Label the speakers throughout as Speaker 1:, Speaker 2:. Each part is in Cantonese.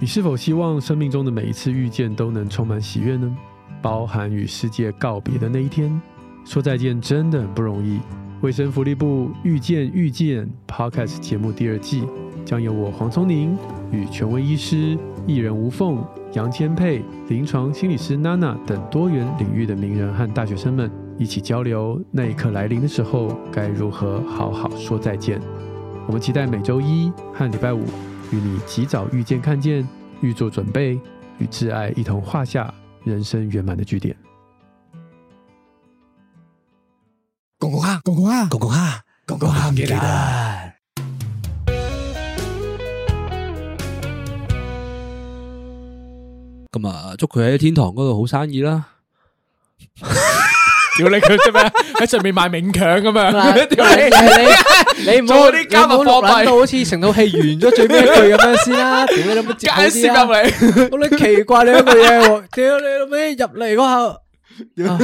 Speaker 1: 你是否希望生命中的每一次遇见都能充满喜悦呢？包含与世界告别的那一天，说再见真的很不容易。卫生福利部《遇见遇见》Podcast 节目第二季将由我黄聪宁与权威医师、艺人吴凤、杨千佩、临床心理师娜娜等多元领域的名人和大学生们一起交流，那一刻来临的时候该如何好好说再见。我们期待每周一和礼拜五与你及早遇见、看见、预做准备，与挚爱一同画下人生圆满的句点。
Speaker 2: 公公哈，公公哈，公公哈，公公哈，唔記得。
Speaker 3: 咁啊，祝佢喺天堂嗰度好生意啦。
Speaker 2: 屌你佢啫咩？啊喺上面賣冥強咁樣，屌你！
Speaker 4: 你你唔好
Speaker 2: 做啲加密
Speaker 4: 你唔好
Speaker 2: 貨幣
Speaker 4: 諗到好似成套戲完咗最尾一句咁樣先啦，屌你諗乜
Speaker 2: 夾硬攝入嚟，
Speaker 4: 我哋奇怪你一句嘢喎，屌你老尾入嚟嗰下，啊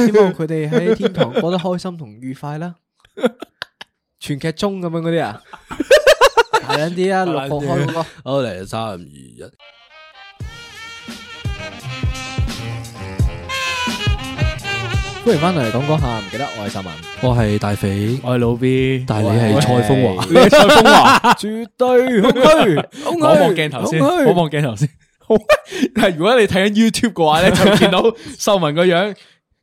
Speaker 4: 希望佢哋喺天堂過得開心同愉快啦。全劇中咁樣嗰啲啊，大緊啲啊，六號開嗰個。
Speaker 3: 好嚟，三二一。
Speaker 4: 歡迎翻嚟講講下，唔記得我係十文，
Speaker 3: 我系大肥，
Speaker 2: 我係老 B，
Speaker 3: 但系你系蔡风华。
Speaker 2: 你係蔡風華，
Speaker 4: 絕對空虛，空
Speaker 2: 我望鏡頭先，我望鏡頭先。 好，但係如果你睇緊 YouTube 嘅話咧，就見到秀文個樣。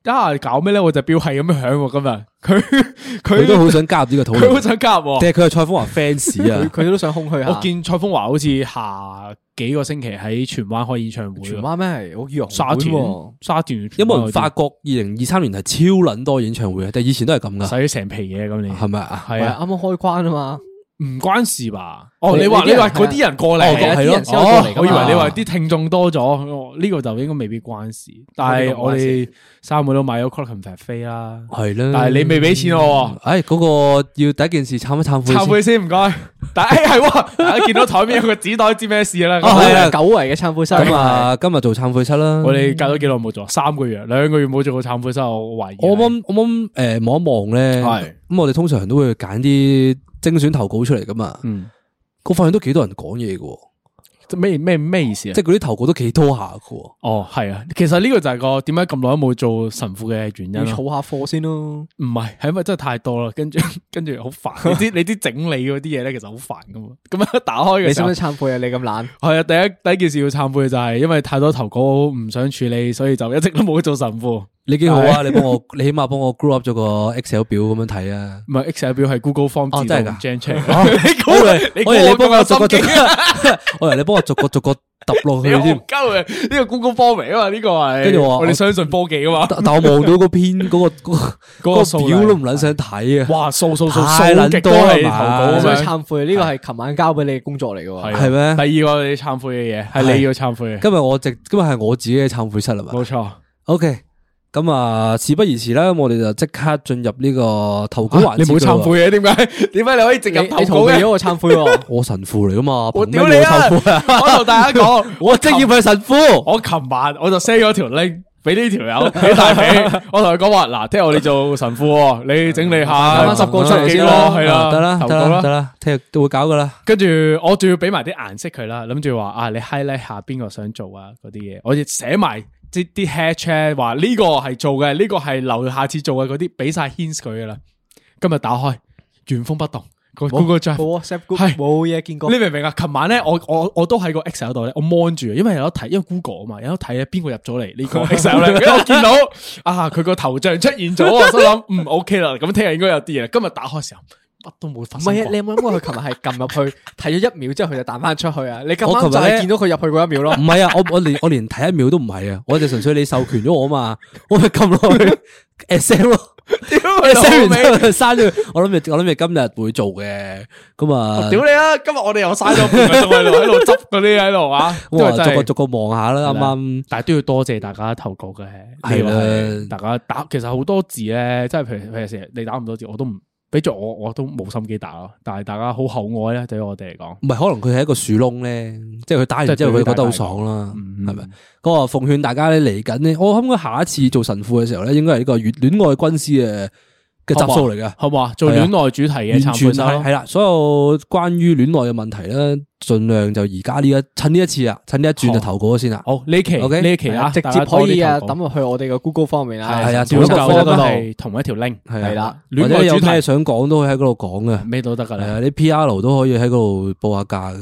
Speaker 2: 啊！搞咩咧？我就表係咁樣響喎，今日 佢
Speaker 3: 佢都
Speaker 2: 佢
Speaker 3: 好想加入呢个讨
Speaker 2: 佢好
Speaker 3: 论，
Speaker 2: 想哦加入喎
Speaker 3: 即。系佢系蔡风华 fans 啊
Speaker 4: 佢。佢都想空虛下。
Speaker 2: 我見蔡風華好似下幾個星期喺荃灣開演唱會喎，
Speaker 4: 荃灣咩？我以為
Speaker 2: 沙
Speaker 4: 屯
Speaker 2: 田
Speaker 4: 喎，啊
Speaker 2: 沙田
Speaker 3: 有冇人發覺二零二三年係超撚多演唱會啊？但以前都係咁
Speaker 2: 使
Speaker 3: 噶，
Speaker 2: 咗成皮嘢咁你
Speaker 3: 係咪啊？
Speaker 2: 係
Speaker 4: 係
Speaker 2: 啊，
Speaker 4: 啱啱開關啊嘛。
Speaker 2: 唔關事吧？哦，
Speaker 4: 你
Speaker 2: 你話
Speaker 4: 你啲
Speaker 2: 你
Speaker 4: 人
Speaker 2: 話嗰啲人過嚟哦
Speaker 3: 哦係啊
Speaker 2: 係
Speaker 3: 啲
Speaker 2: 咯
Speaker 3: 人
Speaker 4: 先有過嚟㗎嘛
Speaker 2: 我以為你話啲聽眾多咗，我呢個就應該未必關事。但係我哋三個都買咗 c o c o n f a t 飛啦，
Speaker 3: 係啦，
Speaker 2: 但係你未俾錢我
Speaker 3: 唉，嗰個要第一件事懺一懺
Speaker 2: 喎，
Speaker 3: 悔
Speaker 2: 懺
Speaker 3: 先。
Speaker 2: 悔先唔該。但係哎係喎，大家見到台面有個紙袋，知咩事啦？
Speaker 3: 哦係啊
Speaker 4: 久違嘅懺悔室
Speaker 3: 咁
Speaker 4: 啊！
Speaker 3: 啊，今日做懺悔室啦。
Speaker 2: 我哋隔咗幾耐冇做，三個月、啊兩個月冇做過懺悔室，我懷疑係。啊
Speaker 3: 我啱我啱诶望一望咧，
Speaker 2: 係
Speaker 3: 咁我哋通常都會揀啲精選投稿出嚟噶嘛。
Speaker 2: 嗯，
Speaker 3: 我發現都幾多人講嘢嘅喎，
Speaker 2: 即咩咩咩意思啊
Speaker 3: 即？係嗰啲投稿都幾多下嘅喎。
Speaker 2: 哦，系啊，其實呢個就係個點解咁耐都冇做神父嘅原
Speaker 4: 要
Speaker 2: 因咯。
Speaker 4: 儲下貨先咯。
Speaker 2: 唔係，係因為真係太多啦，跟住 跟住好煩。你知你知整理嗰啲嘢咧，其實好煩噶嘛。咁樣一打開
Speaker 4: 你
Speaker 2: 嘅時
Speaker 4: 使唔
Speaker 2: 候，
Speaker 4: 使懺悔啊？你咁懶，
Speaker 2: 係啊，第一第一件事要懺悔就係因為太多投稿唔想處理，所以就一直都冇做神父。
Speaker 3: 你幾好啊！你幫我， 你起碼幫我 group up 咗個 Excel 表咁樣睇啊。
Speaker 2: 唔係 Excel 表係 Google Form
Speaker 3: 哦
Speaker 2: 自
Speaker 3: 真係
Speaker 2: 動
Speaker 3: 㗎
Speaker 2: gen 出
Speaker 3: 哦
Speaker 2: 嚟。 你估
Speaker 3: 我以為
Speaker 2: 你估
Speaker 3: 我以為你
Speaker 2: 咁
Speaker 3: 幫我
Speaker 2: 有
Speaker 3: 逐個逐
Speaker 2: 心
Speaker 3: 個
Speaker 2: 機，
Speaker 3: 我以為你幫我逐個逐個揼落
Speaker 2: 你
Speaker 3: 去
Speaker 2: 好
Speaker 3: 添。
Speaker 2: 鳩啊嘅呢個 Google Form 嚟啊嘛，呢個係。
Speaker 3: 跟住我話
Speaker 2: 我
Speaker 3: 我
Speaker 2: 哋相信科技啊嘛，
Speaker 3: 但但我望到嗰篇嗰個嗰個
Speaker 2: 嗰個數
Speaker 3: 嗰個表
Speaker 2: 量
Speaker 3: 都唔撚想睇啊！
Speaker 2: 哇，數數數
Speaker 3: 太
Speaker 2: 數
Speaker 3: 撚
Speaker 2: 極
Speaker 3: 多
Speaker 2: 都係投
Speaker 3: 啦嘛
Speaker 2: 稿啊
Speaker 4: 你
Speaker 2: 咁
Speaker 4: 使唔
Speaker 2: 樣
Speaker 4: 使。懺悔？呢個係琴晚交俾你嘅工作嚟嘅喎。
Speaker 2: 啊
Speaker 3: 係咩
Speaker 2: 第二個你懺悔嘅嘢係
Speaker 3: 係
Speaker 2: 你要懺悔嘅，
Speaker 3: 今日我直今日係我自己嘅懺悔室啦嘛。
Speaker 2: 冇錯。
Speaker 3: OK，咁啊，事不宜遲啦，我哋就即刻進入呢個投稿
Speaker 2: 啊
Speaker 3: 環節。
Speaker 2: 你冇懺？悔嘅，點解？ 點解你可以直
Speaker 4: 你
Speaker 2: 入投
Speaker 4: 你逃
Speaker 2: 稿
Speaker 4: 避
Speaker 2: 嘅？
Speaker 4: 咗我懺悔喎。
Speaker 3: 我神父嚟噶嘛？
Speaker 2: 我
Speaker 3: 憑
Speaker 2: 屌
Speaker 3: 咩
Speaker 2: 你
Speaker 3: 冇
Speaker 2: 啊！
Speaker 3: 懺悔啊！
Speaker 2: 我同大家講，
Speaker 3: 我職業係神父。
Speaker 2: 我琴晚我就 send 咗條 link 俾呢條 友俾大肥，我同佢講話嗱，聽日我哋做神父喎，你整理下
Speaker 4: 啱啱十個出嚟
Speaker 2: 幾
Speaker 4: 先
Speaker 2: 個
Speaker 4: 啦
Speaker 2: 係啦，
Speaker 3: 得啦，
Speaker 2: 投
Speaker 3: 得
Speaker 2: 稿
Speaker 3: 啦，得
Speaker 2: 啦。
Speaker 3: 啦，聽日都會搞噶啦。
Speaker 2: 跟住我仲要俾埋啲顏色佢啦，諗住話啊，你 highlight 下邊個想做啊嗰啲嘢，我亦寫埋即啲 hatch 話呢個係做嘅，呢個係留下次做嘅嗰啲，俾晒 hints 佢噶啦。今日打開原封不動個 Google Drive。
Speaker 4: 冇 WhatsApp group，
Speaker 2: 係
Speaker 4: 冇嘢見過
Speaker 2: 你。明唔明啊？琴晚咧，我我我都喺個 Excel 度咧，我 mon 住，因為有得睇，因為 Google 啊嘛，有得睇咧邊個入咗嚟 呢個 Excel 咧，跟住我見到 啊，佢個頭像出現咗，我心諗嗯 OK 啦，咁聽日應該有啲嘢啦。今日打開時候乜都冇發
Speaker 4: 唔
Speaker 2: 生
Speaker 4: 係啊，
Speaker 2: 過
Speaker 4: 你，有冇諗過佢琴日係撳入去睇咗一秒之後佢就彈翻出去啊？你咁
Speaker 3: 我琴
Speaker 4: 啱
Speaker 3: 日
Speaker 4: 就係
Speaker 3: 咧
Speaker 4: 見到佢入去嗰一秒咯
Speaker 3: 唔。係啊，我我連我連睇一秒都唔係啊，我就純粹你授權咗我嘛，我咪撳落去 Excel 咯。我哋 send 完之後刪咗，我諗住我諗住今日會做嘅，咁啊，
Speaker 2: 屌你啦！今日我哋又嘥咗半個鐘喺度，喺度執嗰啲喺度啊，因為
Speaker 3: 哇，
Speaker 2: 真
Speaker 3: 逐
Speaker 2: 係
Speaker 3: 個逐個望下啦，啱啱。
Speaker 2: 但系都要多謝大家投稿嘅，
Speaker 3: 係啦
Speaker 2: 呢個係大家打其實好多字咧，即係譬如譬如成日你打唔到字，我都唔俾咗我，我都冇心機打咯。但係大家好厚愛咧，對於我哋嚟講，
Speaker 3: 唔係，可能佢係一個樹窿咧，即係佢打完之後佢覺得好爽啦，
Speaker 2: 嗯
Speaker 3: 係咪？咁我奉勸大家咧，嚟緊咧，我諗佢下一次做神父嘅時候咧，應該係呢個戀戀愛軍師嘅嘅集數嚟嘅，
Speaker 2: 好唔好啊？做戀愛主題嘅
Speaker 3: 完
Speaker 2: 參
Speaker 3: 全
Speaker 2: 半
Speaker 3: 係係
Speaker 2: 啦，
Speaker 3: 啦，所有關於戀愛嘅問題咧，盡量就而家呢一趁呢一次啊，趁呢一轉就投稿先啦。
Speaker 2: 好呢期
Speaker 3: OK，
Speaker 2: 呢期啊，
Speaker 4: 直
Speaker 2: 大
Speaker 4: 接
Speaker 2: 家多啲
Speaker 4: 可以啊
Speaker 2: 投稿
Speaker 4: 抌落去我哋嘅 Google 方面啦，
Speaker 3: 係啊
Speaker 2: 小
Speaker 3: 小
Speaker 2: 舊
Speaker 3: 舊
Speaker 2: 都
Speaker 3: 嗰度
Speaker 2: 係同一條 link，
Speaker 3: 係啊
Speaker 4: 啦
Speaker 3: 或
Speaker 2: 戀
Speaker 3: 者
Speaker 2: 愛
Speaker 3: 有
Speaker 2: 主
Speaker 3: 咩
Speaker 2: 題
Speaker 3: 想講都可以喺嗰度講嘅。
Speaker 2: 咩都得㗎
Speaker 3: 係
Speaker 2: 啦
Speaker 3: 啊，。啲 P.R. 都可以喺嗰度報下價嘅，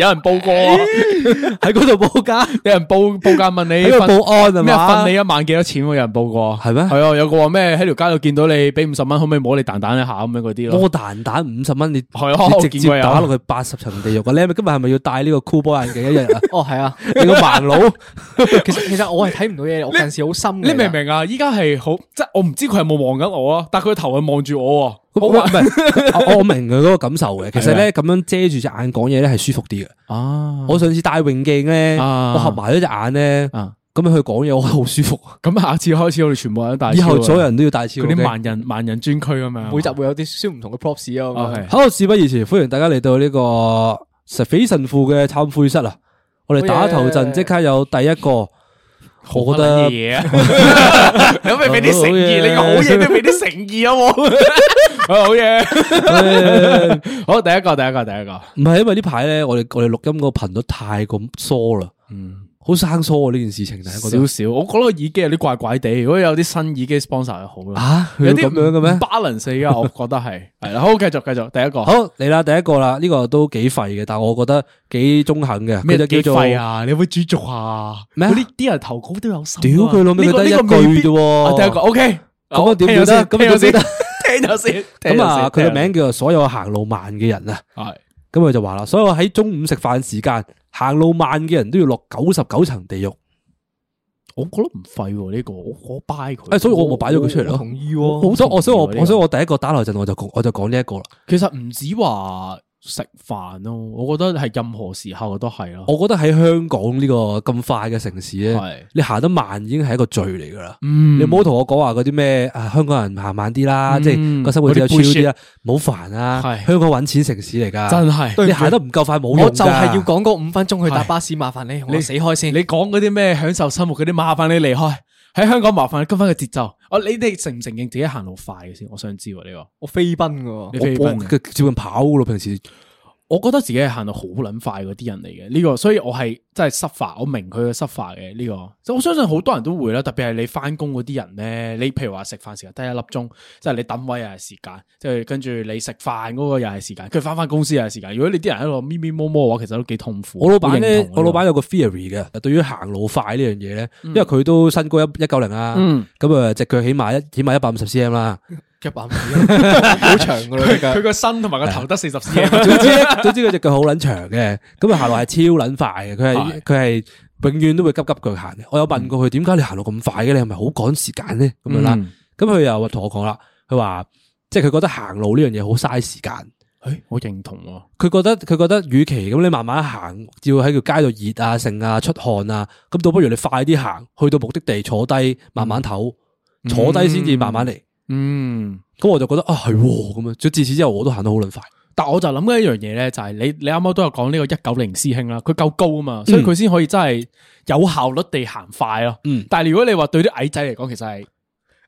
Speaker 2: 有人報過啊，
Speaker 3: 喺嗰度報價，
Speaker 2: 有人報報價問你
Speaker 3: 喺度
Speaker 2: 瞓
Speaker 3: 報案係
Speaker 2: 咩
Speaker 3: 嘛？
Speaker 2: 瞓你一晚幾多錢喎？有人報過
Speaker 3: 係咩
Speaker 2: 係啊，有個話咩喺條街度見到你俾五十蚊，可唔可以摸你蛋蛋一下咁樣嗰啲咯
Speaker 3: 摸？蛋蛋五十蚊，你
Speaker 2: 係啊我
Speaker 3: 你直
Speaker 2: 見過
Speaker 3: 接
Speaker 2: 有
Speaker 3: 打落去八十層地獄啊！你係咪今日係咪要戴呢個 cool 波眼 鏡一日啊？
Speaker 4: 哦，係啊，
Speaker 3: 你個盲佬，
Speaker 4: 其實其實我係睇唔到嘢，我近視好深嘅。
Speaker 2: 你明唔明啊？依家係好，即係我唔知佢係冇望緊我啊，但係佢頭係望住我喎。
Speaker 3: 我唔係我我明佢嗰個感受嘅。其實咧咁樣遮住隻眼講嘢咧係舒服啲嘅。
Speaker 2: 啊，
Speaker 3: 我上次戴泳鏡咧，
Speaker 2: 啊
Speaker 3: 我合埋咗隻眼咧，
Speaker 2: 啊
Speaker 3: 咁樣去講嘢，我覺得好舒服。
Speaker 2: 咁啊下次開始我哋全部人都戴超啊。
Speaker 3: 以後所有人都要戴超。
Speaker 2: 嗰啲
Speaker 3: OK？
Speaker 2: 萬人萬人專區咁樣，哦
Speaker 4: 每集會有啲少唔同嘅 props 啊咁樣。
Speaker 2: OK
Speaker 3: 好，事不宜遲，歡迎大家嚟到呢個實匪神父嘅懺悔室啊！我哋打頭陣即刻有第一個，我覺得
Speaker 2: 乜嘢啊？ 你可唔可以俾啲誠意？你個好嘢都俾啲誠意啊！我 好嘢，好第一個，第一個，第一個。
Speaker 3: 唔係因為呢排咧，我哋我哋錄音個頻率太咁疏啦，
Speaker 2: 嗯，
Speaker 3: 好生疏啊！呢件事情大家覺
Speaker 2: 少
Speaker 3: 得
Speaker 2: 少，我覺得個耳機有啲怪怪地。如果有啲新耳機 sponsor 就好啦。
Speaker 3: 啊，有
Speaker 2: 有
Speaker 3: 啲
Speaker 2: 啲
Speaker 3: 咁樣嘅咩？
Speaker 2: ？balance 啊，我覺得 係係啦。好，繼續繼續，第一個。
Speaker 3: 好嚟啦，第一個啦，呢個都幾廢嘅，但我覺得幾中肯嘅。
Speaker 2: 咩
Speaker 3: 佢就
Speaker 2: 幾
Speaker 3: 叫做
Speaker 2: 廢？啊？你會煮熟啊？
Speaker 3: 咩啊
Speaker 2: 嗰啲啲人投稿都有心啊。
Speaker 3: 屌佢老味
Speaker 2: 呢個
Speaker 3: 佢得一
Speaker 2: 呢個未必
Speaker 3: 句啫喎
Speaker 2: 啊第一個 OK，
Speaker 3: 咁啊點
Speaker 2: 聽咗
Speaker 3: 算得？咁啊點算
Speaker 2: 先
Speaker 3: 得？
Speaker 2: 聽咗先，
Speaker 3: 咁啊，佢
Speaker 2: 嘅
Speaker 3: 嘅名叫做所有行路慢嘅人啊。
Speaker 2: 係
Speaker 3: 咁佢就話啦，所有喺中午食飯時間行路慢嘅人都要落九十九層地獄。
Speaker 2: 我覺得唔廢喎呢個，我我 buy 佢。
Speaker 3: 哎誒所以我咪擺咗佢出嚟咯
Speaker 2: 我同意喎。
Speaker 3: 我所以我所以
Speaker 2: 同
Speaker 3: 我
Speaker 2: 意喎
Speaker 3: 我所以
Speaker 2: 呢
Speaker 3: 我第一個打落陣我就講我就講呢一個啦。
Speaker 2: 個其實唔止話食飯咯，我覺得係任何時候都係咯。
Speaker 3: 我覺得喺香港呢個咁快嘅城市
Speaker 2: 係
Speaker 3: 咧，你行得慢已經係一個罪嚟㗎啦。
Speaker 2: 嗯
Speaker 3: 你唔好同我講話嗰啲咩啊，香港人行慢啲啦，
Speaker 2: 嗯
Speaker 3: 即係個生活節奏
Speaker 2: 嗰啲
Speaker 3: 超啲啦，唔好煩啊！
Speaker 2: 係
Speaker 3: 香港揾錢城市嚟㗎，
Speaker 2: 真係
Speaker 3: 你行得唔夠快冇用㗎
Speaker 4: 我就係要講嗰五分鐘去搭巴士，麻煩你，
Speaker 2: 你
Speaker 4: 我死開先。
Speaker 2: 你講嗰啲咩享受生活嗰啲，麻煩你離開。喺香港麻煩你跟翻個節奏。我你哋承唔承認自己行路快嘅先？我想知喎呢個。
Speaker 4: 我飛奔噶
Speaker 2: 你，
Speaker 3: 我
Speaker 2: 飛啊
Speaker 3: 我
Speaker 2: 奔嘅
Speaker 3: 佢接近跑㗎咯，平時
Speaker 2: 我覺得自己係行到好撚快嗰啲人嚟嘅，呢、個所以我係真係濕化，我明佢嘅濕化嘅呢、個。即係我相信好多人都會啦，特別係你翻工嗰啲人咧，你譬如話食飯時間得一粒鐘，即係你等位又係時間，即係跟住你食飯嗰個又係時間，跟住翻翻公司又係時間。如果你啲人喺度咪咪摸摸嘅話，其實都幾痛苦。
Speaker 3: 我老闆
Speaker 2: 好認
Speaker 3: 咧
Speaker 2: 同，啊
Speaker 3: 我老
Speaker 2: 呢個
Speaker 3: 闆有個 theory 嘅，對於行路快呢樣嘢咧，因為佢都身高一一九零啊，
Speaker 2: 嗯
Speaker 3: 咁啊隻腳起碼一起碼一百五十 cm 啦，
Speaker 4: 一百米好長噶啦，而
Speaker 2: 佢
Speaker 4: 家
Speaker 2: 個身同埋個頭得四十 cm，
Speaker 3: 總之咧，總之佢隻腳好撚長嘅，咁啊行路係超撚快嘅，佢
Speaker 2: 係
Speaker 3: 係佢係永遠都會急急腳行嘅。我有問過佢點解你行路咁快嘅，你係咪好趕時間咧？咁樣啦。咁佢又同我講啦，佢話即係佢覺得行路呢樣嘢好嘥時間。
Speaker 2: 誒我認同喎。
Speaker 3: 佢覺得佢覺得，與其咁你慢慢行，要喺條街度熱啊、剩啊、出汗啊，咁倒不如你快啲行，去到目的地坐低，慢慢唞，坐低先至慢慢嚟。
Speaker 2: 嗯。
Speaker 3: 咁我就覺得啊係喎咁樣，所以自此之後我都行得好撚快。
Speaker 2: 但我就諗緊一樣嘢咧，就係、你你啱啱都有講呢個一九零師兄啦，佢夠高啊嘛，所以佢先可以真係有效率地行快咯。
Speaker 3: 嗯
Speaker 2: 但係如果你話對啲矮仔嚟講，其實係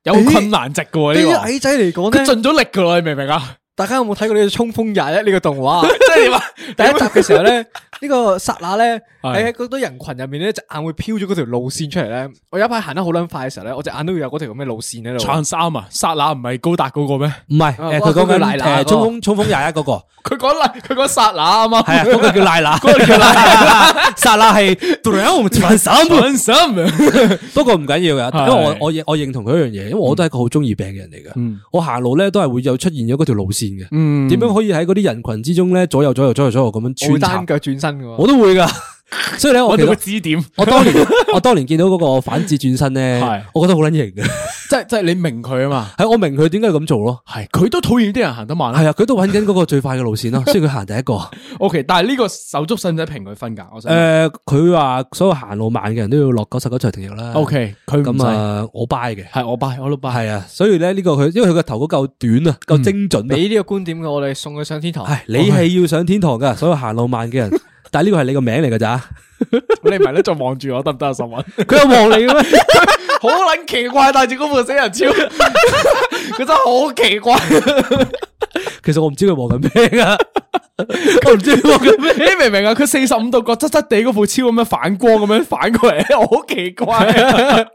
Speaker 2: 有困難值嘅喎
Speaker 4: 對於
Speaker 2: 呢
Speaker 4: 矮仔嚟
Speaker 2: 個，
Speaker 4: 講
Speaker 2: 佢
Speaker 4: 咧，
Speaker 2: 盡咗力噶啦，你明唔明啊？
Speaker 4: 大家有冇睇過呢個《衝鋒廿一》呢個動畫？啊
Speaker 2: 即係你 話
Speaker 4: 第一集嘅時候咧，呢 個刹那咧，
Speaker 2: 係
Speaker 4: 喺嗰堆人群入面咧，隻眼會飄咗嗰條路線出嚟咧。我有一排行得好撚快嘅時候咧，我隻眼都會有嗰條咁嘅路線喺度。
Speaker 2: 撐衫啊，剎那唔係高達嗰個咩？
Speaker 3: 唔係，
Speaker 4: 啊
Speaker 3: 誒
Speaker 4: 哇
Speaker 3: 佢講
Speaker 4: 嗰個
Speaker 3: 緊
Speaker 4: 奶
Speaker 3: 誒
Speaker 4: 奶嗰個
Speaker 3: 衝鋒衝鋒廿一嗰個，
Speaker 2: 佢講啦，佢講剎那啊嘛，
Speaker 3: 係啊，嗰個 叫奶奶，嗰個叫奶奶，剎那係全身
Speaker 2: 分心
Speaker 3: 不過唔緊要
Speaker 2: 係
Speaker 3: 嘅，因為我我認我認同佢一樣嘢，因為我都係一個好中意病嘅人嚟嘅。
Speaker 2: 嗯
Speaker 3: 我行路咧都係會有出現咗嗰條路線嘅。
Speaker 2: 嗯
Speaker 3: 點樣可以喺嗰啲人群之中咧左右左右左右左右咁樣
Speaker 4: 我會
Speaker 3: 穿
Speaker 4: 單
Speaker 3: 插？
Speaker 4: 腳轉身嘅喎。
Speaker 3: 我都會噶，所以咧，我
Speaker 2: 搵
Speaker 3: 其
Speaker 2: 到個
Speaker 3: 實
Speaker 2: 支點，
Speaker 3: 我當年我當年見到嗰個反子轉身咧
Speaker 2: 係，
Speaker 3: 我覺得好撚型嘅。
Speaker 2: 即係即係你明佢啊嘛，
Speaker 3: 係我明佢點解咁做咯。
Speaker 2: 係佢都討厭啲人行得慢啦。
Speaker 3: 係啊，佢都揾緊嗰個最快嘅路線咯，雖然佢行第一個。
Speaker 2: O K，但係呢個手足使唔使平佢分㗎？我想
Speaker 3: 诶，佢話所有行路慢嘅人都要落九十九場停藥啦。
Speaker 2: O K，佢唔
Speaker 3: 咁
Speaker 2: 使，
Speaker 3: 啊，我 buy 嘅。
Speaker 2: 係我 buy，我都 buy。
Speaker 3: 係啊，所以咧呢個佢，因為佢個頭骨夠短啊，夠精準啊。
Speaker 4: 你呢個觀點嘅，我哋送佢上天堂。
Speaker 3: 系你係要上天堂噶，所有行路慢嘅 人。但系呢個係你個名嚟㗎咋？
Speaker 2: 你唔係咧，再望住我得唔得啊？十蚊。
Speaker 3: 佢有望你嘅咩？
Speaker 2: 好撚奇怪，戴住嗰副死人超， 佢真係好奇怪。
Speaker 3: 其實我唔知佢望緊咩啊， 我唔知佢望緊咩。
Speaker 2: 你明唔明啊？佢四十五度角側側地嗰副超咁樣反光咁樣反過嚟， 我好奇怪。啊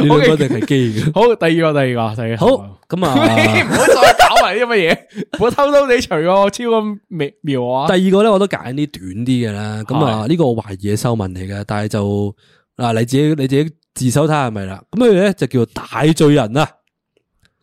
Speaker 3: 你兩個一定係基嘅。
Speaker 2: 好，第二個，第二個，第二個。
Speaker 3: 好，咁
Speaker 2: 你唔
Speaker 3: 啊，
Speaker 2: 好再搞埋啲咁嘅嘢，唔好偷偷地除我超咁妙妙我啊！
Speaker 3: 第二個咧我都揀啲短啲嘅啦。咁啊，呢個我懷疑係修文嚟嘅，但係就嗱你自己你自己自首睇下係咪啦。咁佢咧就叫做大罪人啦。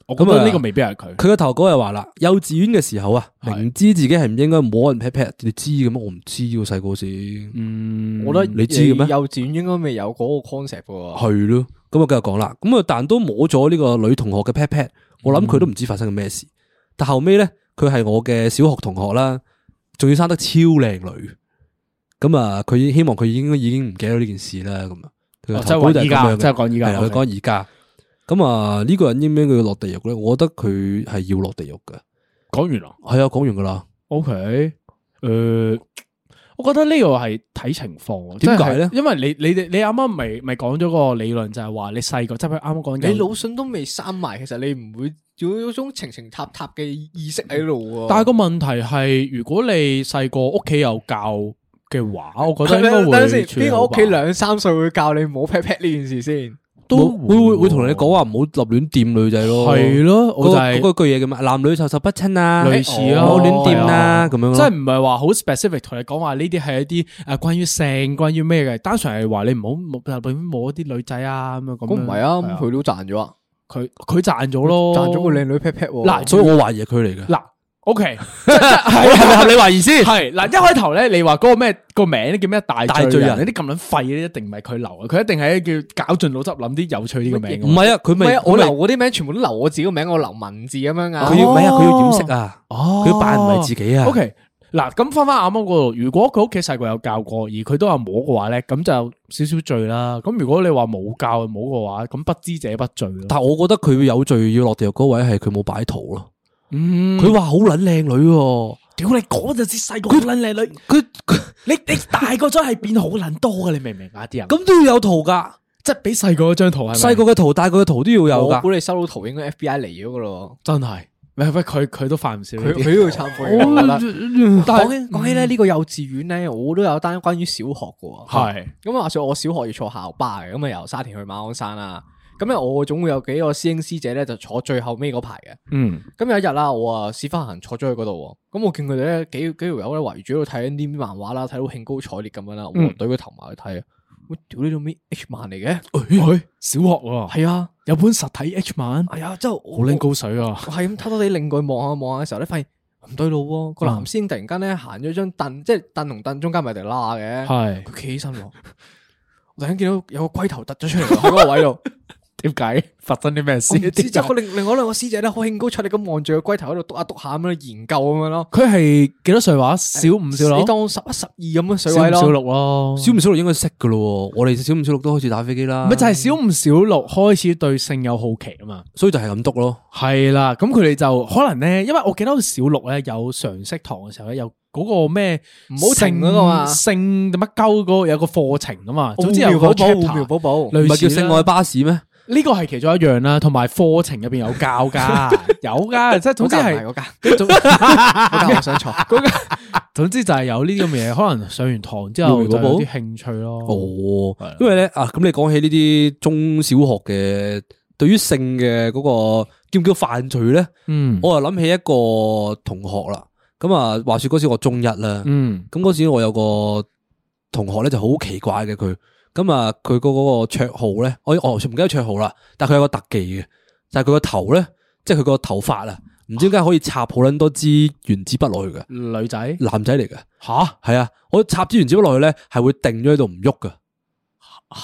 Speaker 2: 我
Speaker 3: 覺得呢個
Speaker 2: 未必係啊佢，
Speaker 3: 佢個投稿係話啦，幼稚園嘅時候啊，
Speaker 2: 係
Speaker 3: 明知自己係唔應該摸人 pat pat，你知嘅咩？我唔知喎，細個時。
Speaker 2: 嗯，
Speaker 4: 我覺得
Speaker 3: 你知嘅咩
Speaker 4: 幼稚園應該未有嗰個 concept 嘅喎。
Speaker 3: 係咯，咁我繼續講啦。咁啊，但都摸咗呢個女同學嘅 pat
Speaker 2: 嗯
Speaker 3: pat，我諗佢都唔知發生緊咩事。但後尾咧，佢係我嘅小學同學啦，仲要生得超靚女。咁啊，佢希望佢應該已經唔記得呢件事啦。咁啊，佢
Speaker 2: 哦
Speaker 3: 嘅
Speaker 2: 即係
Speaker 3: 頭
Speaker 2: 話
Speaker 3: 盔就係
Speaker 2: 依
Speaker 3: 咁樣嘅
Speaker 2: 家，即係講依家
Speaker 3: 係啊啦，佢
Speaker 2: ，OK
Speaker 3: 講而家。咁啊，呢個人應唔應該要落地獄咧？我覺得佢係要落地獄嘅。
Speaker 2: 講完啦。
Speaker 3: 係啊，講完噶啦。
Speaker 2: O K，诶，呃我覺得呢個係睇情況喎。
Speaker 3: 點解
Speaker 2: 即係
Speaker 3: 咧
Speaker 2: 因為你你哋你啱啱咪咪講咗個理論，就係話你細個，即係譬如啱啱講緊
Speaker 4: 你腦筍都未閂埋，其實你唔會有有種情情塔塔嘅意識喺度喎。
Speaker 2: 但係個問題係，如果你細個屋企有教嘅話，我覺得應該
Speaker 4: 等陣先
Speaker 2: 會
Speaker 4: 邊個屋企兩三歲會教你冇 pat pat 呢件事先？
Speaker 2: 都
Speaker 3: 冇會會會同你講話唔好立亂掂女仔咯。
Speaker 2: 係咯，
Speaker 3: 嗰
Speaker 2: 我就係
Speaker 3: 個嗰句嘢嘅嘛，男女授受不親啊，
Speaker 2: 類似啊
Speaker 3: 唔好亂掂啦，咁樣
Speaker 2: 即係啊
Speaker 3: 咯。
Speaker 2: 唔係話好 specific 同你講話呢啲係一啲誒關於性、關於咩嘅，單純係話你唔好摸入邊摸啲女仔啊咁樣咁樣。
Speaker 4: 咁唔係啊，咁佢都賺咗啊，
Speaker 2: 佢佢賺咗咯，
Speaker 4: 賺咗個靚女 pat pat 喎。
Speaker 2: 嗱
Speaker 3: 所以我懷疑係佢嚟嘅。
Speaker 2: 嗱，OK，即 係即係啊
Speaker 3: 合理懷疑先
Speaker 2: 係嗱，一開頭咧，你話嗰個咩個名咧叫咩大
Speaker 3: 大
Speaker 2: 罪
Speaker 3: 罪
Speaker 2: 人，
Speaker 3: 人
Speaker 2: 呢啲咁撚廢嘅一定唔係佢留嘅，佢一定係叫搞盡腦汁諗啲有趣啲嘅名㗎嘛。
Speaker 3: 唔係啊，佢
Speaker 4: 唔
Speaker 3: 咪
Speaker 4: 係啊，我
Speaker 3: 佢咪
Speaker 4: 留嗰啲名全部都留我自己個名，我留文字咁樣哦噶。
Speaker 3: 佢要唔係啊，佢要掩飾啊，
Speaker 2: 哦
Speaker 3: 佢要扮唔係自己啊。
Speaker 2: O K，嗱，咁翻翻啱啱嗰度，如果佢屋企細個有教過，而佢都有摸嘅話咧，咁就少少罪啦。咁如果你話冇教冇嘅話，咁不知者不罪咯。
Speaker 3: 但我覺得佢有罪要落地獄嗰位係佢冇擺圖咯。
Speaker 2: 嗯，
Speaker 3: 佢話好撚靚女喎，
Speaker 2: 屌你嗰陣時細個好撚靚女，
Speaker 3: 佢佢
Speaker 2: 你你大個咗係變好撚多嘅，你明唔明啊？啲人咁
Speaker 3: 咁都要有圖㗎，
Speaker 2: 即係比細個嗰張圖係咪
Speaker 3: 細個嘅圖、大個嘅圖都要有
Speaker 4: 我估
Speaker 3: 㗎。
Speaker 4: 你收到圖應該 FBI 嚟咗噶咯。
Speaker 2: 真係，喂喂，佢佢都犯唔少呢
Speaker 4: 佢
Speaker 2: 啲。
Speaker 4: 佢都要懺悔嘅。我覺得
Speaker 2: 但
Speaker 4: 講起講起咧，哦呢個幼稚園咧，我都有單關於小學嘅喎。
Speaker 2: 係
Speaker 4: 咁話說我小學要坐校巴嘅，咁啊由沙田去馬鞍山啦。咁咧我總會有幾個師兄師姐咧就坐最後尾嗰排嘅。
Speaker 2: 嗯
Speaker 4: 咁有一日啦，我啊屎忽痕坐咗去嗰度喎，咁我見佢哋咧幾幾條友咧圍住喺度睇緊啲漫畫啦，睇到興高采烈咁樣啦，我
Speaker 2: 嗯
Speaker 4: 懟佢頭埋去睇啊！我屌呢度咩 H 漫嚟嘅？
Speaker 2: 佢小學喎，
Speaker 4: 係啊，
Speaker 2: 有本實體 H 漫，
Speaker 4: 係啊，真係
Speaker 2: 好撚高水啊！
Speaker 4: 我係咁偷偷地擰過去望下望下嘅時候咧，發現唔對路喎。
Speaker 2: 嗯
Speaker 4: 個男師兄突然間咧行咗張凳，即係凳同凳中間咪有條罅嘅，
Speaker 2: 係
Speaker 4: 佢企起身喎。我突然間見到有個龜頭突咗出 嚟喎喺嗰個位度，
Speaker 2: 點解發生啲咩
Speaker 4: 我
Speaker 2: 事
Speaker 4: 唔知
Speaker 2: 點解
Speaker 4: 就係另另外兩個師姐咧好興高采烈咁望住個龜頭喺度篤下篤下咁樣研究咁樣咯。
Speaker 2: 佢係幾多歲話？小五、小六
Speaker 4: 你，當十一十二咁嘅水
Speaker 2: 小
Speaker 4: 位
Speaker 2: 五、
Speaker 4: 咯。
Speaker 2: 小六咯。
Speaker 3: 小五小六應該識㗎咯喎，我哋小五小六都開始打飛機啦。
Speaker 2: 咪就係小五、小六開始對性有好奇啊嘛。
Speaker 3: 所以就係咁篤咯。
Speaker 2: 係啦，咁佢哋就可能咧，因為我記得好似小六咧有常識堂嘅時候咧，有嗰個咩
Speaker 4: 唔好停嗰個嘛
Speaker 2: 性乜鳩嗰個有個課程啊嘛。總之
Speaker 4: 奧
Speaker 2: 有
Speaker 4: 妙
Speaker 2: 個
Speaker 4: 寶寶，奧妙
Speaker 2: chapter
Speaker 4: 寶寶。
Speaker 3: 唔
Speaker 2: 類
Speaker 3: 係
Speaker 2: 似
Speaker 3: 叫性愛
Speaker 2: 啦
Speaker 3: 巴士咩？
Speaker 2: 呢個係其中一樣啦，同埋課程入邊有教噶， 有噶，即係總之
Speaker 4: 嗰間
Speaker 2: 係
Speaker 4: 唔係嗰間，
Speaker 2: 總
Speaker 4: 嗰間我想坐。
Speaker 2: 嗰個總之就係有呢啲咁嘅嘢，可能上完堂之後
Speaker 3: 會唔會
Speaker 2: 就
Speaker 3: 嗰
Speaker 2: 有
Speaker 3: 部
Speaker 2: 啲興趣咯。
Speaker 3: 哦
Speaker 2: 係啊，
Speaker 3: 因為咧啊，咁你講起呢啲中小學嘅對於性嘅嗰個叫唔叫犯罪咧，
Speaker 2: 嗯，
Speaker 3: 我又諗起一個同學啦。咁啊，話說嗰時我中一啦，
Speaker 2: 嗯
Speaker 3: 咁嗰時我有個同學咧就好奇怪嘅佢，咁啊佢個嗰個绰號哦咧，我我唔記得綽號啦，但佢有個特技嘅，就係佢個頭咧，即係佢個頭髮啊，唔知點解可以插好撚多支原子筆落去嘅，
Speaker 2: 女仔
Speaker 3: 男仔嚟嘅，
Speaker 2: 吓
Speaker 3: 係啊，我插支原子筆落去咧，係會定咗喺度唔喐噶。佢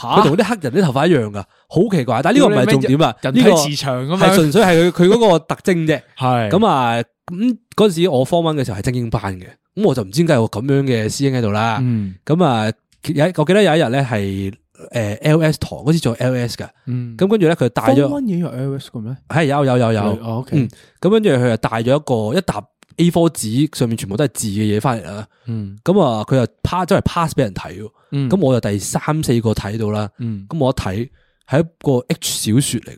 Speaker 2: 吓
Speaker 3: 同啲黑人啲頭髮一樣噶，好奇怪。但系呢個唔係重點啊，
Speaker 2: 人
Speaker 3: 呢
Speaker 2: 體
Speaker 3: 個
Speaker 2: 磁場咁
Speaker 3: 係
Speaker 2: 樣，
Speaker 3: 純粹係佢佢嗰個特徵啫。
Speaker 2: 係
Speaker 3: 咁啊，咁嗰陣時我 form one 嘅時候係精英班嘅，咁我就唔知點解有個咁樣嘅師兄喺度啦。
Speaker 2: 嗯
Speaker 3: 咁啊，有一我記得有一日咧係诶 LS 堂嗰時做 LS 噶，
Speaker 2: 嗯，
Speaker 3: 咁跟住咧佢帶
Speaker 2: 方
Speaker 3: 咗
Speaker 2: 温已經有 LS 嘅咩？
Speaker 3: 係有有有有，
Speaker 2: 哦，OK，
Speaker 3: 嗯，咁跟住佢就帶咗一個一沓 A4 紙上面全部都係字嘅嘢翻嚟啦。
Speaker 2: 嗯
Speaker 3: 咁啊，佢就 pass 真係 pass 俾人睇喎，
Speaker 2: 嗯
Speaker 3: 咁我就第三四個睇到啦。
Speaker 2: 嗯
Speaker 3: 咁我一睇係一個 H 小说嚟嘅，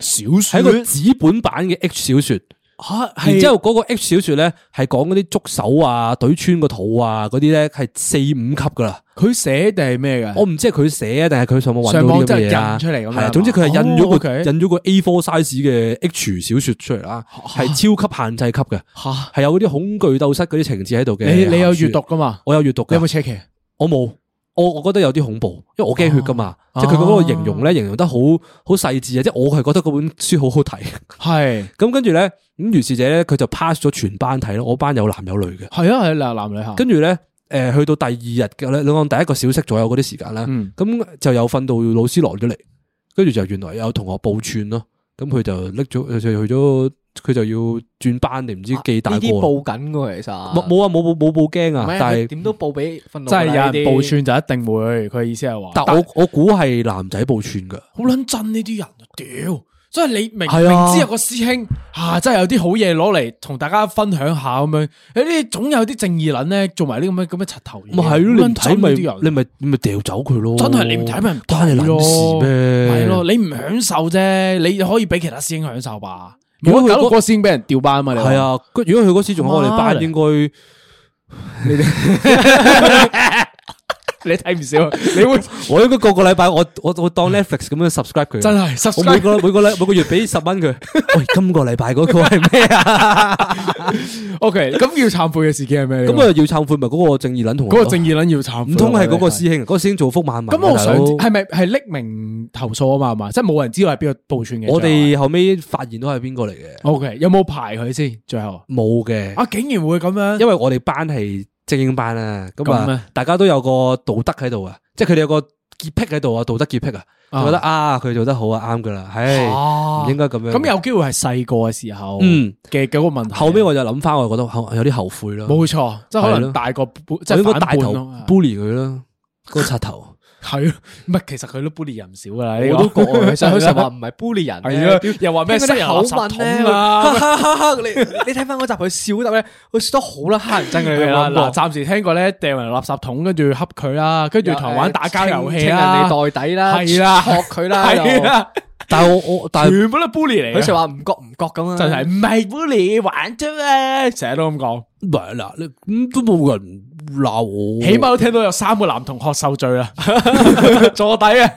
Speaker 2: 小
Speaker 3: 係一個紙本版嘅 H 小说。
Speaker 2: 吓，
Speaker 3: 然
Speaker 2: 然
Speaker 3: 之
Speaker 2: 之
Speaker 3: 後
Speaker 2: 後
Speaker 3: 嗰個 H 小说咧係講嗰啲捉手啊、懟穿個肚啊嗰啲咧係四五級噶啦。
Speaker 2: 佢寫定係咩嘅？
Speaker 3: 我唔知係佢寫啊，定係佢上網揾到
Speaker 2: 上網
Speaker 3: 啲咁嘅嘢
Speaker 2: 真係
Speaker 3: 啊
Speaker 2: 印出嚟咁樣
Speaker 3: 係啊，總之佢係印
Speaker 2: 哦
Speaker 3: 咗個
Speaker 2: OK
Speaker 3: 印咗個 A4 size 嘅 H 小说出嚟啦，係超級限制級嘅，
Speaker 2: 吓，
Speaker 3: 係有嗰啲恐懼鬥室嗰啲情節喺度嘅。
Speaker 2: 你你
Speaker 3: 鹹
Speaker 2: 有
Speaker 3: 書
Speaker 2: 閱讀？噶嘛？
Speaker 3: 我有閱讀
Speaker 2: 你
Speaker 3: 㗎。
Speaker 2: 有冇扯旗？
Speaker 3: 我冇，我我覺得有啲恐怖，因為我驚血噶嘛，
Speaker 2: 哦
Speaker 3: 即係佢嗰個形容咧，形容得好好細緻啊！即係我係覺得嗰本書好好睇。
Speaker 2: 係
Speaker 3: 咁跟住咧，咁如是者咧，佢就 pass 咗全班睇咯，我班有男有女嘅。
Speaker 2: 係啊，係男男女校。
Speaker 3: 跟住咧，誒去到第二日嘅咧，你講第一個小息左右嗰啲時間啦，
Speaker 2: 嗯
Speaker 3: 咁、就有訓導老師落咗嚟，跟住就原來有同學報串咯，咁佢就拎咗就去咗，佢就要轉班定唔知幾大
Speaker 4: 呢
Speaker 3: 個
Speaker 4: 啲
Speaker 3: 啊。
Speaker 4: 報緊嘅其實
Speaker 3: 冇冇啊！冇冇冇報驚
Speaker 4: 唔
Speaker 3: 啊！但
Speaker 4: 係佢
Speaker 3: 係
Speaker 4: 點都報俾訓導
Speaker 2: 真係
Speaker 4: 㗎啦
Speaker 2: 有人
Speaker 4: 呢啲
Speaker 2: 報串就一定會，佢意思係話，
Speaker 3: 但我我估係男仔報串㗎。
Speaker 2: 好捻憎呢啲人啊！屌，所以你明、
Speaker 3: 係啊
Speaker 2: 明知有個師兄啊，真係有啲好嘢攞嚟同大家分享下咁樣，有啲總有啲正義撚咧做埋啲咁嘅咁嘅柒頭嘢，
Speaker 3: 咪係咯，你唔睇咪
Speaker 2: 好撚憎呢啲人
Speaker 3: 你咪你咪掉走佢咯。
Speaker 2: 真係你唔睇咪唔
Speaker 3: 關你撚事咩？
Speaker 2: 係咯，，你唔享受啫，你可以俾其他師兄享受吧。
Speaker 3: 如
Speaker 2: 如
Speaker 3: 果
Speaker 2: 果
Speaker 3: 佢
Speaker 2: 搞
Speaker 3: 嗰
Speaker 2: 到嗰個師兄俾人調班嘛，你話
Speaker 3: 係，啊。如果佢嗰時仲喺我哋
Speaker 2: 媽
Speaker 3: 班，
Speaker 2: 嚟
Speaker 3: 應該
Speaker 2: 你睇唔少，啊你會
Speaker 3: 我應該個個禮拜我我我當 Netflix 咁樣 subscribe 佢。
Speaker 2: 真係
Speaker 3: 我每
Speaker 2: subscribe
Speaker 3: 個每個禮每個月俾十 蚊佢。喂，今個禮拜嗰個係咩啊？
Speaker 2: OK，咁要懺悔嘅事件係咩？
Speaker 3: 咁啊，要懺悔咪嗰個正義撚同學
Speaker 2: 嗰
Speaker 3: 咯
Speaker 2: 個正義撚要懺悔，啊
Speaker 3: 唔通係嗰個
Speaker 2: 我覺得
Speaker 3: 師兄？嗰個師兄做福萬民㗎。
Speaker 2: 咁我
Speaker 3: 大
Speaker 2: 想
Speaker 3: 佬
Speaker 2: 知係咪係匿名投訴啊嘛？係嘛，即係冇人知道係邊個報串嘅。
Speaker 3: 我哋後尾發現到係邊個嚟嘅？
Speaker 2: O K 有冇排佢先？最後
Speaker 3: 冇嘅。
Speaker 2: 啊，竟然會咁樣，
Speaker 3: 因為我哋班係精英班啊，咁
Speaker 2: 咁
Speaker 3: 啊
Speaker 2: 啊，
Speaker 3: 大家都有個道德喺度啊，即係佢哋有個潔癖喺度啊，道德潔癖啊，
Speaker 2: 啊
Speaker 3: 就覺得啊，佢做得好啊，啱噶啦，唉，
Speaker 2: 啊
Speaker 3: 唔應該咁樣。
Speaker 2: 咁有機會係細個嘅時候
Speaker 3: 嗯，
Speaker 2: 嘅嗰個問題。
Speaker 3: 後尾我就諗翻，我就覺得後有啲後悔咯，
Speaker 2: 冇錯，即係可
Speaker 3: 係咯
Speaker 2: 能大個即
Speaker 3: 我應
Speaker 2: 係
Speaker 3: 該
Speaker 2: 反
Speaker 3: 大
Speaker 2: 叛
Speaker 3: 頭
Speaker 2: 咯。
Speaker 3: bully 佢啦，嗰個柒頭，
Speaker 2: 係咯，唔係其實佢都 bully 人唔少噶啦。呢個
Speaker 4: 我都覺啊， 其實佢成日話唔係 bully 人
Speaker 2: 係
Speaker 4: 咧，
Speaker 2: 咯
Speaker 4: 屌
Speaker 2: 又話咩
Speaker 4: 聽
Speaker 2: 塞
Speaker 4: 嗰
Speaker 2: 人
Speaker 4: 啲口
Speaker 2: 垃
Speaker 4: 吻
Speaker 2: 圾桶
Speaker 4: 咧，
Speaker 2: 啊
Speaker 4: 哈哈哈哈！你 你睇翻嗰集佢笑嗰集咧，佢笑得好啦，黑人憎佢
Speaker 2: 係啦，
Speaker 4: 嘅
Speaker 2: 嗱，
Speaker 4: 感覺。
Speaker 2: 暫時聽過咧，掉人垃圾桶，跟住恰佢啦，跟住台灣打交遊戲
Speaker 4: 清清人
Speaker 2: 啦，
Speaker 4: 哋袋底啦，
Speaker 2: 係啦
Speaker 4: 學佢啦，
Speaker 2: 係
Speaker 4: 又
Speaker 2: 啦，
Speaker 3: 但係我我但係
Speaker 2: 全部都 bully 嚟
Speaker 4: 佢
Speaker 2: 嘅。
Speaker 4: 成日話唔覺唔覺咁啊，
Speaker 2: 啊真係唔係 bully 玩啫嘛，成日都咁講，
Speaker 3: 唔係嗱，你咁都冇人鬧我，
Speaker 2: 起碼都聽到有三個男同學受罪 啦，坐底啊！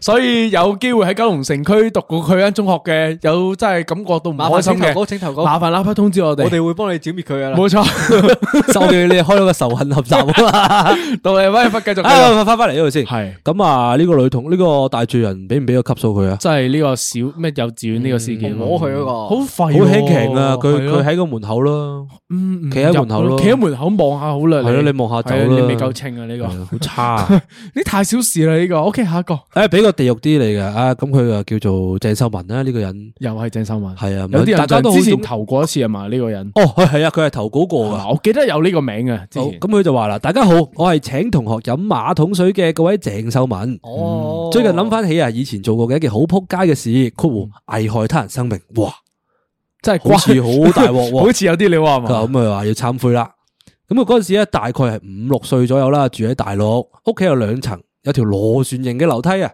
Speaker 2: 所以有機會喺九龍城區讀過佢間中學嘅，有真係感覺到唔
Speaker 4: 麻
Speaker 2: 開
Speaker 4: 煩
Speaker 2: 心
Speaker 4: 請投稿，
Speaker 2: 嘅，
Speaker 4: 請投稿，
Speaker 2: 麻煩立刻通知我
Speaker 4: 我
Speaker 2: 哋。
Speaker 4: 哋會幫你剿滅佢噶啦。
Speaker 2: 冇錯，
Speaker 3: 就你你開咗個仇恨合集 啊嘛，
Speaker 2: 到你威忽繼續繼 續。
Speaker 3: 啊，翻翻嚟呢度先，
Speaker 2: 係
Speaker 3: 咁啊，呢個女童呢個大罪人俾唔俾個級數佢啊？
Speaker 2: 即係呢個小咩幼稚園呢個事件，啊
Speaker 4: 摸佢嗰個
Speaker 2: 好廢，好
Speaker 3: 好輕騎啊！佢佢喺個門口咯，
Speaker 2: 嗯
Speaker 3: 企喺門口咯
Speaker 2: 企喺門口望下好啦。
Speaker 3: 係咯你望下走啦
Speaker 2: 係啊你未夠清啊呢
Speaker 3: 係啊
Speaker 2: 個，
Speaker 3: 好差啊。
Speaker 2: 你太小事啦呢個。OK，下一個
Speaker 3: 诶，俾個地獄啲嚟嘅啊，咁佢啊叫做鄭秀文啦，呢個人
Speaker 2: 又係鄭秀文，
Speaker 3: 係啊
Speaker 2: 有啲
Speaker 3: 大家
Speaker 2: 人就
Speaker 3: 都好
Speaker 2: 之前
Speaker 3: 中
Speaker 2: 投過一次啊嘛，呢個人。
Speaker 3: 哦，佢係啊，佢係投稿過
Speaker 2: 嗱
Speaker 3: 噶。
Speaker 2: 我記得有呢個名嘅，之
Speaker 3: 好，
Speaker 2: 前
Speaker 3: 咁佢就話啦，大家好，我係請同學飲馬桶水嘅嗰位鄭秀文。
Speaker 4: 哦，
Speaker 3: 最近諗翻起啊，以前做過嘅一件好扑街嘅事，括弧危害他人生命，哇，
Speaker 2: 真係
Speaker 3: 好
Speaker 2: 關
Speaker 3: 似好大鑊 喎
Speaker 2: 好。似有啲料啊係
Speaker 3: 咁
Speaker 2: 嘛，
Speaker 3: 佢話要懺悔啦。咁啊嗰阵时咧，大概係五六歲左右啦，住喺大陸，屋企有兩層，有條螺旋形嘅樓梯啊。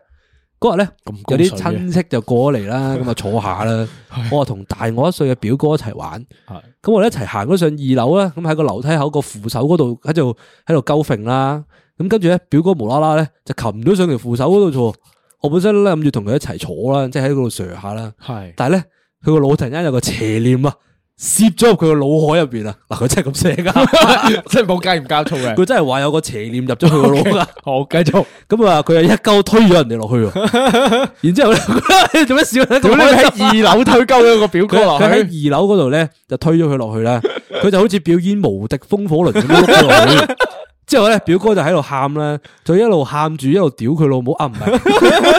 Speaker 3: 嗰日咧，有
Speaker 2: 高
Speaker 3: 啲
Speaker 2: 水嘅
Speaker 3: 親戚就過咗嚟 啦，咁啊坐下啦。我啊同大我一歲嘅表哥一齊玩，
Speaker 2: 係
Speaker 3: 咁我哋一齊行咗上二樓啦。咁喺個樓梯口個扶手嗰度喺度喺度鳩揈啦。咁跟住咧，表哥無啦啦咧就擒咗上條扶手嗰度坐。我本身咧 諗住同佢一齊坐啦，即係喺嗰度 s 下啦。
Speaker 2: 係
Speaker 3: 但係咧，佢個腦突然間有個邪念啊，摄咗入佢個腦海入边啊！嗱，佢真係咁寫 噶，
Speaker 2: 即系冇加鹽加醋嘅。
Speaker 3: 佢真係話有個邪念入咗佢個腦 噶。
Speaker 2: 好，繼續。
Speaker 3: 咁啊，佢係一鳩推咗人哋落去喎， 然之后咧 做咩笑咧？
Speaker 2: 屌
Speaker 3: 咁
Speaker 2: 你
Speaker 3: 開心
Speaker 2: 喺二樓推鳩咗個表
Speaker 3: 佢
Speaker 2: 哥落
Speaker 3: 佢
Speaker 2: 去，
Speaker 3: 喺二樓嗰度咧就推咗佢落去 啦，佢就好似表演無敵風火輪咁樣碌咗落去。之後咧，表哥就喺度喊啦，就一路喊住一路屌佢老母啊唔係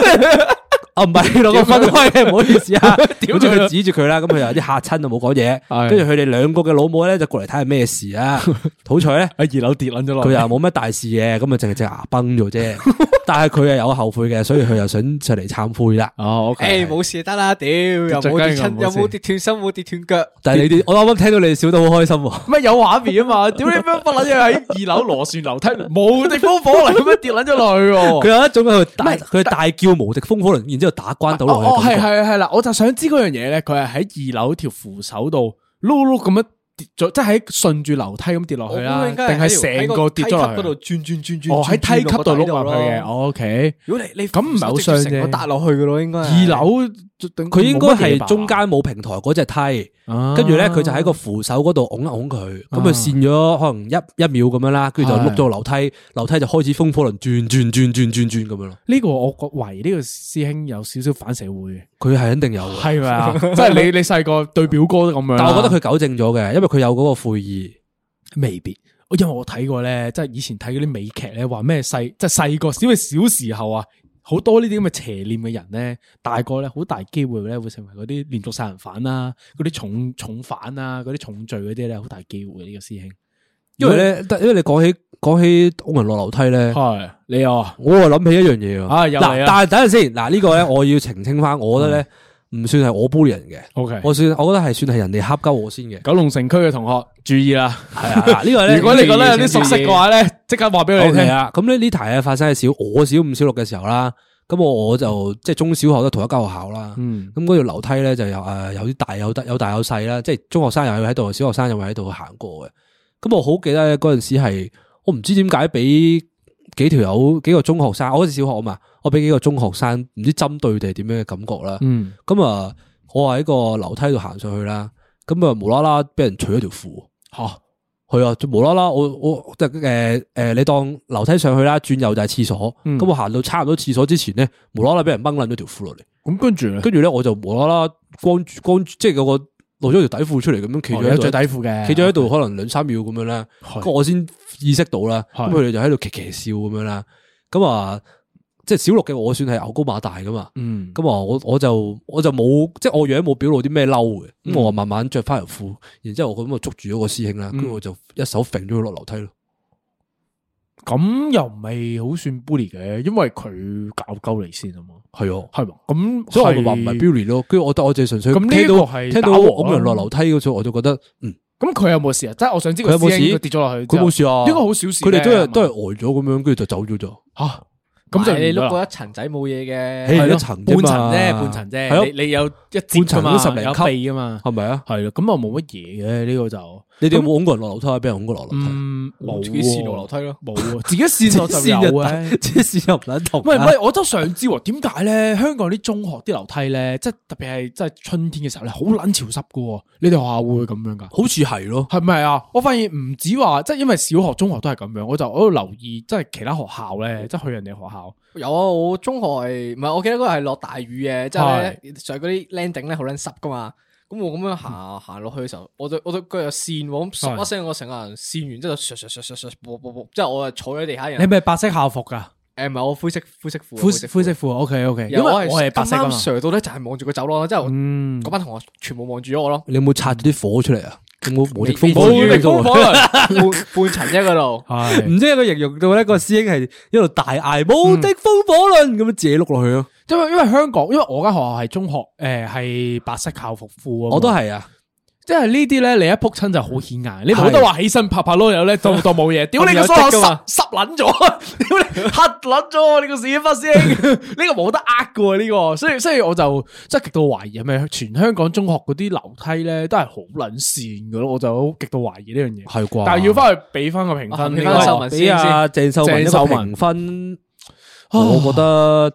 Speaker 3: 啊唔係，兩個分開嘅，唔好意思啊。 屌
Speaker 2: 屌佢
Speaker 3: 住佢指住佢啦，咁佢又有啲嚇親就冇講嘢。
Speaker 2: 係
Speaker 3: 跟住佢哋兩個嘅老母咧就過嚟睇下咩事 啊。好彩咧，
Speaker 2: 喺二樓跌撚咗落
Speaker 3: 佢
Speaker 2: 去。
Speaker 3: 又冇咩大事嘅，咁啊淨係隻牙崩咗 啫。但係佢係有後悔嘅，所以佢又想上嚟懺悔啦。
Speaker 2: 哦
Speaker 4: 诶，
Speaker 2: ，OK，
Speaker 4: 冇事就得啦，屌，又冇跌
Speaker 2: 最緊要
Speaker 4: 亲，
Speaker 2: 冇
Speaker 4: 又
Speaker 2: 事
Speaker 4: 冇跌断心，冇跌断脚。
Speaker 3: 但係你哋，我啱啱聽到你哋笑得好開心喎。
Speaker 2: 咩有畫面啊 嘛？屌你乜不撚嘢喺二樓螺旋樓梯，無敵風火嚟咁樣跌撚咗落去 喎。
Speaker 3: 佢有一種喺度大，佢大叫無敵風火輪，然之後打關到落去
Speaker 2: 哦，
Speaker 3: 嘅感
Speaker 2: 系系
Speaker 3: 覺。
Speaker 2: 系啦，我就想知嗰樣嘢咧，佢係喺二樓條扶手度碌碌咁樣跌咗，即係喺順住樓梯咁跌落去啦，
Speaker 4: 我估
Speaker 2: 定
Speaker 4: 應該係喺條
Speaker 2: 係成個跌咗
Speaker 4: 喺
Speaker 2: 落
Speaker 4: 個梯級嗰
Speaker 2: 去
Speaker 4: 度？轉轉轉轉，
Speaker 2: 哦，喺
Speaker 4: 轉
Speaker 2: 梯級度碌落去
Speaker 4: 轉
Speaker 2: 嘅。
Speaker 4: 落
Speaker 2: 哦 OK，
Speaker 4: 如果你你
Speaker 2: 咁唔係好傷啫
Speaker 4: 我搭落去噶咯，應該係
Speaker 2: 二樓
Speaker 3: 佢應該
Speaker 2: 冇乜嘢
Speaker 3: 係
Speaker 2: 吧
Speaker 3: 中間，冇平台嗰只梯，
Speaker 2: 啊
Speaker 3: 跟住咧佢就喺個扶手嗰度拱一拱佢，咁佢跣咗可能一一秒咁樣啦，跟住就
Speaker 2: 係
Speaker 3: 碌咗樓梯，樓梯就開始風火輪轉轉轉轉轉轉咁樣咯。
Speaker 2: 呢個我覺為呢個師兄有少少反社會嘅，
Speaker 3: 佢係肯定有嘅，
Speaker 2: 係咪 啊？即係你你細個對表哥都咁樣啦，
Speaker 3: 但我覺得佢糾正咗嘅，因為佢有嗰個悔意。
Speaker 2: 未必，因為我睇過咧，即係以前睇嗰啲美劇咧，話咩細即係細個，因為小時候啊，好多呢啲咁嘅邪念嘅人咧，大個咧好大機會咧會成為嗰啲連續殺人犯啦、嗰啲重重犯啊、嗰啲重罪嗰啲咧，好大機會呢個師兄。
Speaker 3: 因為咧，因為你講起講起拱人落樓梯咧，
Speaker 2: 係你啊，
Speaker 3: 我又諗起一樣嘢喎
Speaker 2: 哦啊又嚟
Speaker 3: 嗱，
Speaker 2: 啦
Speaker 3: 但係等陣先，嗱呢個咧我要澄清翻，我覺得咧唔算係我 bully 人嘅。
Speaker 2: OK
Speaker 3: 我算，我覺得係算係人哋恰鳩我先 嘅。
Speaker 2: 九龍城區嘅同學注意啦，
Speaker 3: 係啊，嗱呢 個咧，
Speaker 2: 如果你覺得有啲熟悉嘅話咧，即刻話俾我哋
Speaker 3: 係
Speaker 2: 聽。
Speaker 3: 啊，咁呢呢題啊發生喺小我小五小六嘅時候啦，咁我我就即係中小學都同一間學校啦。
Speaker 2: 嗯
Speaker 3: 咁嗰條樓梯咧就有誒有啲大有得有大有細啦，即係中學生又會喺度，小學生又會喺度行過嘅。咁我好記得咧嗰陣時係我唔知點解俾幾條友幾個中學生，我嗰時小學啊嘛，我俾幾個中學生唔知針對定係點樣嘅感覺啦。
Speaker 2: 嗯，
Speaker 3: 咁啊、我喺個樓梯度行上去啦，咁啊無啦啦俾人取咗條褲。
Speaker 2: 吓
Speaker 3: 系啊，就無啦啦，我我即系诶诶，你當樓梯上去啦，轉右就係廁所。咁、
Speaker 2: 嗯
Speaker 3: 我行到差唔多廁所之前咧，無啦啦俾人掹撚咗條褲落嚟，
Speaker 2: 咁跟住咧，
Speaker 3: 跟住咧我就無啦啦光住光住即係有個露咗條底褲出嚟咁樣企
Speaker 2: 哦
Speaker 3: 咗
Speaker 2: 你
Speaker 3: 喺
Speaker 2: 有
Speaker 3: 度
Speaker 2: 着底，褲嘅，
Speaker 3: 企咗喺度可能兩三秒咁樣啦。
Speaker 2: 係
Speaker 3: 咁我先意識到啦，咁
Speaker 2: 係
Speaker 3: 佢哋就喺度騎騎笑咁樣啦。咁啊，即係小六嘅我算係牛高馬大噶嘛。
Speaker 2: 嗯
Speaker 3: 咁啊，我我就我就冇，即系我樣冇表露啲咩嬲嘅，咁
Speaker 2: 嗯
Speaker 3: 我慢慢着翻條褲，然之后我咁啊捉住咗個師兄啦，跟住我就一手揈咗佢落樓梯咯。
Speaker 2: 咁又唔係好算 bully 嘅，因為佢搞鳩你先啊嘛，
Speaker 3: 係啊，
Speaker 2: 係嘛？咁
Speaker 3: 所以我咪話唔係
Speaker 2: 標，
Speaker 3: Billy 咯，跟住我我就純粹
Speaker 2: 咁呢
Speaker 3: 聽
Speaker 2: 個
Speaker 3: 到
Speaker 2: 係
Speaker 3: 聽到
Speaker 2: 打和
Speaker 3: 咁人落樓梯嗰時候，我就覺得嗯，
Speaker 2: 咁佢有冇事啊？即係我想知
Speaker 3: 佢有冇
Speaker 2: 師兄
Speaker 3: 事
Speaker 2: 跌咗落去之
Speaker 3: 佢
Speaker 2: 後，哦
Speaker 3: 冇事啊，
Speaker 2: 應該好小事啫。
Speaker 3: 佢哋都係
Speaker 2: 嘛
Speaker 3: 都係呆咗咁樣，跟住就走咗咗。
Speaker 2: 吓，
Speaker 4: 咁
Speaker 2: 咁就
Speaker 4: 就你碌
Speaker 2: 過
Speaker 4: 過一層仔冇嘢
Speaker 3: 係
Speaker 4: 嘅，
Speaker 3: 咯
Speaker 2: 係
Speaker 3: 一層啫嘛
Speaker 2: 半層啫，半層
Speaker 3: 係咯
Speaker 2: 啫。你你有一截噶
Speaker 3: 半
Speaker 2: 嘛，
Speaker 3: 層都十零級
Speaker 2: 有臂噶嘛，
Speaker 3: 係咪啊？
Speaker 2: 係咯。咁啊冇乜嘢嘅呢個就，
Speaker 3: 你哋有冇拱過人落樓梯啊？俾人拱過落樓梯？
Speaker 2: 嗯冇
Speaker 4: 自己跣落
Speaker 2: 喎
Speaker 4: 樓梯咯。
Speaker 2: 冇啊，自己跣落就有啊。
Speaker 3: 黐線又唔撚同啊。
Speaker 2: 喂喂，我都想知喎，點解咧？香港啲中學啲樓梯咧，即係特別係即係春天嘅時候咧，好撚潮濕噶喎。你哋學校會唔會咁樣㗎？
Speaker 3: 好似係咯，
Speaker 2: 系咪啊？我發現唔止話，即係因為小學、中學都係咁樣，我就喺度留意，即係其他學校咧，即係去人哋學校，
Speaker 4: 有啊，我中學係唔係我記得嗰日係落大雨嘅，之後咧上嗰啲 landing 咧好撚濕噶嘛。咁我咁樣行行落去嘅時候，我對我對腳有跣喎，咁
Speaker 2: 係
Speaker 4: 唰一聲我成個人跣完之後，唰唰唰唰唰，啵啵啵，之後我就坐喺地下。
Speaker 2: 咪白色校服噶？
Speaker 4: 誒唔係我灰色灰色褲啊，
Speaker 2: 灰灰色褲，OK OK，因為我係白色噶
Speaker 3: 啊
Speaker 4: 咁
Speaker 2: 嘛
Speaker 4: 啱。上到咧就係望住個走廊啦，之後
Speaker 2: 嗯
Speaker 4: 嗰班同學全部望住咗我咯。
Speaker 3: 你有冇擦咗啲火出嚟啊？有冇無敵風火
Speaker 2: 冇
Speaker 3: 輪
Speaker 2: 敵
Speaker 3: 出嚟
Speaker 2: 風火輪
Speaker 4: 半半層啫嗰度，
Speaker 2: 係
Speaker 3: 唔知佢形容到咧，個師兄係一路大嗌無敵風火輪咁樣自己碌落去咯。
Speaker 2: 因為因為香港，因為我間學校係中學，誒係白色校服褲啊嘛，
Speaker 3: 我都係啊，
Speaker 2: 即係呢啲咧，你一撲親就好顯眼，你冇得話起身拍拍籮柚 咧，當當冇嘢。屌你個
Speaker 4: 有
Speaker 2: 梳口
Speaker 4: 跡㗎嘛
Speaker 2: 濕濕撚咗， 屌你黑撚咗，你個屎忽聲， 呢個冇得呃嘅喎呢個。所以所以我就真係極度懷疑，係咪全香港中學嗰啲樓梯咧都係好撚線嘅咯？我就好極度懷疑呢樣嘢。
Speaker 3: 係啊啩
Speaker 2: 但係要翻去俾翻個評分
Speaker 4: 啊俾
Speaker 2: 呢
Speaker 4: 返秀
Speaker 2: 個
Speaker 4: 文
Speaker 3: 俾阿鄭秀文一
Speaker 2: 鄭
Speaker 3: 個
Speaker 2: 秀文
Speaker 3: 評分，我覺得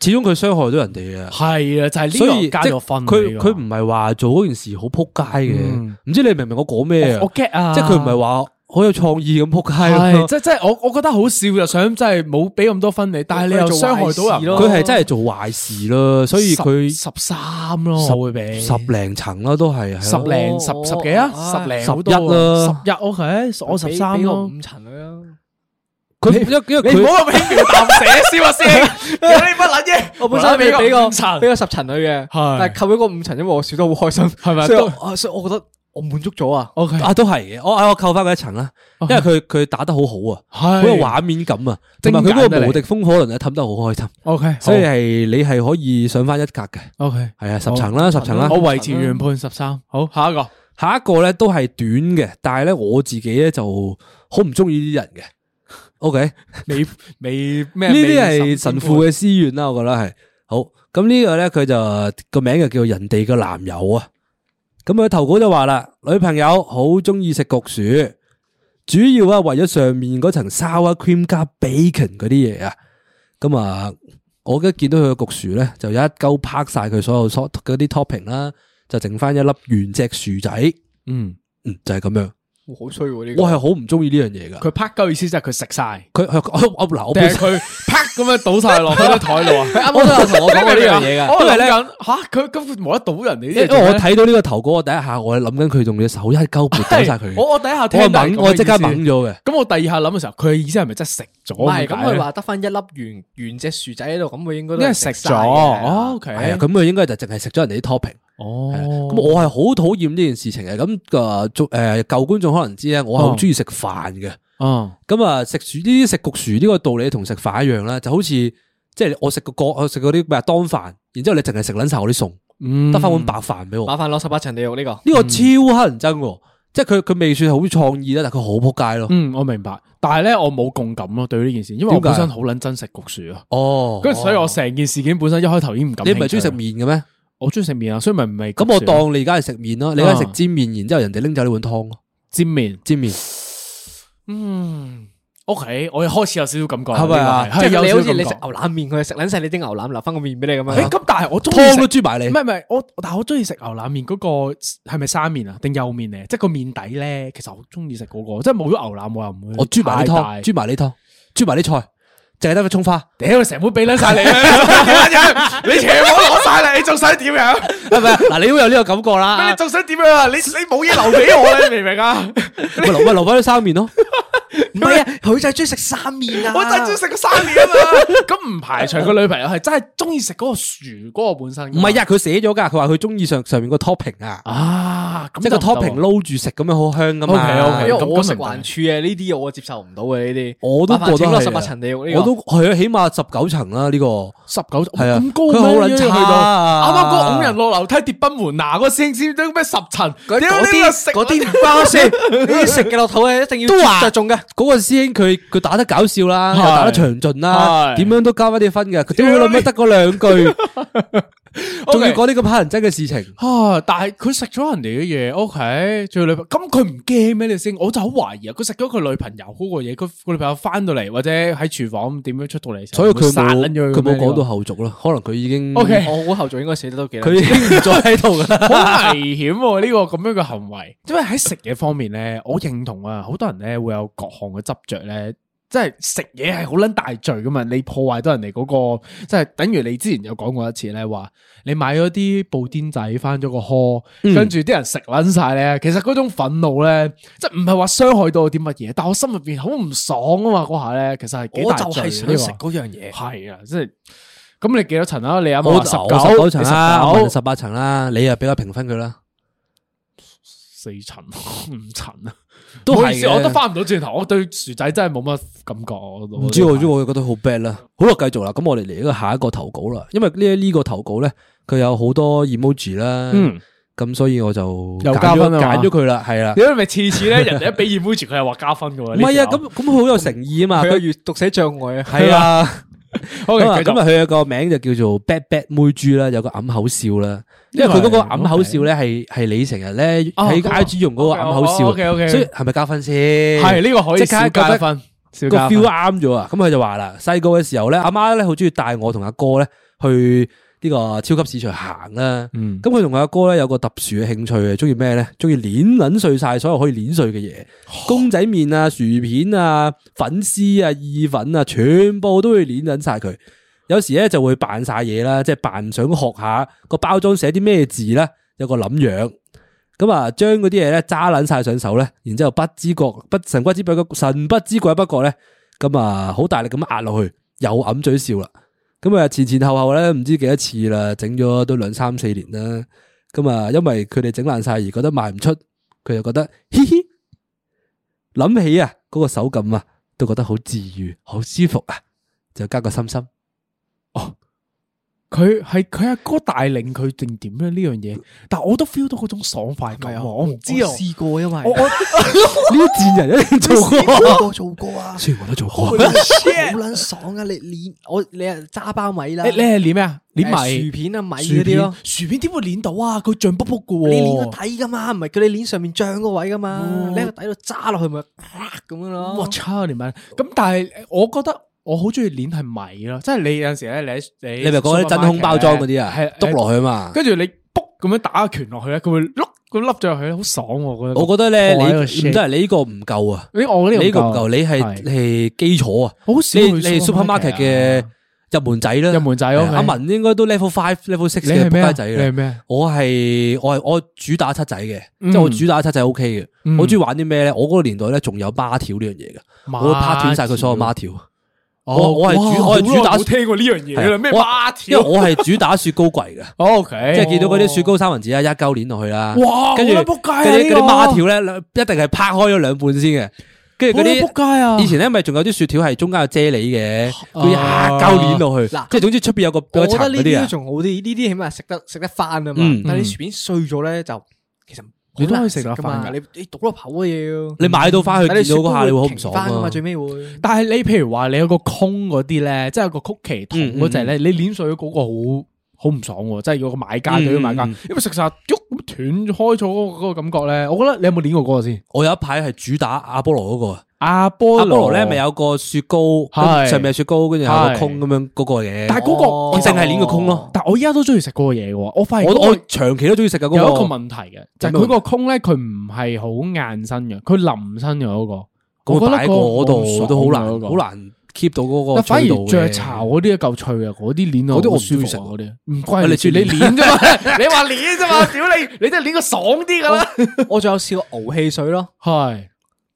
Speaker 3: 始終佢傷害到人哋嘅。
Speaker 2: 系啊，就系
Speaker 3: 所
Speaker 2: 呢
Speaker 3: 以
Speaker 2: 個加
Speaker 3: 即係
Speaker 2: 咗分嚟㗎。
Speaker 3: 佢佢唔係話做嗰件事好扑街嘅
Speaker 2: 嗯，
Speaker 3: 唔知你明唔明我講咩啊
Speaker 2: 我？我 get 啊，
Speaker 3: 即係佢唔係話好有創意咁扑街
Speaker 2: 系
Speaker 3: 咯，
Speaker 2: 即即係我我觉得好笑，就想真係冇俾咁多分你，但係你又傷害到人咯。
Speaker 3: 佢係真係做壞事咯，所以佢
Speaker 2: 十十三咯，我會俾
Speaker 3: 十零層啦，都係
Speaker 2: 十
Speaker 3: 係咯
Speaker 2: 零十十幾啊，
Speaker 4: 哦
Speaker 2: 十零
Speaker 3: 十
Speaker 2: 好多啊
Speaker 3: 一啦
Speaker 2: 十一 OK，我十三
Speaker 4: 俾個
Speaker 2: 咯。
Speaker 4: 五層佢啦。
Speaker 3: 佢因因為佢
Speaker 2: 咁輕描淡寫先啊先，屌你乜撚嘢？
Speaker 4: 我本身俾
Speaker 2: 俾
Speaker 4: 個
Speaker 2: 個
Speaker 4: 俾個
Speaker 2: 五層
Speaker 4: 俾個十層佢嘅，
Speaker 2: 係
Speaker 4: 但係扣咗個五層，因為我笑得好開心，係
Speaker 2: 咪
Speaker 4: 所以我啊所以我覺得我滿足咗啊！
Speaker 2: OK，
Speaker 3: 啊都係嘅，我啊我扣翻佢一層啦，因為佢佢打得好好啊，
Speaker 2: 哦係
Speaker 3: 好有畫面感啊，同埋佢嗰
Speaker 2: 精簡得
Speaker 3: 個
Speaker 2: 嚟
Speaker 3: 無敵風火輪咧氹得好開心，
Speaker 2: OK，
Speaker 3: 所以係你係可以上翻一格嘅，
Speaker 2: OK，
Speaker 3: 係啊十層啦十層啦
Speaker 2: 我。維持原判十三。好，下一個
Speaker 3: 下一個咧都係短嘅，但係咧我自己咧就好唔中意呢啲人嘅。O K，呢
Speaker 2: 未未咩？
Speaker 3: 啲
Speaker 2: 未
Speaker 3: 係
Speaker 2: 審
Speaker 3: 神父嘅私怨啦，我覺得係好。咁呢個咧佢就個名就叫人哋嘅男友啊。咁佢投稿就話啦，女朋友好中意食焗薯，主要啊為咗上面嗰層 sour cream 加 bacon 嗰啲嘢啊。咁啊，我一見到佢嘅焗薯咧，就一鳩拍晒佢所有 so 嗰啲 topping 啦，就剩翻一粒原隻薯仔。
Speaker 2: 嗯，
Speaker 3: 嗯，就係咁樣。
Speaker 4: 哇好衰喎呢個
Speaker 3: 我係好唔中意呢樣嘢噶。
Speaker 2: 佢拍鳩意思就係佢食晒。
Speaker 3: 佢佢我我嗱，我
Speaker 2: 定
Speaker 3: 本
Speaker 2: 係
Speaker 3: 身
Speaker 2: 佢啪咁樣倒晒落嗰啲台度啊！佢
Speaker 4: 啱啱都有同我講過呢樣嘢㗎
Speaker 2: 我諗緊吓，佢根本冇得倒人哋
Speaker 3: 因
Speaker 2: 啲嘢
Speaker 3: 為
Speaker 2: 做咩，
Speaker 3: 我睇到呢個頭哥，我第一下我係諗緊佢用隻手一鳩撥走晒
Speaker 2: 係
Speaker 3: 佢。
Speaker 2: 我我第一下
Speaker 3: 我
Speaker 2: 聽
Speaker 3: 係
Speaker 2: 到係咁
Speaker 3: 掹，
Speaker 2: 嘅
Speaker 3: 我即刻
Speaker 2: 意思
Speaker 3: 掹。咗嘅。
Speaker 2: 咁我第二下諗嘅時候，佢嘅意思係咪真係食咗？
Speaker 4: 唔係咁，
Speaker 2: 解咧
Speaker 4: 佢話得翻一粒圓圓隻薯仔喺度，咁佢應該都
Speaker 2: 因
Speaker 4: 係
Speaker 2: 為食
Speaker 4: 晒
Speaker 2: 咗。
Speaker 4: 嘅
Speaker 2: 哦，OK，
Speaker 3: 係啊，咁佢應該就淨係食咗人哋啲 topping。
Speaker 2: 哦
Speaker 3: 係啊咁我係好討厭呢件事情嘅。咁個做誒舊觀眾可能知咧，我係好中意食飯嘅。
Speaker 2: 哦，
Speaker 3: 咁啊，食薯呢啲食焗薯呢個道理同食飯一樣啦，就好似即係我食個角，我食嗰啲咩當飯，然之後你淨係食撚晒我啲餸，
Speaker 2: 嗯
Speaker 3: 得翻碗白飯俾我。
Speaker 4: 麻煩攞十八層地獄呢個。
Speaker 3: 呢個超乞人憎喎，即係佢佢未算好創意啦，但係佢好撲街咯。
Speaker 2: 嗯，我明白，但係咧我冇共感咯，對呢件事，因為我
Speaker 3: 點解啊
Speaker 2: 本身好撚憎食焗薯啊，
Speaker 3: 哦，
Speaker 2: 跟住所以我成件事件本身一開頭已經唔感。
Speaker 3: 你唔係中意食？麵嘅咩？
Speaker 2: 我中意食麵啊，所以咪唔係
Speaker 3: 咁我
Speaker 2: 焗薯
Speaker 3: 當你而家係食麵咯，你而家係食
Speaker 2: 啊
Speaker 3: 煎麵，然之後人哋拎走呢碗湯咯，
Speaker 2: 煎麵。
Speaker 3: 煎麵
Speaker 2: 嗯，OK，我又開始有少少感覺啦，
Speaker 3: 係咪啊
Speaker 2: 呢個
Speaker 4: 即係
Speaker 2: 係係
Speaker 4: 你
Speaker 2: 有
Speaker 4: 好
Speaker 2: 少少
Speaker 4: 似你食
Speaker 2: 感覺
Speaker 4: 牛腩麵，佢係食撚晒你啲牛腩，留翻個面俾你咁
Speaker 2: 誒
Speaker 4: 樣。
Speaker 2: 咁但係啊我中意
Speaker 3: 哎湯
Speaker 2: 食
Speaker 3: 都豬埋你
Speaker 2: 唔。係唔係，我但係我中意食牛腩麵嗰個係咪生麵啊？定幼麵嚟？即係個麵底咧，其實我中意食嗰個，即係冇咗牛腩我又唔會。
Speaker 3: 我豬埋啲湯，
Speaker 2: 豬
Speaker 3: 豬埋啲湯，豬埋啲菜，淨係得個葱花，
Speaker 2: 屌成碗俾撚晒你啦， 你全部攞晒 啦，你仲想點樣？
Speaker 3: 係咪啊？嗱，你都有呢個感覺啦。
Speaker 2: 仲想點樣啊？你你冇嘢留俾我咧，你明唔明 啊？
Speaker 3: 咪留咪留翻啲生麵咯。
Speaker 4: 唔係啊，佢就係中意食生麵啊。
Speaker 2: 意食個生麵啊嘛。咁唔排除個女朋友係真係中意食嗰個薯嗰個本身㗎
Speaker 3: 唔
Speaker 2: 嘛。
Speaker 3: 係啊，佢寫咗㗎，佢話佢中意上上面個 topping 啊，
Speaker 2: 啊，咁
Speaker 3: 即係個
Speaker 2: 就唔得
Speaker 3: topping
Speaker 2: 喎
Speaker 3: 撈住食咁樣好香㗎嘛。
Speaker 2: OK，OK，
Speaker 4: 因為
Speaker 2: 咁
Speaker 4: 我食
Speaker 2: 明白
Speaker 4: 環處嘅呢啲我接受唔到嘅呢啲，
Speaker 3: 我都
Speaker 4: 麻煩
Speaker 3: 覺得
Speaker 4: 請落
Speaker 3: 係
Speaker 4: 十八
Speaker 3: 啊
Speaker 4: 層地獄呢個
Speaker 3: 我都係啊，起碼十九層啦呢個。
Speaker 2: 十九
Speaker 3: 係啊
Speaker 2: 咁高
Speaker 3: 佢
Speaker 2: 咩？
Speaker 3: 好撚
Speaker 2: 已經去
Speaker 3: 差
Speaker 2: 到
Speaker 3: 啊
Speaker 2: 啱啱嗰個五人落樓梯跌崩門牙嗰聲先都咩十層，
Speaker 4: 嗰
Speaker 2: 屌
Speaker 4: 嗰
Speaker 2: 你
Speaker 4: 啲
Speaker 2: 個食
Speaker 4: 嗰啲唔關我事， 呢啲食嘅落肚嘅一定要
Speaker 3: 都話
Speaker 4: 着重嘅。
Speaker 3: 嗰個師兄佢佢打得搞笑啦，又
Speaker 2: 係
Speaker 3: 打得詳盡啦，
Speaker 2: 係
Speaker 3: 點樣都加翻啲分嘅。佢屌佢老味得嗰兩句， 仲要講呢個黑人憎嘅事情。
Speaker 2: 啊！但係佢食咗人哋嘅嘢，OK，最女朋咁佢唔驚咩？你先，我就好懷疑啊！佢食咗佢女朋友嗰個嘢，佢佢女朋友翻到嚟或者喺廚房點樣出到嚟嘅時候，
Speaker 3: 所以佢
Speaker 2: 殺
Speaker 3: 冇
Speaker 2: 撚咗
Speaker 3: 佢冇講到
Speaker 2: 講
Speaker 3: 後續咯，可能佢已經
Speaker 2: OK
Speaker 4: 我估後座應該死得都幾。
Speaker 3: 佢已經唔再喺度 噶啦。
Speaker 2: 好危險喎！呢個咁樣嘅行為， 因為喺食嘢方面咧，我認同啊，好多人咧會有各項嘅執着咧。即係食嘢係好撚大罪噶嘛，你破壞到人哋嗰、個，即係等於你之前有講過一次咧，話你買咗啲布甸仔翻咗個殼，跟住啲人食撚晒咧，其實嗰種憤怒咧，即係唔係話傷害到我啲乜嘢，但我心入邊好唔爽啊嘛，嗰下咧其實係幾
Speaker 4: 我
Speaker 2: 大
Speaker 4: 就
Speaker 2: 罪
Speaker 4: 係
Speaker 2: 嘅
Speaker 4: 想
Speaker 2: 呢
Speaker 4: 食
Speaker 2: 個
Speaker 4: 嗰樣嘢。
Speaker 2: 係啊，即係咁你幾多層啊？你啱
Speaker 3: 我
Speaker 2: 啱話
Speaker 3: 十
Speaker 2: 19
Speaker 3: 九層啦，
Speaker 2: 你
Speaker 3: 我
Speaker 2: 19
Speaker 3: 十八層啦，你又俾個評分佢啦，
Speaker 2: 四層、 五層啊，
Speaker 3: 都
Speaker 2: 唔好
Speaker 3: 係
Speaker 2: 意思
Speaker 3: 嘅
Speaker 2: 我都翻唔到轉頭，我對薯仔真係冇乜感覺。我
Speaker 3: 唔知我
Speaker 2: 我
Speaker 3: 知我覺得好 bad 啦。好啦，繼續啦，咁我哋嚟一個下一個投稿啦，因為呢呢個投稿咧，佢有好多 emoji 啦，
Speaker 2: 嗯，
Speaker 3: 咁所以我就
Speaker 2: 又
Speaker 3: 揀
Speaker 2: 加
Speaker 3: 咗
Speaker 2: 分啊嘛
Speaker 3: 揀咗佢啦，係啦
Speaker 2: 你，咪次次 咧，人哋一俾 emoji 佢係話加分嘅喎。
Speaker 3: 唔係啊，咁咁佢好有誠意啊嘛，
Speaker 4: 佢有
Speaker 3: 佢
Speaker 4: 閱讀寫障礙啊。
Speaker 3: 係啊。
Speaker 2: OK，
Speaker 3: 咁啊，
Speaker 2: 繼
Speaker 3: 咁啊，
Speaker 2: 續
Speaker 3: 佢有個名就叫做 Bad Bad 妹豬啦，有個揞口笑啦，因為佢嗰個揞口笑咧係啊係你成日咧
Speaker 2: 哦
Speaker 3: 喺
Speaker 2: 嗰個
Speaker 3: I G 用嗰個揞口笑，啊
Speaker 2: OK，OK，OK
Speaker 3: 哦所以係咪加分先？
Speaker 2: 係呢個可以
Speaker 3: 即刻
Speaker 2: 少
Speaker 3: 覺
Speaker 2: 加
Speaker 3: 得
Speaker 2: 分。小
Speaker 3: 個
Speaker 2: 家
Speaker 3: feel
Speaker 2: 伙
Speaker 3: 啱咗啊！咁佢就話啦，細個嘅時候咧，阿媽咧好中意帶我同阿哥咧去呢個超級市場行啊啦。
Speaker 2: 嗯
Speaker 3: 咁佢同佢阿哥咧有個特殊嘅興趣嘅，中意咩咧？中意碾撚碎晒所有可以碾碎嘅嘢，公仔麵啊、薯片啊、粉絲啊、意粉啊，全部都會碾撚晒佢。有時咧就會扮晒嘢啦，即係扮想學下個包裝寫啲咩字咧，有個諗樣。咁啊，將嗰啲嘢咧揸撚晒上手咧，然之後不知覺不神不知鬼不神不知鬼不覺咧，咁啊好大力咁壓落去，又揞嘴笑啦。咁啊前前後後咧唔知幾多次啦，整咗都兩三四年啦。咁啊，因為佢哋整爛晒而覺得賣唔出，佢就覺得嘻嘻，諗起啊嗰個手感啊，都覺得好治愈、好舒服啊，就加個心心。
Speaker 2: 佢係佢阿哥帶領佢定點咧呢樣嘢，但我都 feel 到嗰種爽快感喎，我唔知啊，
Speaker 4: 试过因为
Speaker 2: 我我
Speaker 3: 呢啲賤人一定做過，
Speaker 4: 做過做過啊，
Speaker 3: 雖然我都做
Speaker 4: 好
Speaker 3: 過。
Speaker 4: 撚爽啊！你捻我你啊揸包米啦，
Speaker 2: 你你係捻咩啊？
Speaker 4: 誒
Speaker 2: 捻米
Speaker 4: 薯片啊米
Speaker 2: 薯
Speaker 4: 嗰啲
Speaker 2: 片
Speaker 4: 咯，，
Speaker 2: 薯片點會捻到啊？佢脹卜卜噶
Speaker 4: 你捻個
Speaker 2: 喎，
Speaker 4: 底噶嘛，唔係叫你捻上面漲個位噶嘛，你喺個底度揸落去咪啪咁樣咯。
Speaker 2: 我操你咪咁！但係我覺得我好中意捻係米咯，即係你有陣時咧，你喺你
Speaker 3: 你咪講啲真空包裝嗰啲啊，
Speaker 2: 係
Speaker 3: 篤落去啊嘛。
Speaker 2: 跟住你卜咁樣打個拳落去咧，佢會碌咁凹咗入去咧，好爽喎我覺得。
Speaker 3: 我覺得咧，
Speaker 2: 我喺度
Speaker 3: 你
Speaker 2: shake
Speaker 3: 唔得，你呢個唔夠啊，
Speaker 2: 你我呢
Speaker 3: 你呢個
Speaker 2: 個
Speaker 3: 唔夠，你係係基礎啊。
Speaker 2: 好少
Speaker 3: 你
Speaker 2: 去
Speaker 3: 你係 supermarket 嘅入門仔啦，
Speaker 2: 啊入門仔
Speaker 3: 係啊
Speaker 2: OK
Speaker 3: 阿文應該都 level five、level six
Speaker 2: 你
Speaker 3: 嘅
Speaker 2: 係咩
Speaker 3: 仆
Speaker 2: 啊？
Speaker 3: 街仔
Speaker 2: 你
Speaker 3: 啦
Speaker 2: 係。咩啊？
Speaker 3: 我係我係我主打七仔嘅，
Speaker 2: 嗯
Speaker 3: 即係我主打七仔 O K
Speaker 2: 嗯
Speaker 3: 嘅。我中意玩啲咩咧？我嗰個年代咧仲有孖條呢樣嘢嘅，我會拍斷晒佢所有孖條，
Speaker 2: 哦
Speaker 3: 我我係主我係主打
Speaker 2: 哇好耐冇聽過呢樣嘢
Speaker 3: 係
Speaker 2: 啦，
Speaker 3: 啊
Speaker 2: 咩
Speaker 3: 我
Speaker 2: 孖
Speaker 3: 因
Speaker 2: 條
Speaker 3: 為我係主打雪糕櫃嘅，
Speaker 2: ？O K，
Speaker 3: 即係見到嗰啲雪糕三文治啊，一鳩鏈落去啦。
Speaker 2: 哦哇
Speaker 3: 跟住
Speaker 2: 好
Speaker 3: 嗰
Speaker 2: 撚
Speaker 3: 啲
Speaker 2: 仆街啊呢
Speaker 3: 嗰
Speaker 2: 個
Speaker 3: 啲孖條咧，一定係拍開咗兩半先嘅。跟住嗰
Speaker 2: 好撚仆街啊
Speaker 3: 啲以前咧咪仲有啲雪條係中間有啫喱嘅，佢一鳩鏈落去
Speaker 4: 嗱，
Speaker 3: 即係總之出邊有個有
Speaker 4: 我
Speaker 3: 一
Speaker 4: 覺
Speaker 3: 層
Speaker 4: 得
Speaker 3: 嗰
Speaker 4: 呢
Speaker 3: 啲
Speaker 4: 啲
Speaker 3: 啊
Speaker 4: 都。仲好啲，呢啲起碼食得食得翻啊嘛
Speaker 3: 嗯。
Speaker 4: 但係你薯片碎咗咧，就其實
Speaker 2: 你都可以
Speaker 4: 好難
Speaker 2: 食得
Speaker 4: 㗎嘛
Speaker 2: 返㗎
Speaker 4: 你你倒落口啊要。
Speaker 3: 你買到翻去
Speaker 4: 但係
Speaker 3: 見到嗰下，你會好唔
Speaker 4: 雪糕停
Speaker 3: 爽
Speaker 4: 返㗎
Speaker 3: 啊
Speaker 4: 嘛，！最尾會。
Speaker 2: 但係你譬如話你有個空嗰啲咧，即係有個曲奇筒嗰只咧，你碾碎咗嗰個好好唔爽喎，即係如果個買家
Speaker 3: 嗯
Speaker 2: 對啲買家
Speaker 3: 嗯，
Speaker 2: 因為食晒喐咁斷開咗嗰個嗰個感覺咧，我覺得你有冇碾過嗰個先？
Speaker 3: 我有一排係主打阿波羅嗰個啊。
Speaker 2: 阿波
Speaker 3: 阿波羅咧咪有個雪糕，
Speaker 2: 哦係
Speaker 3: 跟上面有雪糕，跟住有個
Speaker 2: 係
Speaker 3: 空咁樣嗰個嘢。
Speaker 2: 但係嗰個
Speaker 4: 哦
Speaker 2: 其實
Speaker 3: 淨係攣個空咯
Speaker 2: 但我依家都中意食嗰個嘢嘅喎，我發現
Speaker 3: 我
Speaker 2: 嗰個
Speaker 3: 我長期都中意食嘅嗰個。
Speaker 2: 有一個問題嘅，就係
Speaker 3: 有咩問
Speaker 2: 佢
Speaker 3: 題
Speaker 2: 個空咧，佢唔係好硬身嘅，佢淋身嘅嗰個。
Speaker 3: 咁
Speaker 2: 我覺得
Speaker 3: 擺
Speaker 2: 嗰
Speaker 3: 過
Speaker 2: 個
Speaker 3: 我度
Speaker 2: 冇
Speaker 3: 都好難，
Speaker 2: 爽嘅嗰個
Speaker 3: 好難 keep 到嗰個
Speaker 2: 但反
Speaker 3: 脆度
Speaker 2: 而
Speaker 3: 嘅
Speaker 2: 雀 巢嗰啲夠脆啊，嗰啲鏈
Speaker 3: 嗰啲我唔
Speaker 2: 舒
Speaker 3: 中意
Speaker 2: 服
Speaker 3: 食
Speaker 2: 啊
Speaker 3: 喎
Speaker 2: 嗰啲，唔關
Speaker 3: 你
Speaker 2: 你事，
Speaker 3: 中意
Speaker 2: 你鏈啫 嘛，你話鏈啫嘛，屌你，你真係鏈個爽啲噶啦。
Speaker 4: 我仲有試過熬汽水咯，
Speaker 2: 係，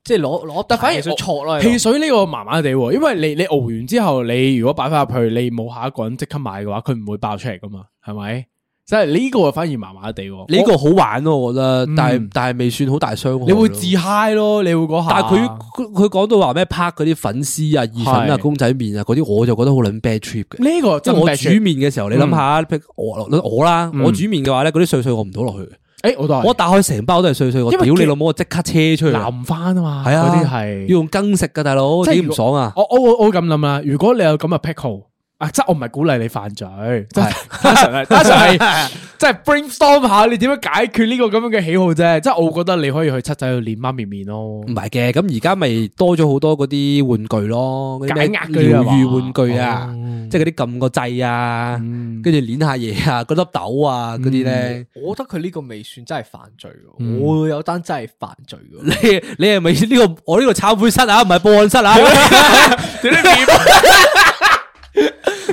Speaker 4: 即係攞攞
Speaker 2: 但反而
Speaker 4: 汽水
Speaker 2: 我
Speaker 4: 戳落去
Speaker 2: 汽水呢個麻麻地喎，因為你你熬完之後，你如果擺翻入去，你冇下一個人即刻買嘅話，佢唔會爆出嚟噶嘛，係咪？即係呢個反而麻麻地喎，
Speaker 3: 呢個好玩咯，我覺得，但係
Speaker 2: 嗯
Speaker 3: 但係未算好大傷害。
Speaker 2: 你會自，嗨咯，你會嗰下。
Speaker 3: 但係佢佢佢講到話咩拍嗰啲粉絲啊、意粉啊、
Speaker 2: 係
Speaker 3: 公仔麵啊嗰啲，我就覺得好撚 bad trip 嘅。
Speaker 2: 呢個
Speaker 3: 即
Speaker 2: 真
Speaker 3: 係我
Speaker 2: 係
Speaker 3: 煮麵嘅時候，你諗下，譬如我我啦，
Speaker 2: 嗯
Speaker 3: 我煮麵嘅話咧，嗰啲碎碎我唔到落去嘅。
Speaker 2: 誒，我都係
Speaker 3: 我打開成包都係碎碎，我
Speaker 2: 因
Speaker 3: 屌
Speaker 2: 為
Speaker 3: 你
Speaker 2: 其
Speaker 3: 老母，我即刻車出去啦。
Speaker 2: 淋翻啊嘛，
Speaker 3: 係啊
Speaker 2: 嗰啲係
Speaker 3: 要用羹食噶，大佬
Speaker 2: 即係
Speaker 3: 幾
Speaker 2: 如
Speaker 3: 唔
Speaker 2: 果
Speaker 3: 爽啊！
Speaker 2: 我我會我會咁諗啦，如果你有咁嘅癖好，啊，即係我唔係鼓勵你犯罪，即係單純係單純係 即係 brainstorm 下你點樣解決呢個咁樣嘅喜好啫。即係我覺得你可以去七仔度練媽咪面咯
Speaker 3: 唔。係嘅，咁而家咪多咗好多嗰啲玩具咯，嗰啲咩
Speaker 2: 解壓嗰啲啊
Speaker 3: 療
Speaker 2: 嘛
Speaker 3: 愈玩具啊，即係嗰啲撳個掣啊，
Speaker 2: 嗯
Speaker 3: 跟住捻下嘢啊，嗰粒豆啊嗰啲咧。
Speaker 4: 我覺得佢呢個未算真係犯罪喎，
Speaker 2: 嗯
Speaker 4: 我有單真係犯罪喎。
Speaker 3: 你你係咪呢個我呢個懺悔室啊？唔係報案室啊！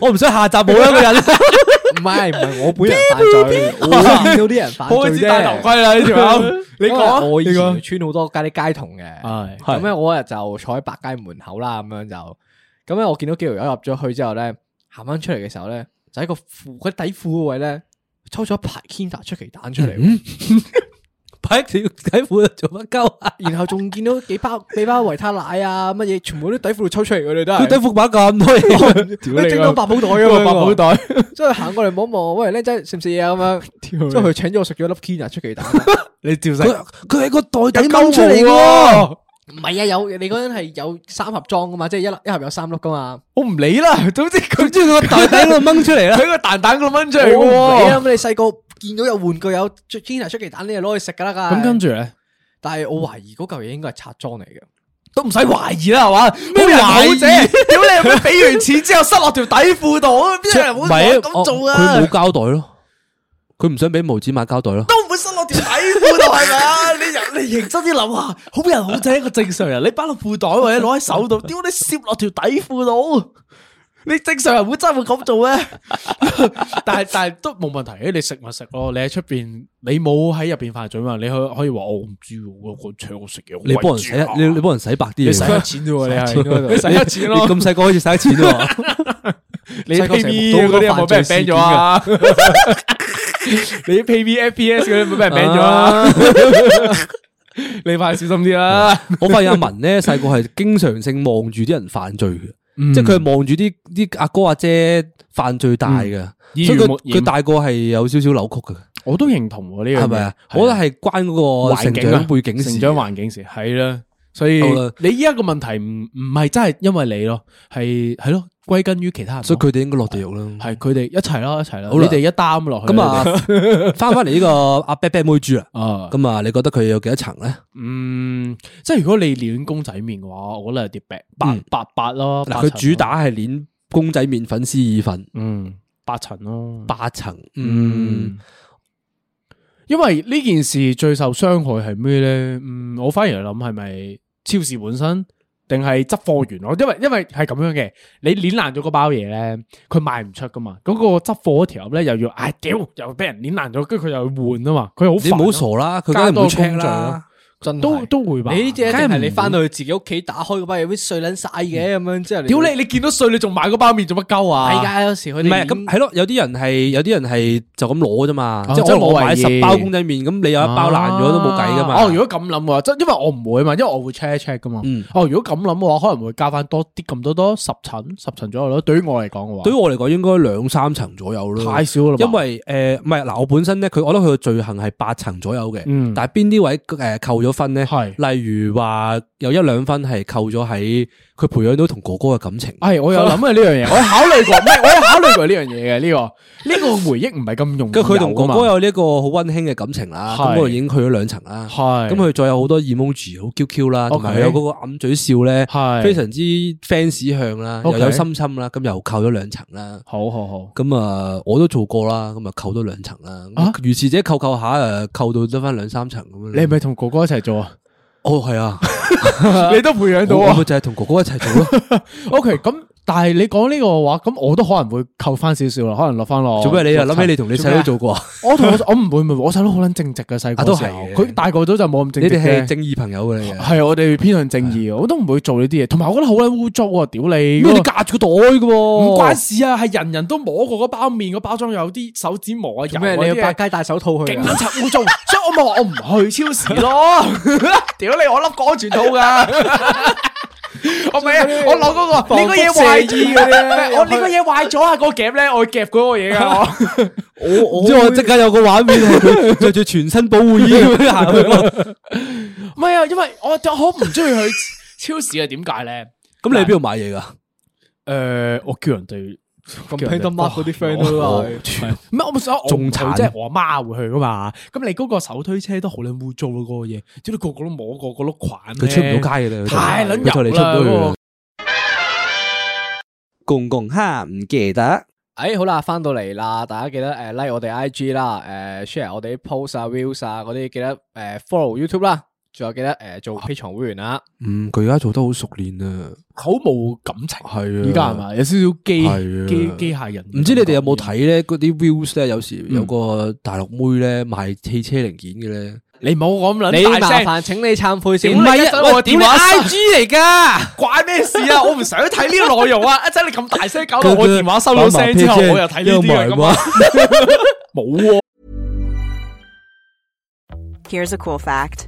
Speaker 3: 我唔想下集冇一 個人。
Speaker 4: 唔係唔係我本人犯 罪，我見到啲人犯罪
Speaker 2: 我開始戴頭
Speaker 4: 啫。
Speaker 2: 盔啦呢條友，你
Speaker 4: 因
Speaker 2: 講
Speaker 4: 為
Speaker 2: 啊
Speaker 4: 我以
Speaker 2: 你講
Speaker 4: 前穿好多街啲街童嘅，
Speaker 2: 係
Speaker 4: 咁咧我嗰日就坐喺百佳門口啦，咁樣就咁咧我見到幾條友入咗去之後咧，行翻出嚟嘅時候咧，就喺個褲嗰底褲嗰位咧抽咗一排 Kinder 出奇蛋出嚟喎。
Speaker 3: 擺條底褲做乜鳩啊？
Speaker 4: 然後仲見到幾包幾包維他奶啊，乜嘢全部都底褲度抽出嚟，佢哋都
Speaker 3: 佢底
Speaker 4: 係，
Speaker 3: 褲擺咁多嘢，
Speaker 2: 屌你
Speaker 4: 你整到
Speaker 2: 個
Speaker 4: 百寶袋咁
Speaker 2: 個
Speaker 4: 樣，
Speaker 2: 百寶，袋，
Speaker 4: 即係行過嚟望一望，喂，僆仔食唔食嘢啊？ 咁樣，即係佢請咗我食咗粒 Kinder 出 奇蛋，
Speaker 2: 你照食
Speaker 3: 佢佢喺個袋底
Speaker 2: 有鳩
Speaker 3: 掹出嚟
Speaker 2: 毛
Speaker 3: 喎。
Speaker 2: 喎。
Speaker 4: 唔係啊，有你嗰陣係有三盒裝噶嘛，即係一粒一盒有三粒噶嘛，
Speaker 2: 我唔理啦，總之佢
Speaker 3: 佢將佢個袋底嗰度掹出嚟啦
Speaker 2: 佢。個蛋蛋咁掹出
Speaker 4: 我
Speaker 2: 嚟嘅
Speaker 4: 唔理
Speaker 2: 喎
Speaker 4: 啊，。咁你細個見到有玩具有 Kinder 出奇蛋，你就攞去食噶啦，
Speaker 2: 咁跟，住咧，
Speaker 4: 但係我懷疑嗰嚿嘢應該係拆裝嚟嘅，
Speaker 2: 都唔使懷疑啦，係嘛？咩
Speaker 3: 懷
Speaker 2: 懷
Speaker 3: 疑
Speaker 2: 疑？屌你，有冇俾完錢之後塞落條底褲度？邊有人
Speaker 3: 唔
Speaker 2: 會
Speaker 3: 係啊
Speaker 2: 咁做
Speaker 3: 我佢
Speaker 2: 啊
Speaker 3: 冇？膠袋咯，佢唔想俾毛子買膠袋咯。
Speaker 2: 都唔會塞落條底褲度係咪啊？你人你認真啲諗下，好人好仔一個正常人，你擺落褲袋或者攞喺手 度，屌你攝落條底褲度，你正常人會真係會咁做咩？ 但係但係都冇問題嘅，你食咪食咯，你喺出邊你冇喺入邊犯罪嘛，你可可以話我唔知喎，我我請我食嘢，
Speaker 3: 你幫人洗，你你帮人洗白啲嘢，
Speaker 2: 啊你使咗錢啫喎，你係你使咗 錢
Speaker 3: 你
Speaker 2: 咯，
Speaker 3: 咁細個開始使錢喎，
Speaker 2: 你
Speaker 4: 細個成日
Speaker 2: PayMe
Speaker 4: 目睹好
Speaker 2: 嗰啲
Speaker 4: 多
Speaker 2: 有冇俾人 ban 咗 啊？你 PayMe FPS 嗰啲有冇俾人 ban 咗啊？ 你快小心啲啦！
Speaker 3: 我發現阿文咧細個係經常性望住啲人犯罪嘅，
Speaker 2: 嗯
Speaker 3: 即係佢係望住啲啲阿哥阿姐犯罪大嘅，
Speaker 2: 嗯
Speaker 3: 所以
Speaker 2: 耳濡目
Speaker 3: 佢
Speaker 2: 染
Speaker 3: 佢大個係有少少扭曲嘅，
Speaker 2: 我都認同喎呢樣嘢，
Speaker 3: 係咪啊？
Speaker 2: 係
Speaker 3: 我覺得係關嗰個成
Speaker 2: 環境啊
Speaker 3: 長背景事嗯
Speaker 2: 成長環境事係啦。所以
Speaker 3: 好啦
Speaker 2: 你依家個問題唔唔係真係因為你咯，係係咯，歸根於其他人咯。
Speaker 3: 所以佢哋應該落地獄啦。
Speaker 2: 係佢哋一齊啦，一齊啦，
Speaker 3: 好
Speaker 2: 你
Speaker 3: 啦
Speaker 2: 哋一擔落去
Speaker 3: 咁
Speaker 2: 啦。
Speaker 3: 啊，翻翻嚟呢個阿 b a 妹豬啊，
Speaker 2: 你哋啊，
Speaker 3: 咁啊，你覺得佢有幾多層咧？
Speaker 2: 嗯，即係如果你練公仔面嘅話，我覺得有啲白八
Speaker 3: 嗯
Speaker 2: 八八咯。八
Speaker 3: 嗱，佢
Speaker 2: 層
Speaker 3: 主
Speaker 2: 咯
Speaker 3: 打係攣公仔麵粉、絲意粉
Speaker 2: 嗯八層咯，
Speaker 3: 八層，嗯
Speaker 2: 嗯。因為呢件事最受傷害係咩咧？嗯，我反而諗係咪超市本身，定係執貨員咯？因為因為係咁樣嘅，你捻爛咗嗰包嘢咧，佢賣唔出噶嘛。嗰、個執貨嗰條友咧又要，唉屌，又俾人捻爛咗，跟住佢又要換啊嘛。佢好
Speaker 3: 你
Speaker 2: 煩
Speaker 3: 唔好
Speaker 2: 咯
Speaker 3: 傻啦，佢
Speaker 2: 加
Speaker 3: 梗係
Speaker 2: 多
Speaker 3: 唔會
Speaker 2: 個工
Speaker 3: check
Speaker 2: 序咯
Speaker 3: 啦。，
Speaker 4: 真係
Speaker 2: 都都會吧。
Speaker 4: 你呢啲一定
Speaker 3: 梗係
Speaker 4: 係
Speaker 3: 唔
Speaker 4: 你
Speaker 3: 會
Speaker 4: 翻到去自己屋企打開嗰包嘢，會碎撚晒嘅咁樣之後，
Speaker 2: 屌你，你見到碎你仲買嗰包面做乜鳩啊？
Speaker 4: 哎係㗎，有時佢
Speaker 3: 唔
Speaker 4: 哋
Speaker 3: 係咁係咯，有啲人係有啲人係就咁攞啫嘛，
Speaker 2: 哦
Speaker 3: 即係
Speaker 2: 即係
Speaker 3: 我我
Speaker 2: 攞
Speaker 3: 買
Speaker 2: 為意
Speaker 3: 十包公仔麵，咁你有一包爛咗都冇計噶嘛。
Speaker 2: 哦，如果咁諗嘅話，即係因為我唔會啊嘛，因為我會 check 一 check 噶嘛。
Speaker 3: 嗯
Speaker 2: 哦，如果咁諗嘅話，可能會加翻多啲咁多多十層十層左右咯。對於我嚟講嘅話，
Speaker 3: 對於我嚟講，應該兩三層左右咯。
Speaker 2: 太少啦嘛，
Speaker 3: 因為誒唔係嗱，我本身咧，佢我覺得佢嘅罪行係八層左右嘅，
Speaker 2: 嗯
Speaker 3: 但係邊啲位誒扣咗分咧？
Speaker 2: 係
Speaker 3: 例如話有一兩分係扣咗喺佢培養到同哥哥嘅感情，
Speaker 2: 係我有諗啊 呢樣嘢，我有考慮過，唔係我有考慮過呢樣嘢嘅呢個呢個回憶唔係咁容易
Speaker 3: 跟住佢同哥哥
Speaker 2: 有啊
Speaker 3: 有呢一個好溫馨嘅感情啦，
Speaker 2: 係
Speaker 3: 咁我已經去咗兩層啦。
Speaker 2: 係
Speaker 3: 咁佢再有好多 emoji 好 QQ 啦，同埋
Speaker 2: OK
Speaker 3: 佢有嗰個揞嘴笑咧，
Speaker 2: 係
Speaker 3: 非常之 fans 向啦，又
Speaker 2: OK
Speaker 3: 有心心啦，咁又扣咗兩層啦。
Speaker 2: 好好好
Speaker 3: 咁啊，我都做過啦，咁啊扣多兩層啦。
Speaker 2: 啊
Speaker 3: 咁如是者扣扣下誒，扣到得翻兩三層咁樣。
Speaker 2: 你係咪同哥哥一齊做啊？
Speaker 3: 哦係啊，
Speaker 2: 你都培養到
Speaker 3: 我我
Speaker 2: 啊
Speaker 3: 咪就係同哥哥一齊做咯。
Speaker 2: ？OK，咁但係你講呢個嘅話，咁我都可能會扣翻少少啦，可能落翻落。
Speaker 3: 做咩你又諗起你同你細佬
Speaker 2: 哦做咩啊？
Speaker 3: 做過啊？
Speaker 2: 我同我我唔會唔會，我細佬好撚正直嘅細個
Speaker 3: 啊都係
Speaker 2: 時候
Speaker 3: 嘅
Speaker 2: 佢大個咗就冇咁正
Speaker 3: 你
Speaker 2: 直
Speaker 3: 哋
Speaker 2: 嘅
Speaker 3: 係正義朋友嘅啊嚟嘅。
Speaker 2: 係我哋偏向正義嘅，我都唔會做呢啲嘢。同埋我覺得好撚污糟啊！屌你，
Speaker 3: 咩？你
Speaker 2: 嗰個
Speaker 3: 夾住個袋嘅喎，
Speaker 2: 唔
Speaker 3: 唔
Speaker 2: 關事啊，係人人都摸過嗰包面，個包裝有啲手指模啊，
Speaker 4: 做
Speaker 2: 油
Speaker 4: 咩
Speaker 2: 啊
Speaker 4: 你要
Speaker 2: 啲
Speaker 4: 百
Speaker 2: 嘢，
Speaker 4: 佳戴手套去
Speaker 2: 勁
Speaker 4: 啊？
Speaker 2: 撚柒污糟，所以我咪話我唔去超市咯。 屌你，我笠講全套噶。 我咪啊！我攞嗰個呢個嘢壞咗， 我呢個嘢壞咗啊！個夾咧，我會夾嗰個嘢噶。我
Speaker 3: 唔知我即刻有個畫面係佢着住全身保護衣咁樣行去喎。
Speaker 2: 唔係啊，因為我就好唔中意去超市啊。點解 咧？
Speaker 3: 咁你喺邊度買嘢㗎？
Speaker 2: 誒，呃我叫人哋
Speaker 4: 咁 p i n t Mark
Speaker 3: 啊
Speaker 4: 嗰啲 friend 都
Speaker 3: 哦
Speaker 4: 話係
Speaker 2: 唔係我咪想我
Speaker 3: 仲
Speaker 2: 唔去
Speaker 3: 慘
Speaker 2: 即係我阿媽會去噶嘛。咁你嗰個手推車都好撚污糟咯，嗰個嘢，即係個個都摸過個碌款咧。
Speaker 3: 佢出唔到街嘅啦，佢就
Speaker 2: 太撚
Speaker 3: 佢就嚟
Speaker 2: 油
Speaker 3: 出唔到去
Speaker 2: 啦嗰
Speaker 3: 啦
Speaker 2: 個。
Speaker 3: 公公哈唔記得，
Speaker 4: 誒哎好啦，翻到嚟啦，大家記得誒 like 我哋 IG 啦，誒 share 我哋啲 post 啊、views 啊嗰啲，記得誒 follow YouTube 啦，仲有記得誒做 P 床會員啊啦。
Speaker 3: 嗯，佢而家做得好熟練啊，
Speaker 2: 好冇感情。
Speaker 3: 係啊，
Speaker 2: 而家係？咪有少少
Speaker 3: 係啊
Speaker 2: 機機機械人？
Speaker 3: 唔知你哋有冇？睇咧？嗰啲 views 咧，有時
Speaker 2: 嗯
Speaker 3: 有個大陸妹咧賣汽車零件嘅咧，
Speaker 2: 你冇咁
Speaker 4: 你
Speaker 2: 撚
Speaker 4: 麻
Speaker 2: 大聲，
Speaker 4: 煩請你懺悔先，
Speaker 2: 唔係啊喂
Speaker 4: 我
Speaker 2: 點
Speaker 4: 電話
Speaker 2: IG
Speaker 4: 嚟噶，
Speaker 2: 關咩事啊？ 我唔想睇呢個內容啊！一陣你咁大聲搞到我電話收到聲之後，我又睇呢啲啊咁啊，冇喎。
Speaker 5: Here's a cool fact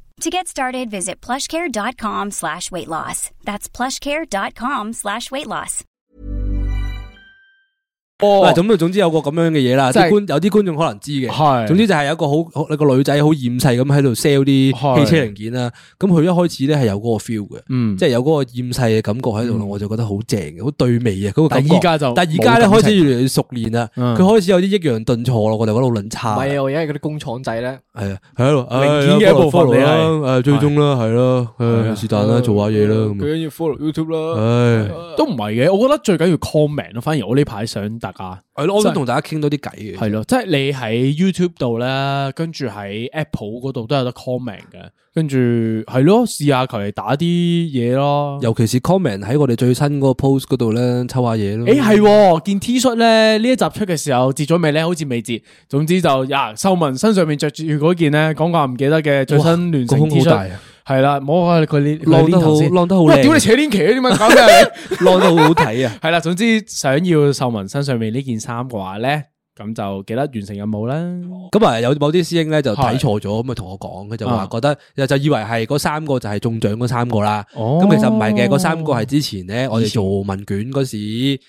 Speaker 6: To get started, visit plushcare.com slash weight loss. That's plushcare.com slash weight loss.
Speaker 3: 嗱，總總之有個咁樣嘅嘢啦，
Speaker 2: 即
Speaker 3: 啲
Speaker 2: 係
Speaker 3: 觀有啲觀眾可能知嘅。
Speaker 2: 係
Speaker 3: 總之就係有一個好好有個女仔好厭世咁喺度 sell 啲
Speaker 2: 係
Speaker 3: 汽車零件啦。咁佢一開始咧係有嗰個 feel 嘅，
Speaker 2: 嗯
Speaker 3: 即係有嗰個厭世嘅感覺喺度啦，我就覺得好正嘅，好對味啊嗰個感覺。
Speaker 2: 但係依家就
Speaker 3: 但係而家咧
Speaker 2: 冇感
Speaker 3: 開
Speaker 2: 情
Speaker 3: 始越嚟越熟練啦，
Speaker 2: 嗯
Speaker 3: 佢開始有啲抑揚頓挫咯，我就覺得好撚差。
Speaker 4: 係啊，我而家係嗰啲工廠仔咧，
Speaker 3: 係啊，哎喺度
Speaker 2: 零件嘅一部分你係
Speaker 3: 誒追蹤啦，係啊嗯咯，誒是但啦，做下嘢啦咁。啊
Speaker 4: 緊要 follow YouTube 啦。
Speaker 3: 唉，
Speaker 2: 都唔係嘅，我覺得最緊要 comment 咯。反而我呢排想大家
Speaker 3: 係咯，我想同大家傾多啲偈嘅。
Speaker 2: 係咯，即係你喺 YouTube 度咧，跟住喺 Apple 嗰度都有得 comment 嘅，跟住係咯，試下求其打啲嘢咯。
Speaker 3: 尤其是 comment 喺我哋最新嗰個 post 嗰度咧，抽下嘢咯。
Speaker 2: 诶，系喎件 T 恤咧，呢一集出嘅時候截咗未咧？好似未截。總之就呀，秀文身上面着住嗰件咧，講話唔記得嘅最新聯
Speaker 3: 個
Speaker 2: 成
Speaker 3: 胸
Speaker 2: T
Speaker 3: 好大
Speaker 2: 恤，
Speaker 3: 啊，
Speaker 2: 係啦，摸下佢呢
Speaker 3: 晾
Speaker 2: 佢呢
Speaker 3: 得好
Speaker 2: 頭先
Speaker 3: 晾得好
Speaker 2: 喂
Speaker 3: 靚
Speaker 2: 屌你扯鏈旗啊點解搞咩啊你？
Speaker 3: 晾得好好睇啊！
Speaker 2: 係啦，總之想要秀文身上面呢件衫嘅話咧，咁就記得完成任務啦。
Speaker 3: 咁啊，有某啲師兄咧就睇錯咗，咁啊同我講，佢就話
Speaker 2: 啊
Speaker 3: 覺得就就以為係嗰三個就係中獎嗰三個啦。
Speaker 2: 哦
Speaker 3: 咁其實唔係嘅，嗰三個係之前咧我哋做問卷嗰時誒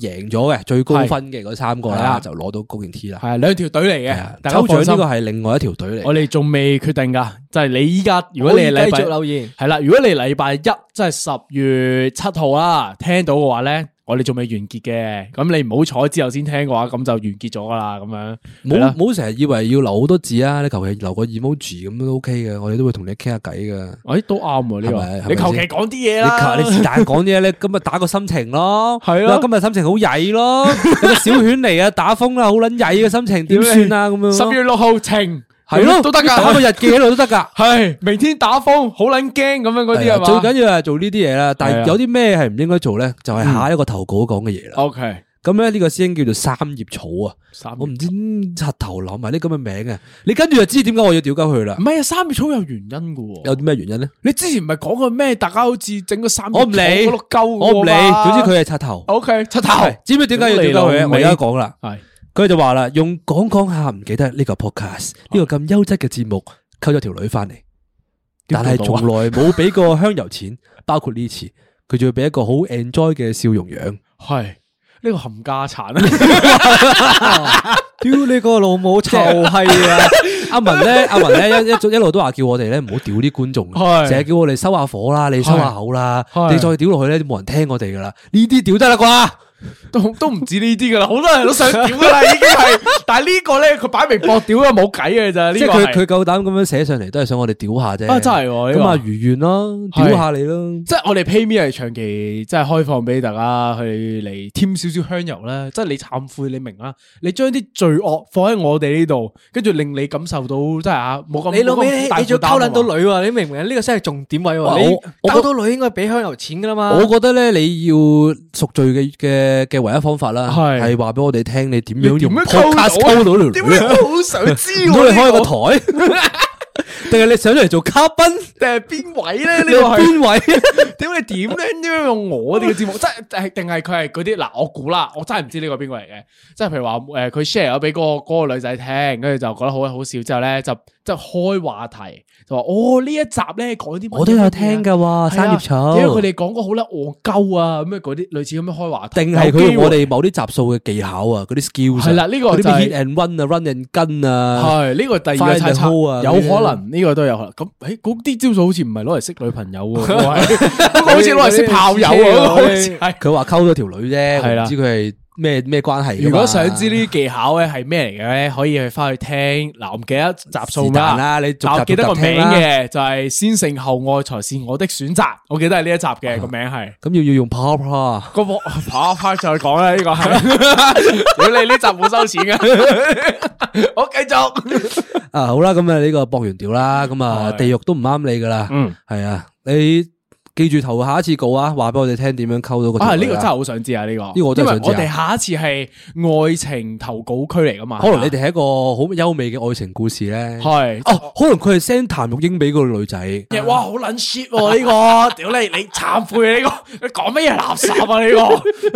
Speaker 3: 贏咗嘅最高分嘅嗰三個
Speaker 2: 係
Speaker 3: 啦，
Speaker 2: 啊
Speaker 3: 就攞到高件 T 啦。
Speaker 2: 係兩條隊嚟
Speaker 3: 係啊
Speaker 2: 嘅，大家
Speaker 3: 抽
Speaker 2: 放
Speaker 3: 獎
Speaker 2: 心
Speaker 3: 呢個。係另外一條隊嚟。
Speaker 2: 我哋仲未決定噶，就係你依家如果
Speaker 4: 可
Speaker 2: 你係
Speaker 4: 以
Speaker 2: 禮
Speaker 4: 繼
Speaker 2: 拜
Speaker 4: 續留言，
Speaker 2: 係啦，如果你禮拜一即係十月七號啦，聽到嘅話咧，我哋仲未完結嘅，咁你唔好坐之後先聽嘅話，咁就完結咗噶啦，咁樣係
Speaker 3: 冇
Speaker 2: 啦
Speaker 3: 冇成日以為要留好多字啊！你求其留個 emoji 咁都 OK 嘅，我哋都會同你傾下偈嘅。
Speaker 2: 誒都啱喎
Speaker 3: 係咪係
Speaker 2: 呢
Speaker 3: 咪
Speaker 2: 個，你求其講啲嘢
Speaker 3: 你
Speaker 2: 啦，
Speaker 3: 求你是但講啲嘢咧，今日打個心情咯，
Speaker 2: 係咯
Speaker 3: 你話今日心情好曳 咯，有個小犬嚟啊，打風啦，好撚曳嘅心情點算啊？咁樣咯
Speaker 2: 十月六號晴，
Speaker 3: 係咯，
Speaker 2: 都得
Speaker 3: 你打個
Speaker 2: 噶，
Speaker 3: 日記喺度都得㗎。
Speaker 2: 係明天打風，好撚驚咁樣嗰啲
Speaker 3: 係
Speaker 2: 係
Speaker 3: 啊
Speaker 2: 嘛？
Speaker 3: 最緊要係做呢啲嘢啦，但
Speaker 2: 係
Speaker 3: 係
Speaker 2: 啊嗯
Speaker 3: 有啲咩係唔應該做咧？就係下一個投稿講嘅嘢啦。
Speaker 2: OK，
Speaker 3: 咁咧呢個師兄叫做三葉草啊，
Speaker 2: 三
Speaker 3: 我唔知柒頭諗埋啲咁嘅名啊，你跟住就知點解我要屌鳩佢啦
Speaker 2: 唔。係啊，三月草有原因噶喎，
Speaker 3: 有啲咩原因咧？
Speaker 2: 你之前唔係講過咩？大家好似整個三
Speaker 3: 我唔理，
Speaker 2: 嗰碌嗯鳩，
Speaker 3: 我唔理，總之佢係柒頭。
Speaker 2: OK 七哦頭
Speaker 3: 係知唔知點解要屌鳩佢咧？
Speaker 2: 屌你老
Speaker 3: 我
Speaker 2: 味
Speaker 3: 而家講啦。
Speaker 2: 係。
Speaker 3: 佢就話啦，用講講下唔記得呢個 podcast
Speaker 2: 哦
Speaker 3: 呢個咁優質嘅節目，溝咗條女翻嚟，但係
Speaker 2: 啊
Speaker 3: 從來冇俾過香油錢，包括呢次，佢仲要俾一個好 enjoy 嘅笑容樣。
Speaker 2: 系呢个冚家产啊！
Speaker 4: 屌你個老母臭閪啊！
Speaker 3: 阿文咧，阿文咧一一早一路都話叫我哋咧唔好屌啲觀眾，啊
Speaker 2: 係
Speaker 3: 成日叫我哋收下火啦，你收下口啦，
Speaker 2: 係
Speaker 3: 你再屌落去咧冇人聽我哋噶啦，呢啲屌得啦啩。
Speaker 2: 都都唔止呢啲噶啦，好多人都想屌噶啦，已經係。但係呢個咧，佢擺明搏屌啊，冇計嘅咋呢
Speaker 3: 即係
Speaker 2: 個
Speaker 3: 佢
Speaker 2: 係
Speaker 3: 佢夠膽咁樣寫上嚟，都係想我哋屌下啫。
Speaker 2: 啊真係喎呢
Speaker 3: 咁
Speaker 2: 個
Speaker 3: 啊，如願咯，屌下你咯。
Speaker 2: 即係我哋 PayMe 係長期即係開放俾大家去嚟添少少香油啦，即係你忏悔你明啦，啊你將啲罪惡放喺我哋呢度，跟住令你感受到即係啊冇咁
Speaker 4: 你老味，
Speaker 2: 冇咁大
Speaker 4: 你仲
Speaker 2: 負擔
Speaker 4: 溝
Speaker 2: 啊
Speaker 4: 撚到
Speaker 2: 嘛
Speaker 4: 女喎？你明唔明？呢個先係重點位
Speaker 3: 哇
Speaker 4: 喎。你
Speaker 3: 我
Speaker 4: 溝到女應該俾香油錢噶啦嘛。
Speaker 3: 我覺得咧，你要贖罪嘅嘅嘅唯一方法啦，
Speaker 2: 係
Speaker 3: 係話俾我哋聽你點
Speaker 2: 你
Speaker 3: 樣
Speaker 2: 點
Speaker 3: 用
Speaker 2: 樣
Speaker 3: podcast 溝到
Speaker 2: 溝
Speaker 3: 條
Speaker 2: 到啊？點
Speaker 3: 女
Speaker 2: 解
Speaker 3: 啊？
Speaker 2: 我好想知
Speaker 3: 唔通
Speaker 2: 我
Speaker 3: 你
Speaker 2: 呢
Speaker 3: 開個
Speaker 2: 個
Speaker 3: 台，定係你上咗嚟做嘉賓？
Speaker 2: 定係邊位咧？
Speaker 3: 你
Speaker 2: 呢個
Speaker 3: 係
Speaker 2: 係。
Speaker 3: 邊位？
Speaker 2: 屌你點咧？點樣用我哋嘅節目？ 即係定係佢係嗰啲嗱？我估啦，我真係唔知呢個邊個嚟嘅。即係譬如話誒，呃佢 share 咗俾嗰個嗰個女仔聽，跟住就覺得好好笑，之後咧就即係開話題，就話哦呢一集咧講啲乜嘢
Speaker 3: 我都有聽㗎喎
Speaker 2: 係啊
Speaker 3: 三葉草
Speaker 2: 因為佢哋講過好啦，戇鳩啊咁樣嗰啲類似咁樣開話題，
Speaker 3: 定係佢
Speaker 2: 有
Speaker 3: 用
Speaker 2: 機會
Speaker 3: 我哋某啲集數嘅技巧啊，嗰啲 skills 啊
Speaker 2: 係啦呢個
Speaker 3: 嗰啲
Speaker 2: 就係
Speaker 3: 咩 hit and run 啊，run and gun 啊，
Speaker 2: 係呢個第二個
Speaker 3: Find the
Speaker 2: 猜測
Speaker 3: hole 啊
Speaker 2: 有
Speaker 3: 嗰啲
Speaker 2: 可能呢個都有可能。咁誒嗰啲招數好似唔係攞嚟識女朋友 喎，嗰個好似攞嚟識炮友啊，嗰個好似係。
Speaker 3: 佢話溝咗條女啫，
Speaker 2: 係
Speaker 3: 我
Speaker 2: 啦
Speaker 3: 唔知佢係咩咩關係㗎嘛。
Speaker 2: 如果想知呢啲技巧咧係咩嚟嘅咧，可以去翻去聽。嗱，我唔記得集數
Speaker 3: 是但
Speaker 2: 啦，
Speaker 3: 啦，你逐
Speaker 2: 但
Speaker 3: 集
Speaker 2: 我記得
Speaker 3: 逐
Speaker 2: 個
Speaker 3: 集
Speaker 2: 名
Speaker 3: 聽啦
Speaker 2: 嘅就係先性後愛才是我的選擇。我記得係呢一集
Speaker 3: 啊
Speaker 2: 嘅個名係。
Speaker 3: 咁要要用 pop 啦。
Speaker 2: 個我跑一拍再講啦，呢個係。 如果你呢集冇收錢 嘅，我繼續。
Speaker 3: 啊，好啦，咁啊呢個博完調啦，咁啊
Speaker 2: 係
Speaker 3: 地獄都唔啱你噶啦，
Speaker 2: 嗯，
Speaker 3: 係啊，你記住投下一次稿啊，話俾我哋聽點樣溝到個條女
Speaker 2: 啊！呢個真係好想知啊！呢個呢
Speaker 3: 個我真係想知啊
Speaker 2: 我哋下一次係愛情投稿區嚟噶嘛？
Speaker 3: 可能你哋係一個好優美嘅愛情故事咧。
Speaker 2: 係
Speaker 3: 哦，可能佢係 send 譚玉英俾嗰個女仔，
Speaker 2: 係哇好撚 shit 喎呢個， 屌你你懺悔啊呢個，你講乜嘢垃圾啊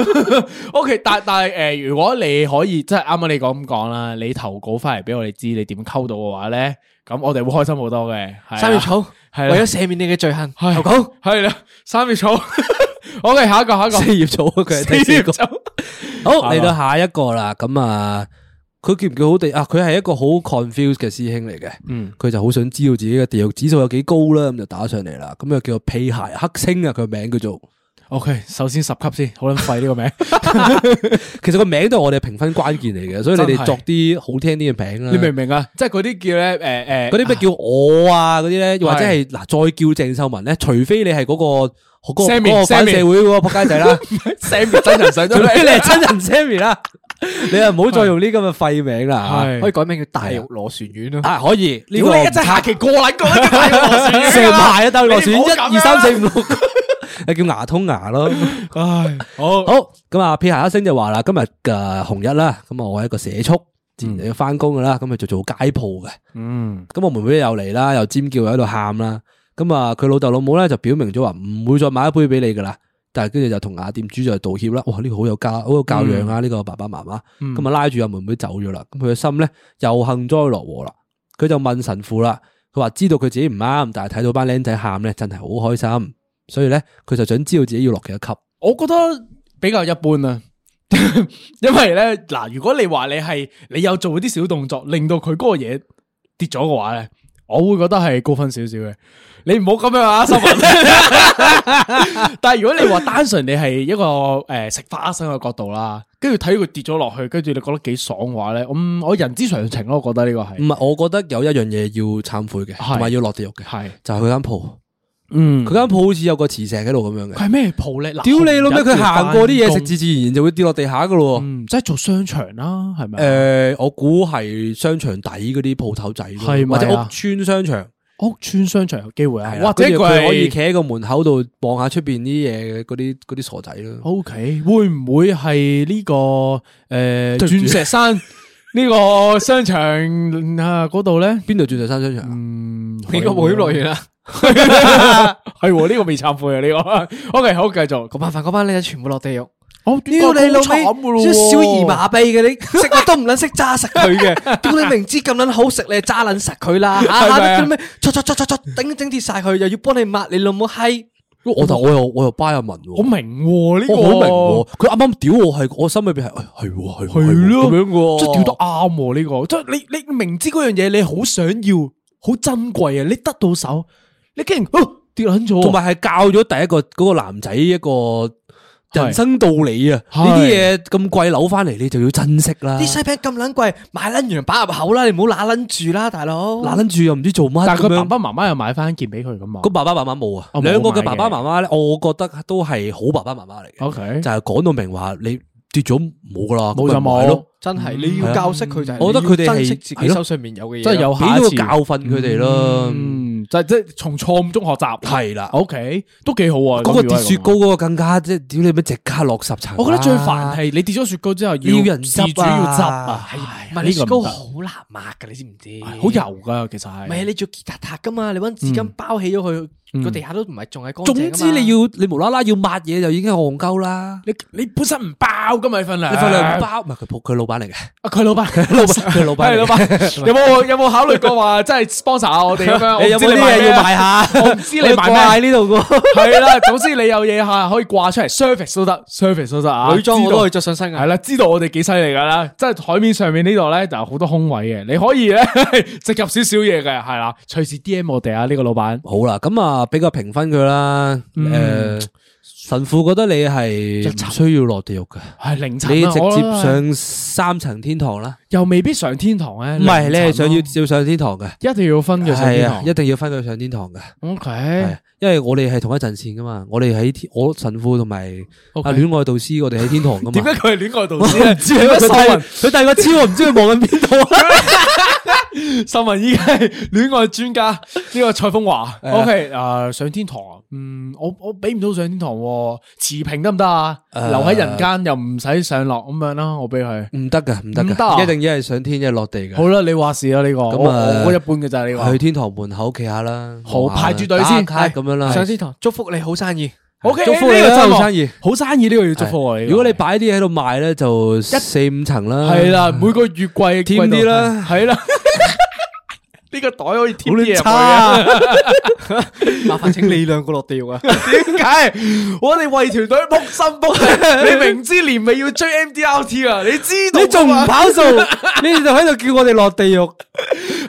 Speaker 2: 呢個？OK，但但係誒，如果你可以即係啱啱你講咁講啦，你投稿翻嚟俾我哋知你點溝到嘅話咧，咁我哋會開心好多嘅。係啊
Speaker 4: 三月草，
Speaker 2: 係
Speaker 4: 為
Speaker 2: 啦
Speaker 4: 咗赦免你嘅 罪行，
Speaker 2: 係
Speaker 4: 投稿
Speaker 2: 係啦，三月草。OK，下一個下一個
Speaker 3: 四葉草啊佢係第四個
Speaker 2: 四。葉草
Speaker 3: 好嚟到下一個啦，咁啊，佢叫唔叫好地啊？佢係一個好 confused 嘅師兄嚟嘅，
Speaker 2: 嗯，
Speaker 3: 佢就好想知道自己嘅地獄指數有幾高啦，咁就打上嚟啦。咁啊又叫做屁鞋黑星啊，佢個名叫做。
Speaker 2: OK，首先十級先，好撚廢呢個名。
Speaker 3: 其實個名都係我哋評分關鍵嚟嘅，所以你
Speaker 2: 真
Speaker 3: 哋
Speaker 2: 係
Speaker 3: 作啲好聽啲嘅名啦。
Speaker 2: 你明唔明啊？即係嗰啲叫呃咧，诶、诶，
Speaker 3: 嗰啲咩叫我啊？嗰啲咧，又或者係嗱，再叫鄭秀文咧，除非你係嗰個嗰個
Speaker 2: Sammy，
Speaker 3: 嗰個反
Speaker 2: Sammy
Speaker 3: 社會嗰個仆街仔啦，
Speaker 2: Sammy 真人上
Speaker 3: 除非你係真人 Sammy 啦，你又唔好再用呢咁嘅廢名啦。
Speaker 2: 係
Speaker 4: 可以改名叫大玉螺旋丸咯。
Speaker 3: 啊，可以呢
Speaker 2: 屌
Speaker 3: 個
Speaker 2: 你一真下期過撚過一個
Speaker 3: 成排啊，兜落選
Speaker 2: 你唔好咁
Speaker 3: 一二
Speaker 2: 樣
Speaker 3: 三
Speaker 2: 啦
Speaker 3: 四五六， 你叫牙通牙咯。
Speaker 2: 唉，好
Speaker 3: 好咁啊，撇下一聲就話啦，今日嘅紅日啦，咁啊，我係一個社畜，自然就要翻工噶啦，咁佢就做街鋪嘅。
Speaker 2: 嗯，
Speaker 3: 咁我妹妹又嚟啦，又尖叫又喺度喊啦。咁啊，佢老豆老母咧就表明咗話唔會再買一杯俾你噶啦。但係跟住就同雅店主就道歉啦。哇，呢、個好有
Speaker 2: 嗯
Speaker 3: 教好有教養啊！呢、個爸爸媽媽咁啊，拉住阿妹妹走咗啦。咁佢嘅心咧又幸災樂禍啦。佢就問神父啦，佢話知道佢自己唔啱，但係睇到班僆仔喊咧，真係好開心。所以咧，佢就想知道自己要落幾多級。
Speaker 2: 我覺得比較一般啊。 因為咧，嗱，如果你話你係你有做啲小動作，令到佢嗰個嘢跌咗嘅話咧，我會覺得係高分少少嘅。你唔好咁樣啊，新聞。 但係如果你話單純你係一個诶、呃食花生嘅角度啦，跟住睇佢跌咗落去，跟住你覺得幾爽嘅話咧，嗯，我人之常情咯，我覺得呢個係
Speaker 3: 唔係，我覺得有一樣嘢要懺悔嘅，
Speaker 2: 係
Speaker 3: 同埋要落地獄嘅，
Speaker 2: 係
Speaker 3: 就係佢間鋪。
Speaker 2: 嗯
Speaker 3: 佢間鋪好似有個磁石喺度咁樣嘅。
Speaker 2: 佢係咩鋪咧？嗱
Speaker 3: 屌你老味，佢行過啲嘢食，
Speaker 2: 紅日要返工
Speaker 3: 自自然然就會跌落地下噶咯喎。
Speaker 2: 嗯，即係做商場啦，係咪？啊
Speaker 3: 诶、我估係商場底嗰啲鋪頭仔咯，
Speaker 2: 係咪
Speaker 3: 或
Speaker 2: 啊
Speaker 3: 者屋村商場，
Speaker 2: 屋村商場有機會啊
Speaker 3: 係，啦
Speaker 2: 或者
Speaker 3: 跟住佢
Speaker 2: 佢
Speaker 3: 可以企喺個門口度望下出边啲嘢嘅嗰啲嗰啲傻仔咯。
Speaker 2: O K，會唔會係呢個 诶
Speaker 3: 對唔住
Speaker 2: 鑽石山呢個商場啊嗰度 咧？
Speaker 3: 邊度鑽石山商場啊？
Speaker 2: 嗯，
Speaker 4: 美國
Speaker 2: 係喎
Speaker 4: 保險樂園啊，
Speaker 2: 係喎，呢個未懺悔啊，呢 個。O K，好，繼續。
Speaker 4: 嗰班飯嗰班僆仔全部落地獄。
Speaker 2: 我
Speaker 4: 屌你老味，
Speaker 2: 一
Speaker 4: 小兒麻痹嘅你，食物都唔撚識揸實佢嘅，屌你明知咁撚好食，你係揸撚實佢啦，下
Speaker 2: 係咪
Speaker 4: 下
Speaker 2: 啊
Speaker 4: 都咩戳戳戳戳戳，頂整跌晒佢，又要幫你抹你老母閪，
Speaker 3: 我但我又我又 buy 阿文喎，哦
Speaker 2: 我哦明喎呢個，
Speaker 3: 我好明喎。佢啱啱屌我係，我心裏边係哎係喎係喎
Speaker 2: 係咯
Speaker 3: 咁樣嘅喎，
Speaker 2: 即係跳得啱喎呢個，即係你你明知嗰樣嘢你好想要，好珍貴啊，你得到手，你竟然哦跌撚咗喎，
Speaker 3: 同埋係教咗第一個嗰個男仔一個人生道理啊！呢
Speaker 2: 係
Speaker 3: 啲嘢咁貴扭翻嚟，你就要珍惜啦。
Speaker 4: 啲西餅咁撚貴，買撚完擺入口啦，你唔好揦撚住啦，大佬。
Speaker 3: 嗱捻住又唔知做乜
Speaker 2: 但係
Speaker 3: 咁
Speaker 2: 佢
Speaker 3: 樣
Speaker 2: 爸。爸媽媽又買翻件俾佢咁嘛
Speaker 3: 個爸爸媽媽冇啊，
Speaker 2: 哦冇
Speaker 3: 兩個嘅
Speaker 2: 買
Speaker 3: 爸
Speaker 2: 嘅哦
Speaker 3: 爸媽媽咧，我覺得都係好爸爸媽媽嚟嘅，
Speaker 2: ，O K，
Speaker 3: 就係講到明話你跌咗冇噶啦，咁
Speaker 2: 冇就
Speaker 3: 咪唔買
Speaker 2: 冇
Speaker 3: 咯，，
Speaker 4: 真係你要教識佢就係，
Speaker 3: 我覺得佢哋係
Speaker 4: 珍惜自己手上面有嘅嘢，
Speaker 2: 真係有
Speaker 3: 俾
Speaker 2: 下一
Speaker 3: 咗
Speaker 2: 次
Speaker 3: 個教訓佢哋咯。
Speaker 2: 嗯，就係即係從錯誤中學習，
Speaker 3: 係啦
Speaker 2: ，O K，都幾好啊。
Speaker 3: 嗰個跌雪糕
Speaker 2: 咁如果係咁
Speaker 3: 嗰個更加即係屌你咪即刻落十層啦。
Speaker 2: 我覺得最煩係你跌咗雪糕之後，
Speaker 3: 你要人
Speaker 2: 自主
Speaker 3: 執啊
Speaker 2: 要執啊，
Speaker 4: 唔
Speaker 2: 係
Speaker 4: 係
Speaker 2: 啊
Speaker 4: 你雪糕
Speaker 2: 呢個唔得
Speaker 4: 好難抹㗎，你知唔知？
Speaker 2: 好油噶，其實係
Speaker 4: 唔係你做結塔塔噶嘛？你搵紙巾包起咗佢，個地下都唔係仲係乾淨㗎
Speaker 3: 總
Speaker 4: 嘛
Speaker 3: 之你要你無啦啦要抹嘢就已經係戇鳩啦。
Speaker 2: 你你本身唔爆噶嘛你份糧，
Speaker 3: 你份量唔包，唔係佢仆佢老 闆嚟嘅，
Speaker 2: 啊佢 老闆，佢
Speaker 3: 老闆佢老闆嚟嘅
Speaker 2: 係 老闆，有冇有冇考慮過話真係 sponsor 下我哋咁樣？我唔
Speaker 3: 有
Speaker 2: 知
Speaker 3: 冇啲
Speaker 2: 賣
Speaker 3: 嘢
Speaker 2: 咩
Speaker 3: 要賣？下？
Speaker 2: 我唔知 你
Speaker 3: 我要
Speaker 2: 賣
Speaker 3: 掛
Speaker 2: 咩
Speaker 3: 喺呢度噶。
Speaker 2: 係啦，總之你有嘢嚇可以掛出嚟，service 都得，service 都得啊。
Speaker 4: 女裝我
Speaker 2: 知道
Speaker 4: 都可以着上身
Speaker 2: 系
Speaker 4: 㗎。
Speaker 2: 啦，知道我哋幾犀利噶啦，即係海面上面呢度咧就有好多空位嘅，你可 以咧植入少少嘢嘅，係啦，隨時 D M 我哋啊呢個老闆，
Speaker 3: 好啦，咁啊，俾個評分佢啦。
Speaker 2: 嗯
Speaker 3: 诶，神父覺得你係唔需要落地獄嘅。
Speaker 2: 係零層啊
Speaker 3: 你直接
Speaker 2: 我
Speaker 3: 上三層天堂啦，
Speaker 2: 又未必上天堂啊
Speaker 3: 唔
Speaker 2: 咧，
Speaker 3: 係你係
Speaker 2: 係
Speaker 3: 想要照上天堂嘅，
Speaker 2: 要一定要分嘅上
Speaker 3: 係
Speaker 2: 天
Speaker 3: 啊，
Speaker 2: 堂
Speaker 3: 一定要分佢上天堂嘅，
Speaker 2: ，O K，
Speaker 3: 係啊因為我哋係同一陣線噶嘛，我哋喺天我神父同埋啊
Speaker 2: OK
Speaker 3: 戀愛導師，我哋喺天堂噶嘛。
Speaker 2: 點解佢係戀愛導
Speaker 3: 啊我
Speaker 2: 師咧？
Speaker 3: 唔知佢
Speaker 2: 點解
Speaker 3: 佢
Speaker 2: 秀
Speaker 3: 帶
Speaker 2: 文
Speaker 3: 佢帶個超，我唔知佢望緊邊度啊！
Speaker 2: 新闻依家系恋爱 专家呢个蔡风华。OK，诶，
Speaker 3: 啊
Speaker 2: 上天堂，嗯，我我俾唔到上天堂喎，持平得唔得啊？留喺人间又唔使上落咁样啦，我俾佢。
Speaker 3: 唔得噶，唔得
Speaker 2: 唔得啊
Speaker 3: 噶，一定一系上天，一系落地噶。
Speaker 2: 好啦，你话事啦呢个，我
Speaker 3: 咁啊，
Speaker 2: 我一般嘅咋呢
Speaker 3: 去
Speaker 2: 个。
Speaker 3: 天堂門口企下啦，
Speaker 2: 好
Speaker 3: 望下啦
Speaker 2: 排住隊先
Speaker 3: 打
Speaker 2: 哎
Speaker 3: 卡咁樣啦。
Speaker 4: 上天堂，祝福你好生意。
Speaker 2: OK，
Speaker 3: 祝福
Speaker 2: 呢
Speaker 3: 你
Speaker 2: 個
Speaker 3: 啦
Speaker 2: 真係
Speaker 3: 好生意
Speaker 2: 好生意呢个要祝福我。
Speaker 3: 係
Speaker 2: 呢個
Speaker 3: 如果你擺啲嘢喺度賣咧，就四五層啦。
Speaker 2: 系啦，每个月季
Speaker 3: 添啲 啦，
Speaker 2: 系啦，呢个袋可以添
Speaker 3: 好撚
Speaker 2: 啲嘢入去
Speaker 3: 差
Speaker 2: 嘅。
Speaker 3: 啊，
Speaker 4: 麻 烦请你两个落地 狱啊！
Speaker 2: 点解？我哋为团队撲心撲 力，你明知年尾要追 MDRT 啊，你知道
Speaker 3: 你仲唔
Speaker 2: 㗎嘛
Speaker 3: 跑 數？你就喺度叫我哋落地獄。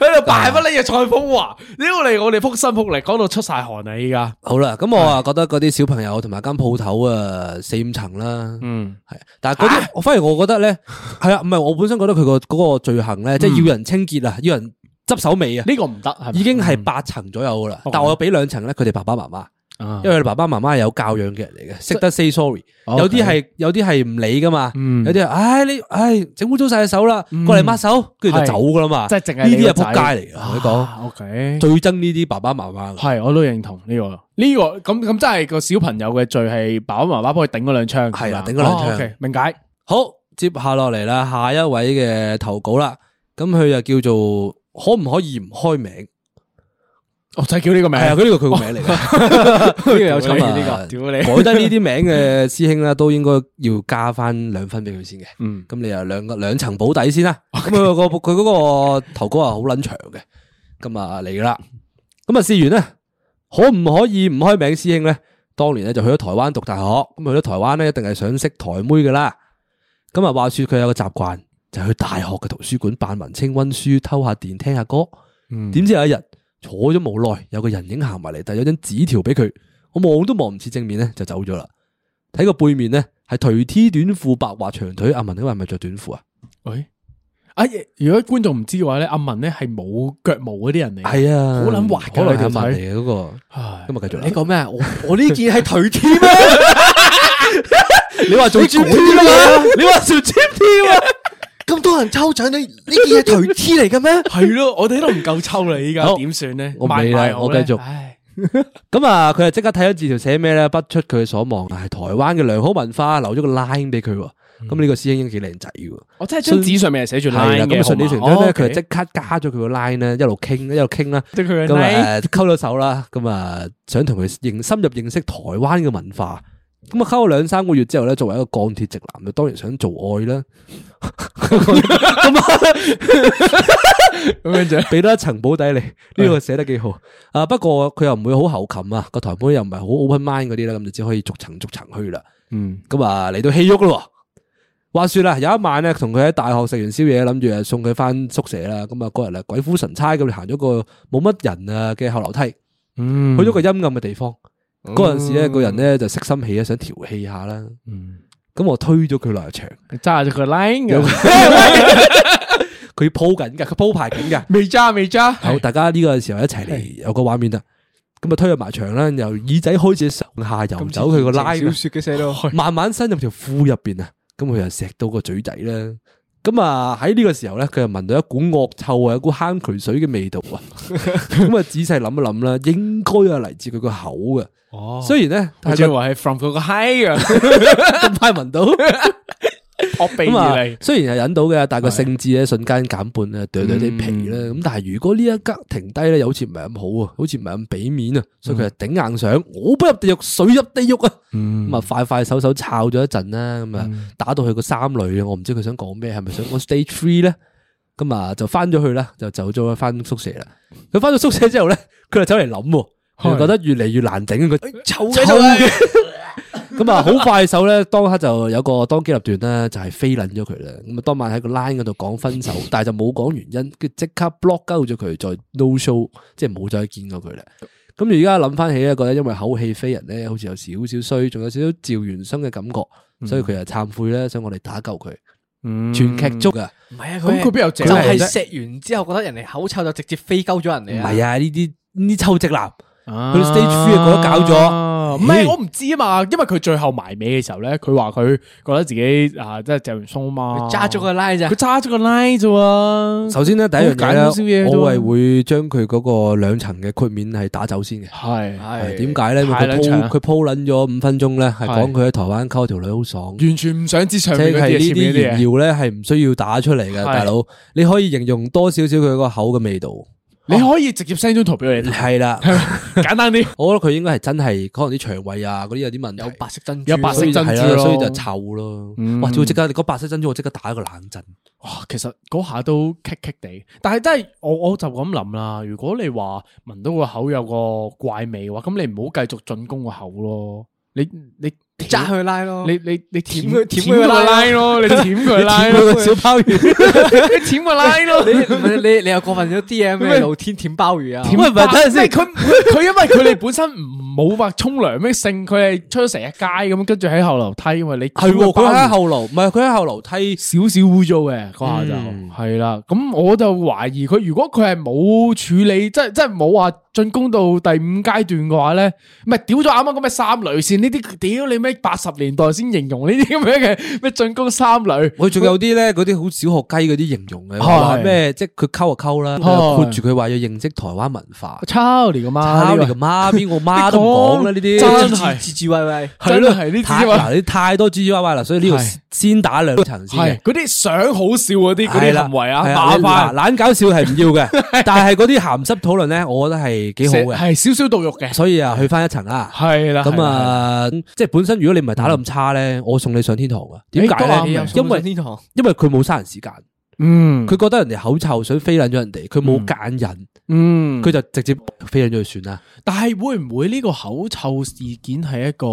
Speaker 2: 喺度扮乜嘢蔡風華？屌你！我哋撲心撲力，講到出晒汗啊！依家
Speaker 3: 好啦，咁我啊覺得嗰啲小朋友同埋間鋪頭啊，四五層啦。
Speaker 2: 嗯，啊
Speaker 3: 系，但係嗰啲，我反而我覺得咧，係啊，唔係我本身覺得佢個嗰個罪行咧，即
Speaker 2: 嗯
Speaker 3: 係要人清潔啊，要人執手尾啊，
Speaker 2: 呢個唔得，係咪
Speaker 3: 已經係八層左右噶啦。但我有俾兩層咧，佢哋爸爸媽媽。
Speaker 2: 哦啊哦
Speaker 3: 因為佢哋爸爸媽媽係有教養嘅人嚟嘅，識得 say sorry。有啲係有啲係唔理噶嘛，
Speaker 2: 嗯
Speaker 3: 有啲係唉你唉整污糟晒隻手啦，過嚟抹手，跟住就
Speaker 2: 係
Speaker 3: 走噶啦嘛。
Speaker 2: 即係淨係
Speaker 3: 呢
Speaker 2: 你
Speaker 3: 啲
Speaker 2: 個
Speaker 3: 係仆街嚟嘅，同你講
Speaker 2: 啊，OK，
Speaker 3: 最憎呢啲爸爸媽媽嘅。
Speaker 2: 係我都認同呢個呢個咁咁，真係個小朋友嘅罪係爸爸媽媽幫佢頂嗰兩槍，
Speaker 3: 係啦
Speaker 2: 嘛
Speaker 3: 頂嗰兩槍
Speaker 2: 哦，OK，明解。
Speaker 3: 好，接下落嚟啦，下一位嘅投稿啦，咁佢就叫做可唔可以唔開名？
Speaker 2: 我就係叫呢個名，
Speaker 3: 係啊，佢呢個佢個名嚟嘅，
Speaker 2: 呢個
Speaker 3: 有
Speaker 2: 有趣
Speaker 3: 趣啊
Speaker 2: 呢個，屌你！
Speaker 3: 改得呢啲名嘅師兄咧，都應該要加翻兩分俾佢先嘅。
Speaker 2: 嗯
Speaker 3: 咁你又兩個兩層保底先啦。咁佢個佢嗰個頭哥啊好撚長嘅，咁啊嚟噶啦。咁啊試完咧，可唔可以唔開名師兄咧？當年咧就去咗台灣讀大學，咁去咗台灣咧一定係想識台妹噶啦。咁啊話說佢有個習慣，就係去大學嘅圖書館扮文青溫書，偷下電聽下歌。點知有一日坐咗冇耐，有個人影行埋嚟，遞咗張紙條俾佢，我望都望唔切正面咧就走咗啦。睇個背面咧係頹 T 短褲白滑長腿，阿文你話係咪着短褲啊？
Speaker 2: 喂，啊！如果觀眾唔知嘅話咧，阿文咧係冇腳毛嗰啲人嚟，
Speaker 3: 係啊，
Speaker 2: 好撚滑㗎
Speaker 3: 可能係
Speaker 2: 你條
Speaker 3: 阿文嚟
Speaker 2: 腿
Speaker 3: 嘅嗰個。
Speaker 2: 唉
Speaker 3: 今日繼續
Speaker 4: 你
Speaker 3: 啦，
Speaker 4: 讲咩 啊？我我呢件系腿贴咩？
Speaker 3: 你話做 G P 啊嘛？你話做 G P 啊？
Speaker 4: 咁多人抽奖，你呢件系腿贴嚟嘅咩？
Speaker 2: 係咯，我哋都唔夠抽啦，依家
Speaker 3: 好
Speaker 2: 點算咧？
Speaker 3: 我唔
Speaker 2: 賣
Speaker 3: 理啦
Speaker 2: 賣
Speaker 3: 我繼續
Speaker 2: 唉，
Speaker 3: 咁啊，佢就即刻睇咗字條寫咩咧，不出佢所望，係台灣嘅良好文化，留咗個 line 俾佢喎。咁呢個師兄應該幾靚仔嘅喎。
Speaker 2: 我真係張紙上面係寫住
Speaker 3: 係啦
Speaker 2: line
Speaker 3: 咁
Speaker 2: 嘅，
Speaker 3: 啊順理成
Speaker 2: 好
Speaker 3: 章
Speaker 2: 嘛
Speaker 3: 咧，
Speaker 2: 哦
Speaker 3: 佢就
Speaker 2: OK
Speaker 3: 即刻加咗佢個 line 咧，一路傾一路傾啦。
Speaker 2: 即係佢嘅
Speaker 3: 咁
Speaker 2: line
Speaker 3: 啊，誒溝咗手啦，咁啊，想同佢認深入認識台灣嘅文化。咁啊，溝咗兩三個月之後咧，作為一個鋼鐵直男，就當然想做愛 啦。咁啊，
Speaker 2: 咁樣就
Speaker 3: 俾多一層保底你，呢個寫得幾好。啊，不過佢又唔會好喉擒啊，個台妹又唔係好 open mind 嗰啲啦，咁就只可以逐層逐層去啦。
Speaker 2: 嗯
Speaker 3: 咁啊嚟到戲喐咯。話說啦，有一晚咧，同佢喺大學食完宵夜，諗住啊送佢翻宿舍啦。咁啊嗰日啊鬼斧神差咁行咗個冇乜人啊嘅後樓梯，去
Speaker 2: 嗯
Speaker 3: 咗個陰暗嘅地方。嗰陣時咧，個人咧就色心起啊，想調戲下啦。咁我推咗佢落嚟牆，
Speaker 2: 嗯揸住 個 line 嘅，
Speaker 3: 佢鋪緊㗎，佢鋪排緊㗎。
Speaker 2: 未揸未揸，
Speaker 3: 好，大家呢個時候一齊嚟有個畫面啦。咁啊推入埋牆啦，由耳仔開始上下游走佢個拉
Speaker 4: 小说嘅 写到，
Speaker 3: 慢慢伸入條褲入边啊，咁佢又錫到個嘴仔啦。咁啊喺呢個時候咧，佢又聞到一股惡臭啊，有股坑渠水嘅味道 啊。咁啊仔細諗一諗啦，應該啊嚟自佢個口嘅。
Speaker 2: 哦
Speaker 3: 雖然咧，
Speaker 2: 我
Speaker 3: 但
Speaker 2: 以
Speaker 3: 係
Speaker 2: 為係 from 佢個 high 嘅，
Speaker 3: 佢咁快聞到，
Speaker 2: 我鼻
Speaker 3: 咁
Speaker 2: 而
Speaker 3: 啊
Speaker 2: 嚟，
Speaker 3: 雖然係引到嘅，但係個性致咧瞬間減半啊，掉掉啲皮啦。
Speaker 2: 嗯
Speaker 3: 咁但係如果呢一刻停低咧，又好似唔係咁好啊，好似唔係咁俾面啊，所以佢就頂硬上，我不入地獄，水入地獄啊！咁啊，快快手手抄咗一陣啦，咁啊，打到去個三類啊，我唔知佢想講咩，係咪想講 stage three 咧？咁啊，就翻咗去啦，就走咗翻宿舍啦。佢翻咗宿舍之後咧，佢就走嚟諗喎，佢就覺得越嚟越難頂，佢
Speaker 4: 臭
Speaker 3: 臭嘅。咁啊，好快手咧，當刻就有個當機立斷啦，就係飛撚咗佢啦。咁啊，當晚喺個 line 嗰度講分手，但係就冇講原因，跟住即刻 block 鳩咗佢，再 no show，即係冇再見過佢啦。咁而家諗翻起啊咧，覺得因為口氣飛人咧，好似有少少衰，仲有少少趙元生嘅感
Speaker 2: 嗯
Speaker 3: 覺，所以佢就懺悔咧，想我哋打救佢。全劇足啊！
Speaker 4: 唔系啊，
Speaker 2: 咁佢邊有
Speaker 4: 就
Speaker 2: 整
Speaker 4: 系
Speaker 2: 啫
Speaker 4: 食完之后觉得人哋口臭就直接飞鸠咗人
Speaker 3: 唔
Speaker 2: 嗯
Speaker 4: 嚟啊！
Speaker 3: 係啊，呢啲呢啲臭直男，
Speaker 2: 佢
Speaker 3: 佢 stage three 啊覺得搞咗，
Speaker 2: 啊，唔系我唔知啊嘛，因為佢最後埋尾嘅時候咧，佢話佢覺得自己啊，即係鄭元松啊嘛，
Speaker 4: 揸咗個拉咋
Speaker 2: 佢，揸咗個 line 啫喎，
Speaker 3: 首先咧，第一樣
Speaker 2: 嗯好簡單
Speaker 3: 嘢
Speaker 2: 少嘢
Speaker 3: 咧，
Speaker 2: 啫
Speaker 3: 我係會將佢嗰個兩層嘅豁免係打走先嘅。
Speaker 2: 係
Speaker 3: 係點解咧？因為
Speaker 2: 太
Speaker 3: 佢
Speaker 2: 撚長
Speaker 3: 鋪佢鋪撚咗五分鐘咧，係
Speaker 2: 係
Speaker 3: 講佢喺台灣溝條女好爽，即
Speaker 2: 完全唔想知上
Speaker 3: 係
Speaker 2: 面嗰
Speaker 3: 呢
Speaker 2: 啲嘢，
Speaker 3: 啲
Speaker 2: 前面嗰
Speaker 3: 炫
Speaker 2: 啲嘢，
Speaker 3: 耀咧係唔需要打出嚟嘅，
Speaker 2: 係
Speaker 3: 大佬，你可以形容多少少佢個口嘅味道，
Speaker 2: 你可以直接 send 張圖俾我哋睇，
Speaker 3: 係啦。
Speaker 2: 簡單啲，
Speaker 3: 我覺得佢應該係真係可能啲腸胃啊嗰啲有啲問題，
Speaker 4: 有白色珍珠，
Speaker 2: 有白色珍珠
Speaker 3: 係啦
Speaker 2: 咯
Speaker 3: 所以就臭咯。
Speaker 2: 嗯
Speaker 3: 哇！我即刻你講白色珍珠，我即刻打一個冷震。
Speaker 2: 哇，其實嗰下都棘棘地，但係真係我我就咁諗啦。如果你話聞到個口有個怪味嘅話，咁你唔好繼續進攻個口咯。你你
Speaker 4: 揸佢拉咯，
Speaker 2: 你你你舔
Speaker 4: 舔佢
Speaker 2: 舔
Speaker 4: 舔佢
Speaker 2: 佢
Speaker 4: 拉
Speaker 2: 拉咯，你舔佢拉
Speaker 3: 舔
Speaker 2: 咯，
Speaker 3: 佢個小鮑魚。
Speaker 2: 你 舔佢拉咯。
Speaker 4: 你唔係你你又過分咗啲 嘢咩？
Speaker 2: 咩
Speaker 4: 露天舔鮑魚啊！
Speaker 2: 喂，唔係等陣先，佢佢佢因為佢哋本身唔冇話沖涼咩性，佢係出咗成日街咁，跟住喺後樓梯，因為你
Speaker 3: 係喎，佢喺
Speaker 2: 包
Speaker 3: 後樓，唔係佢喺後樓梯。
Speaker 2: 少少污糟嘅嗰下就
Speaker 3: 嗯
Speaker 2: 係啦。咁我就懷疑佢如果佢係冇處理，即係即係冇話進攻到第五階段嘅話咧，唔係屌咗啱啱咁嘅三雷線呢啲，屌你咩八十年代先形容呢啲咁樣嘅 咩進攻三雷。
Speaker 3: 我仲有啲咧，嗰啲好小學雞嗰啲形容嘅，
Speaker 2: 係
Speaker 3: 話咩即係佢溝就溝啦，
Speaker 2: 係
Speaker 3: 括住佢話要認識台灣文化，
Speaker 2: 抄你個
Speaker 3: 抄你個媽，邊個媽都唔講啦呢啲，
Speaker 2: 真
Speaker 3: 係
Speaker 2: 係
Speaker 4: 自自喂喂，
Speaker 2: 真係呢啲
Speaker 3: 太
Speaker 2: 啊
Speaker 3: 嗱你太多 G G Y Y 啦，所以呢度
Speaker 2: 係
Speaker 3: 先打兩層
Speaker 2: 系
Speaker 3: 先嘅。
Speaker 2: 嗰啲想好笑嗰啲嗰
Speaker 3: 係
Speaker 2: 啲
Speaker 3: 啦
Speaker 2: 行為啊，
Speaker 3: 係
Speaker 2: 麻
Speaker 3: 你
Speaker 2: 煩
Speaker 3: 嗱懶搞笑係唔要嘅，但係嗰啲鹹濕討論咧，我覺得係幾好嘅，
Speaker 2: 系少少道肉嘅，
Speaker 3: 所以啊，去翻一層啦。
Speaker 2: 係啦。
Speaker 3: 咁
Speaker 2: 係啦，
Speaker 3: 啊，即係本身如果你唔係打得咁差咧，我送你上天堂啊！點解
Speaker 2: 誒都啱
Speaker 3: 咧？因為
Speaker 4: 天堂
Speaker 3: 因為佢冇嘥人時間，
Speaker 2: 嗯，
Speaker 3: 佢覺得人哋口臭想飛撚咗人哋，佢冇揀人，
Speaker 2: 嗯，
Speaker 3: 佢就直接飛撚咗佢算啦。
Speaker 2: 但係會唔會呢個口臭事件係一個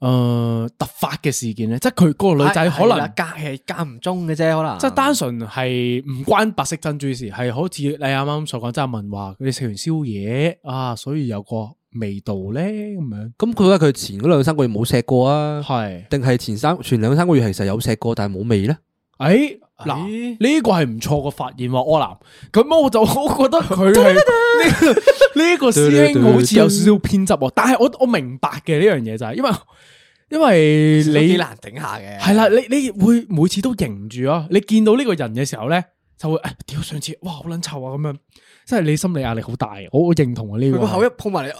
Speaker 2: 诶、呃突發嘅事件咧？即係佢嗰個女仔可能
Speaker 4: 隔係間唔中嘅啫，可能
Speaker 2: 即係單純係唔關白色珍珠事，係好似你啱啱所講，即係問話佢哋食完宵夜啊，所以有個味道咧咁樣。
Speaker 3: 咁佢話佢前嗰兩三個月冇錫過啊，
Speaker 2: 係，
Speaker 3: 定係前三前兩三個月其實有錫過，但係冇味咧？
Speaker 2: 诶嗱，
Speaker 4: 咦
Speaker 2: 呢個係唔錯嘅發現喎，柯南。咁我就我覺得佢係呢個呢個師兄好似有少少偏執喎，但係我我明白嘅呢樣嘢就係因為因為
Speaker 4: 都幾
Speaker 2: 你。
Speaker 4: 難頂下嘅。
Speaker 2: 系啦，你你会每次都迎住啊！你見到呢個人嘅時候咧，就會诶，屌、上次哇好撚臭啊咁樣，即係你心理壓力好大嘅，我我认同啊呢、
Speaker 4: 佢
Speaker 2: 個。
Speaker 4: 個
Speaker 2: 个
Speaker 4: 口一碰埋嚟，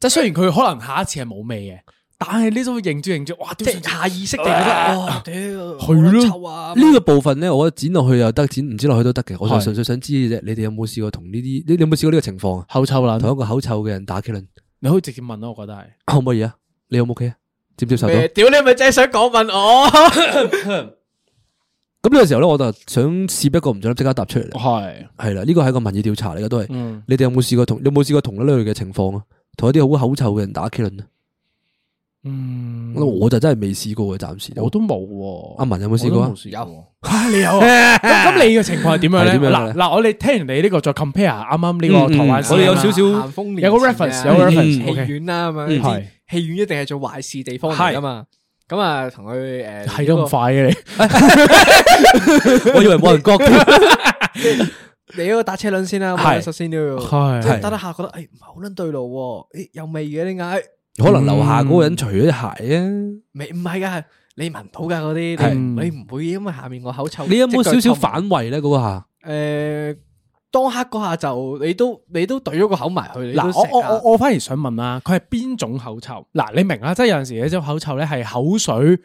Speaker 2: 即係雖然佢可能下一次係冇味嘅，但係呢種迎住迎住，哇！
Speaker 4: 即
Speaker 2: 屌上
Speaker 4: 係
Speaker 2: 次
Speaker 4: 下意識地覺得哇屌，
Speaker 2: 係咯
Speaker 4: 好臭啊！
Speaker 3: 呢個部分咧，我覺得剪落去又得，剪唔剪落去都得嘅。我就
Speaker 2: 係
Speaker 3: 純粹想知嘅啫，你哋有冇試過同呢啲？你你有冇試過呢個情況啊？
Speaker 2: 口臭啦，
Speaker 3: 同一個口臭嘅人打 K 輪，
Speaker 2: 你可以直接問咯，我覺得係。
Speaker 3: 可唔可以啊？你有冇 K 啊？接唔接受到？
Speaker 4: 咩屌你咪真係想講問我？
Speaker 3: 咁呢個時候咧，我就想試一個唔準即刻答出嚟啦。
Speaker 2: 系，
Speaker 3: 係啦，呢個係一個民意調查嚟嘅，都係。
Speaker 2: 嗯，
Speaker 3: 你哋有冇試過同有冇試過同一類嘅情況啊？同一啲好口臭嘅人打 K 輪啊？
Speaker 2: 嗯，
Speaker 3: 我就真係未試過嘅，暫時
Speaker 2: 我都冇喎。
Speaker 3: 阿文有冇試過啊
Speaker 2: 我都冇試過？你有啊？咁咁你嘅情況係點樣
Speaker 3: 係
Speaker 2: 咧？
Speaker 3: 點樣
Speaker 2: 嗱
Speaker 3: 呢
Speaker 2: 嗱，我哋聽完你呢個再 compare 啱啱呢個台灣
Speaker 3: 嗯
Speaker 2: 先啦，
Speaker 3: 我哋有少少
Speaker 4: 咸豐年
Speaker 2: 有個
Speaker 4: 前
Speaker 2: Dạ, reference，Ừ.
Speaker 4: 啊
Speaker 2: 有個
Speaker 3: 嗯
Speaker 2: reference，OK
Speaker 4: 戲院啦咁
Speaker 3: 嗯
Speaker 4: 樣，
Speaker 2: 係
Speaker 4: 啲戲院一定係做壞事地方嚟噶嘛。咁啊，同佢诶
Speaker 2: 係都咁快嘅你。
Speaker 3: 我以為冇人覺添。
Speaker 4: 你嗰個打車輪先啦，
Speaker 3: 係
Speaker 4: 咁首先都要
Speaker 2: 係
Speaker 4: 即係得一下覺得，誒唔係好撚對路喎，誒有味嘅點解？
Speaker 3: 可能樓下嗰個人除咗鞋啊，
Speaker 4: 味唔係㗎，你聞到㗎嗰啲，
Speaker 3: 係
Speaker 4: 你你唔會因為下面個口臭。
Speaker 3: 你有冇少少
Speaker 4: 反？
Speaker 3: 反胃咧？嗰個下
Speaker 4: 誒，當刻嗰下就你都你都對咗個口埋去，你都
Speaker 2: 嗱，
Speaker 4: 食
Speaker 2: 我我
Speaker 4: 啊
Speaker 2: 我我反而想問啦，佢係邊種口臭？嗱，你明啦，即係有阵时呢種口臭咧係口水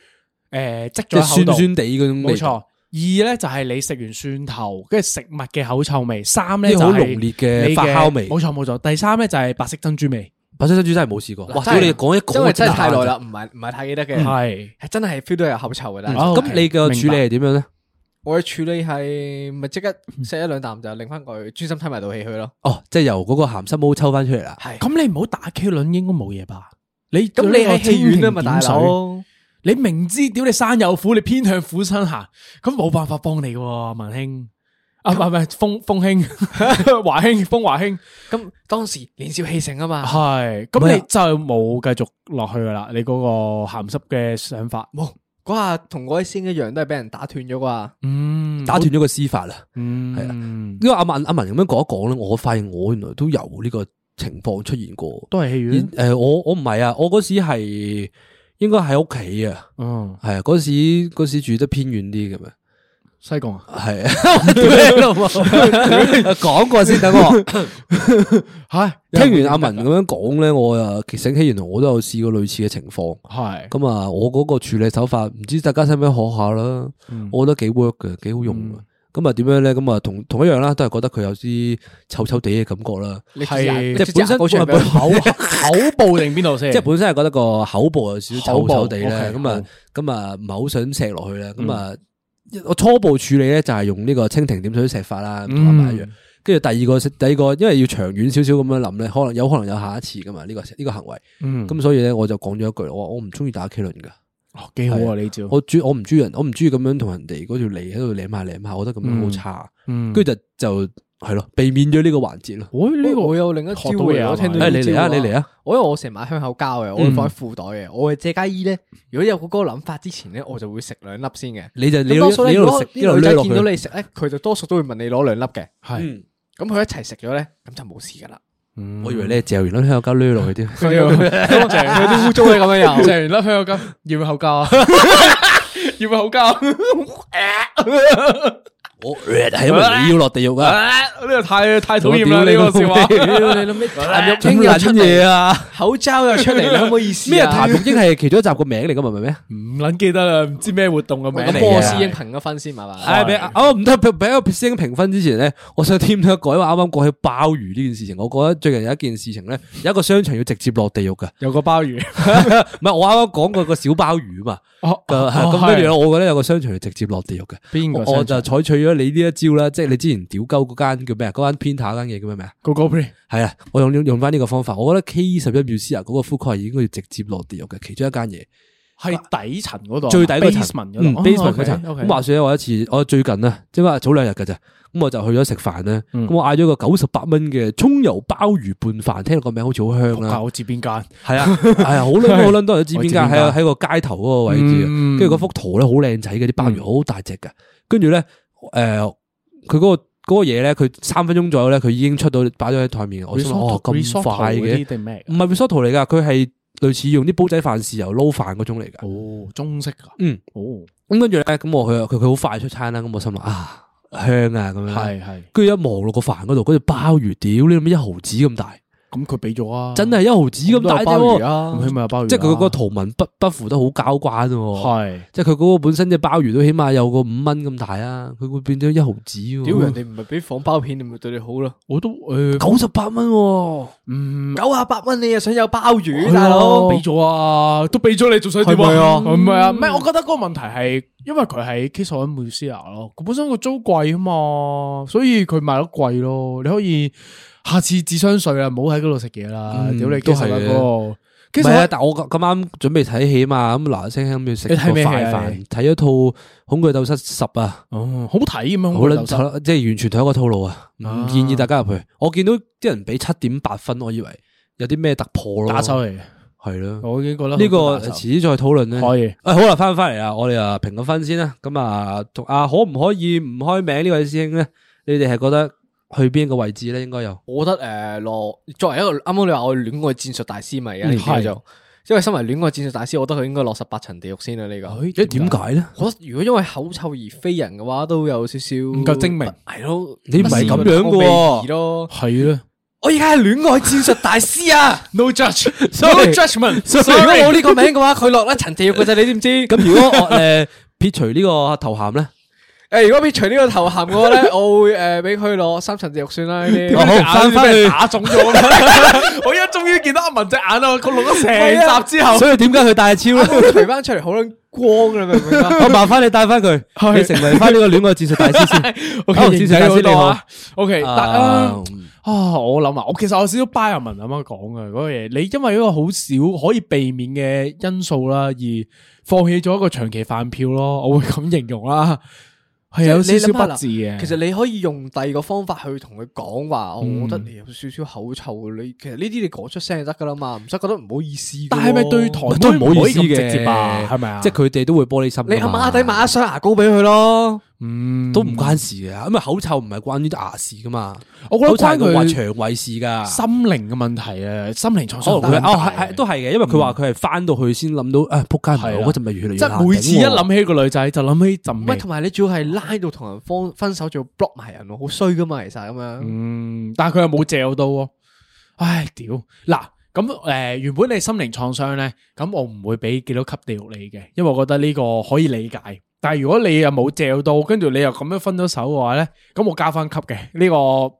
Speaker 2: 诶积
Speaker 3: 即
Speaker 2: 咗
Speaker 3: 係
Speaker 2: 喺口
Speaker 3: 酸
Speaker 2: 度，
Speaker 3: 酸地嗰種味
Speaker 2: 冇
Speaker 3: 道，
Speaker 2: 錯。二咧就係你食完蒜頭，跟住食物嘅口臭味。三咧
Speaker 3: 啲
Speaker 2: 就
Speaker 3: 好
Speaker 2: 係
Speaker 3: 濃烈
Speaker 2: 你
Speaker 3: 嘅發酵味。
Speaker 2: 冇錯冇錯。第三咧就係白色珍珠味，
Speaker 3: 白色珍珠真係冇試過。哇！屌
Speaker 4: 真係
Speaker 3: 你講一講，
Speaker 4: 因為真係
Speaker 3: 我
Speaker 4: 太
Speaker 3: 打
Speaker 4: 耐
Speaker 3: 冷
Speaker 4: 啦，唔係唔係太記得嘅，
Speaker 2: 係
Speaker 4: 係真係 feel 到有口臭嘅啦
Speaker 3: 震。。
Speaker 2: 哦
Speaker 3: 咁你嘅處理係點樣咧？
Speaker 4: 我嘅處理係咪即刻食一兩啖就擰翻佢，專心睇埋套戲去咯。
Speaker 3: 哦，即係由嗰個鹹濕毛抽翻出嚟啦。
Speaker 4: 係
Speaker 2: 咁你唔好打 K 輪，應該冇嘢吧？你
Speaker 4: 咁你喺戲院啊嘛，大
Speaker 2: 佬，
Speaker 4: 佬。
Speaker 2: 你明知屌你山有虎，你偏向虎身行，咁冇辦法幫你嘅喎，文兄。啊，唔係唔係，風風 兄，華兄，風華兄。
Speaker 4: 咁當時年少氣盛啊嘛，
Speaker 2: 系，
Speaker 3: 唔係
Speaker 2: 咁
Speaker 3: 啊
Speaker 2: 你就冇繼續落去噶啦，你嗰個鹹濕嘅想法，
Speaker 4: 冇嗰下同嗰啲先一樣，都係俾人打斷咗啩。
Speaker 2: 嗯，
Speaker 3: 打斷咗個司法啦。
Speaker 2: 嗯，系啦，
Speaker 3: 因為阿文阿文咁樣講一講咧，我發現我原來都有呢個情況出現過。
Speaker 2: 都系戏
Speaker 3: 誒
Speaker 2: 院。、
Speaker 3: 我我唔係啊，我嗰時係應該喺屋企啊，
Speaker 2: 嗯，
Speaker 3: 係啊，嗰時嗰時住得偏遠啲咁樣。
Speaker 2: 西贡啊，
Speaker 3: 系 啊，讲过先 等我。
Speaker 2: 吓，
Speaker 3: 听完阿文咁样讲咧，我啊醒起，原来我都有试过类似嘅情况。
Speaker 2: 系
Speaker 3: 咁啊，我嗰個處理手法唔知大家使唔使學下啦？我覺得幾 work 嘅，幾好用嘅。咁啊點樣咧？咁啊同同一樣啦，都係覺得佢有啲臭臭地嘅感覺啦。
Speaker 2: 啊係
Speaker 3: 即係本身
Speaker 4: 嗰
Speaker 3: 本口，
Speaker 2: 口部定边度先？
Speaker 3: 即係本身係覺得個口部有少少
Speaker 2: 口
Speaker 3: 臭
Speaker 2: 部
Speaker 3: 臭地咧。
Speaker 2: OK，
Speaker 3: 咁啊
Speaker 2: 好
Speaker 3: 咁啊唔係好想錫落去啦。咁啊我初步處理咧就係用呢個蜻蜓點水石法啦，
Speaker 2: 嗯
Speaker 3: 同阿媽一樣。跟住第二個第二個，因為要長遠少少咁樣諗咧，可能有可能有下一次噶嘛。呢個呢個行為，
Speaker 2: 嗯，
Speaker 3: 咁所以咧我就講咗一句，我話我唔中意打 K 輪噶。
Speaker 2: 哦几好啊呢招。
Speaker 3: 我主我唔中意人，我唔中意咁樣同人哋嗰條脷喺度舐下舐下，我覺得咁樣好差。
Speaker 2: 嗯
Speaker 3: 跟住就就係咯，避免咗呢個環節咯。
Speaker 2: 喂，呢
Speaker 4: 呢
Speaker 2: 个
Speaker 4: 個我 有另一招
Speaker 2: 學到嘢
Speaker 4: 嘅，
Speaker 2: 啊
Speaker 4: 我聽到
Speaker 3: 誒
Speaker 4: 呢
Speaker 3: 你嚟啊，
Speaker 4: 招
Speaker 3: 你嚟！啊！
Speaker 4: 我因為我成日買香口膠嘅，我會放喺褲袋嘅。我嘅借家衣咧，如果有嗰個諗法之前咧，我就會食兩粒先嘅。
Speaker 3: 你就啊你
Speaker 4: 咁
Speaker 3: 一
Speaker 4: 多數
Speaker 3: 路你一
Speaker 4: 咧，如
Speaker 3: 路
Speaker 4: 果
Speaker 3: 食一路
Speaker 4: 啲女
Speaker 3: 掠
Speaker 4: 仔
Speaker 3: 落
Speaker 4: 見到
Speaker 3: 去。
Speaker 4: 你食咧，佢就多數都會問你攞兩粒嘅。
Speaker 2: 系，
Speaker 3: 嗯
Speaker 4: 咁佢一齊食咗咧，咁就冇事噶啦。
Speaker 3: 我以為你係嚼完粒香口膠掠落去添。
Speaker 2: 佢有啲污糟嘅咁样又，成粒香口膠，要唔要口膠 啊？要唔要口膠？
Speaker 3: 我係因為你要落地獄啊！
Speaker 2: 啊呢個太太討
Speaker 3: 我
Speaker 2: 厭
Speaker 3: 屌
Speaker 2: 啦
Speaker 3: 你
Speaker 2: 呢個笑話。
Speaker 4: 屌你老味，
Speaker 3: 譚
Speaker 4: 譚
Speaker 3: 玉
Speaker 4: 玉
Speaker 3: 英
Speaker 4: 英
Speaker 3: 又
Speaker 4: 又
Speaker 3: 出
Speaker 4: 出
Speaker 3: 嘢
Speaker 4: 嚟，
Speaker 3: 啊！
Speaker 4: 口罩又出嚟啦，有冇意思
Speaker 3: 咩啊？譚
Speaker 4: 啊？
Speaker 3: 玉英係其中一集個名嚟噶嘛？係咪咩？
Speaker 2: 唔捻記得啦，唔知咩活動嘅名嚟
Speaker 4: 咁
Speaker 2: 嘅
Speaker 4: 波斯英評咗分先嘛嘛。
Speaker 3: 唉，俾哦唔得，俾俾個先評分之前咧，我想添咗改話啱啱過去鮑魚呢件事情，我覺得最近有一件事情咧，有一個商場要直接落地獄噶。
Speaker 2: 有個鮑魚。
Speaker 3: 唔係我啱啱講過個小鮑魚嘛，
Speaker 2: 哦
Speaker 3: 咁咁跟住咧，我覺得有個商場係直接落地獄嘅。
Speaker 2: 邊個商場
Speaker 3: 我我就採取咗你呢一招啦，即係你之前屌鳩嗰間叫咩啊？嗰間 Pinta 嗰間嘢叫咩名啊？
Speaker 2: g o g o Play
Speaker 3: 係啊，我用用翻呢個方法，我覺得 K 十一 u c 啊嗰個 full 蓋應該要直接落地獄嘅其中一間嘢。
Speaker 2: 係底層嗰度啊，
Speaker 3: 最底嗰層
Speaker 2: basement 嗰
Speaker 3: 嗯
Speaker 2: 度哦
Speaker 3: basement 嗰層。咁
Speaker 2: 咁
Speaker 3: 話說咧，我有一次我最近啊，即係話早兩日嘅咋，咁我就去咗食飯咧，
Speaker 2: 嗯
Speaker 3: 咁我嗌咗個九十八蚊嘅葱油鮑魚拌飯，聽落個名好似好香啦。
Speaker 2: 我知邊間。
Speaker 3: 系啊，系啊，好 撚好撚多人都知邊間
Speaker 2: 我
Speaker 3: 喺
Speaker 2: 知邊間
Speaker 3: 個喺個街頭嗰個位置啊
Speaker 2: 嗯，
Speaker 3: 跟住嗰幅圖咧好靚仔嘅，啲鮑魚好大隻嘅，跟住咧诶，佢嗰個嗰個嘢咧，佢三分鐘左右咧，佢已經出到擺咗喺台面，我心諗哦
Speaker 2: Risotto-
Speaker 3: 咁
Speaker 2: Risotto
Speaker 3: 快
Speaker 2: 嗰啲
Speaker 3: 嘅，嗯
Speaker 2: 定咩？
Speaker 3: 唔
Speaker 2: 啊
Speaker 3: 係 risotto 嚟㗎，佢係類似用啲煲仔飯豉油撈飯嗰種嚟㗎。
Speaker 2: 哦，中式噶。
Speaker 3: 嗯，
Speaker 2: 哦，
Speaker 3: 咁跟住咧，咁我佢佢佢好快出餐啦，咁我心諗啊香啊咁樣，
Speaker 2: 係係。
Speaker 3: 跟住一望落個飯嗰度，嗰隻鮑魚屌你諗一毫子咁大，
Speaker 2: 咁佢俾咗啊，
Speaker 3: 真係一毫子咁大啫
Speaker 4: 鮑魚
Speaker 3: 喎，
Speaker 4: 啊
Speaker 2: 咁，起碼有鮑魚啊。
Speaker 3: 即係佢嗰個圖文不不符得好交關喎。
Speaker 2: 係
Speaker 3: 即係佢嗰個本身隻鮑魚都起碼有個五蚊咁大啊，佢會變咗一毫子
Speaker 4: 屌嗯人
Speaker 3: 喎，
Speaker 4: 哋唔係俾仿包片，你咪對你好咯。
Speaker 2: 我都誒
Speaker 3: 九十八蚊喎，
Speaker 2: 嗯。
Speaker 4: 九啊八蚊你又想有鮑魚，
Speaker 2: 係
Speaker 4: 大
Speaker 2: 咯
Speaker 4: 佬
Speaker 2: 俾咗啊，都俾咗你，仲想點
Speaker 4: 係咪
Speaker 2: 啊？
Speaker 4: 啊
Speaker 2: 唔係啊，唔係，我覺得嗰個問題係，因為佢係 Kiss on m u s e a 咯，佢本身個租貴啊嘛，所以佢賣得貴咯。你可以下次智商税啦，唔好喺嗰度食嘢啦，
Speaker 3: 嗯
Speaker 2: 屌你
Speaker 3: 都
Speaker 2: Kiss on
Speaker 3: 係嘅
Speaker 2: 嗰個
Speaker 3: 唔
Speaker 2: Kiss
Speaker 3: 係啊！
Speaker 2: on
Speaker 3: 但我咁啱準備睇戲嘛，咁嗱嗱聲咁要食
Speaker 2: 你睇
Speaker 3: 個
Speaker 2: 咩戲
Speaker 3: 快
Speaker 2: 啊你
Speaker 3: 飯，睇咗套《恐懼鬥室十》啊，
Speaker 2: 哦，好睇咁樣，
Speaker 3: 好
Speaker 2: 好
Speaker 3: 撚
Speaker 2: 撚
Speaker 3: 醜即係完全同一個套路啊！唔
Speaker 2: 啊
Speaker 3: 建議大家入去。我見到啲人俾七點八分，我以為有啲咩突破咯，
Speaker 2: 打手嚟嘅，
Speaker 3: 係咯。
Speaker 2: 我已經覺得
Speaker 3: 呢個
Speaker 2: 打
Speaker 3: 遲
Speaker 2: 手
Speaker 3: 啲再討論咧。
Speaker 2: 可以
Speaker 3: 诶、好啦，翻翻嚟啊，我哋啊評個分先啦。咁啊，同啊可唔可以唔開名呢位師兄咧？你哋係覺得去邊個位置咧？應該有。
Speaker 4: 我覺得诶，落作為一個啱啱你話我係戀愛戰術大師咪而家啊
Speaker 2: 嗯
Speaker 4: 呢啲叫做，因為身為戀愛戰術大師，我覺得佢應該落十八層地獄先啊呢個。
Speaker 2: 哎
Speaker 3: 诶，点解咧？
Speaker 4: 我覺得如果因為口臭而非人嘅話，都有少少唔
Speaker 2: 夠精明
Speaker 4: 係咯，
Speaker 3: 你唔係咁樣嘅喎
Speaker 4: 咯。
Speaker 2: 係啦
Speaker 4: 我而家係戀愛戰術大師啊！
Speaker 2: ，no judge，no
Speaker 3: Sorry
Speaker 2: judgment，
Speaker 4: 所以如果我呢 個名嘅話，佢落一層地獄嘅啫，你知唔知？咁
Speaker 3: 咁如果 我诶撇除呢個頭銜咧，
Speaker 4: 诶，如果撇除呢個頭銜嘅話咧，我會诶俾佢落三層地獄算啦呢啲。
Speaker 3: 哦好翻翻去。
Speaker 2: 打肿咗 啦！我而家終於見到阿文隻眼啦，佢錄咗成集之後。
Speaker 3: 所以點解佢戴超 咧？
Speaker 4: 除翻出嚟好撚光啦，明唔明 啊？
Speaker 3: 我麻煩你戴翻佢，你成為翻呢個戀愛戰術大 師先。
Speaker 2: O
Speaker 3: 好
Speaker 2: K，
Speaker 3: 戰術大師你好。
Speaker 2: O K，得啊
Speaker 3: 啊。
Speaker 2: 啊，我諗啊，我其實有少少 buy 阿文啱啱講嘅嗰個嘢，你因為一個好少可以避免嘅因素啦，而放棄咗一個長期飯票咯，我會咁形容啦。係有
Speaker 4: 即係你
Speaker 2: 少少
Speaker 4: 諗下
Speaker 2: 不
Speaker 4: 啦
Speaker 2: 智嘅
Speaker 4: 其實你可以用第二個方法去同佢講話，我覺
Speaker 2: 嗯
Speaker 4: 得你有少少口臭，你其實呢啲你講出聲就得噶啦嘛，唔使覺得唔好意思㗎喎。
Speaker 2: 但係咪對台
Speaker 3: 唔係都
Speaker 2: 妹
Speaker 3: 唔好意思
Speaker 2: 可以咁
Speaker 3: 嘅，
Speaker 2: 直接啊係咪啊
Speaker 3: 即係佢哋都會玻璃心㗎嘛。
Speaker 4: 你阿媽底買一箱牙膏俾佢咯？
Speaker 2: 嗯
Speaker 3: 都唔關事嘅，因為口臭唔係關於牙事噶嘛。
Speaker 2: 我覺得
Speaker 3: 口臭係
Speaker 2: 關佢
Speaker 3: 話腸胃事噶。
Speaker 2: 心靈嘅問題啊，心靈創
Speaker 3: 可
Speaker 2: 傷
Speaker 3: 能佢
Speaker 2: 好
Speaker 3: 哦
Speaker 2: 大
Speaker 3: 係係都係嘅，因為佢話佢係翻到去先諗到，誒仆街唔
Speaker 2: 係
Speaker 3: 係
Speaker 2: 啦
Speaker 3: 我嗰陣咪越嚟越
Speaker 2: 即係每次一諗起個女仔就諗起陣
Speaker 4: 唔
Speaker 2: 味
Speaker 4: 係，。同埋你主要係拉到同人分分手，仲要 block 埋人喎，好衰噶嘛，其實咁樣。
Speaker 2: 嗯，但係佢又冇嚼到喎。唉，屌嗱，咁诶、呃原本你心靈創傷咧，咁我唔會俾幾多級地獄你嘅，因為我覺得呢個可以理解。但係如果你又冇嚼到，跟住你又咁樣分咗手嘅話咧，咁我加翻級嘅呢、個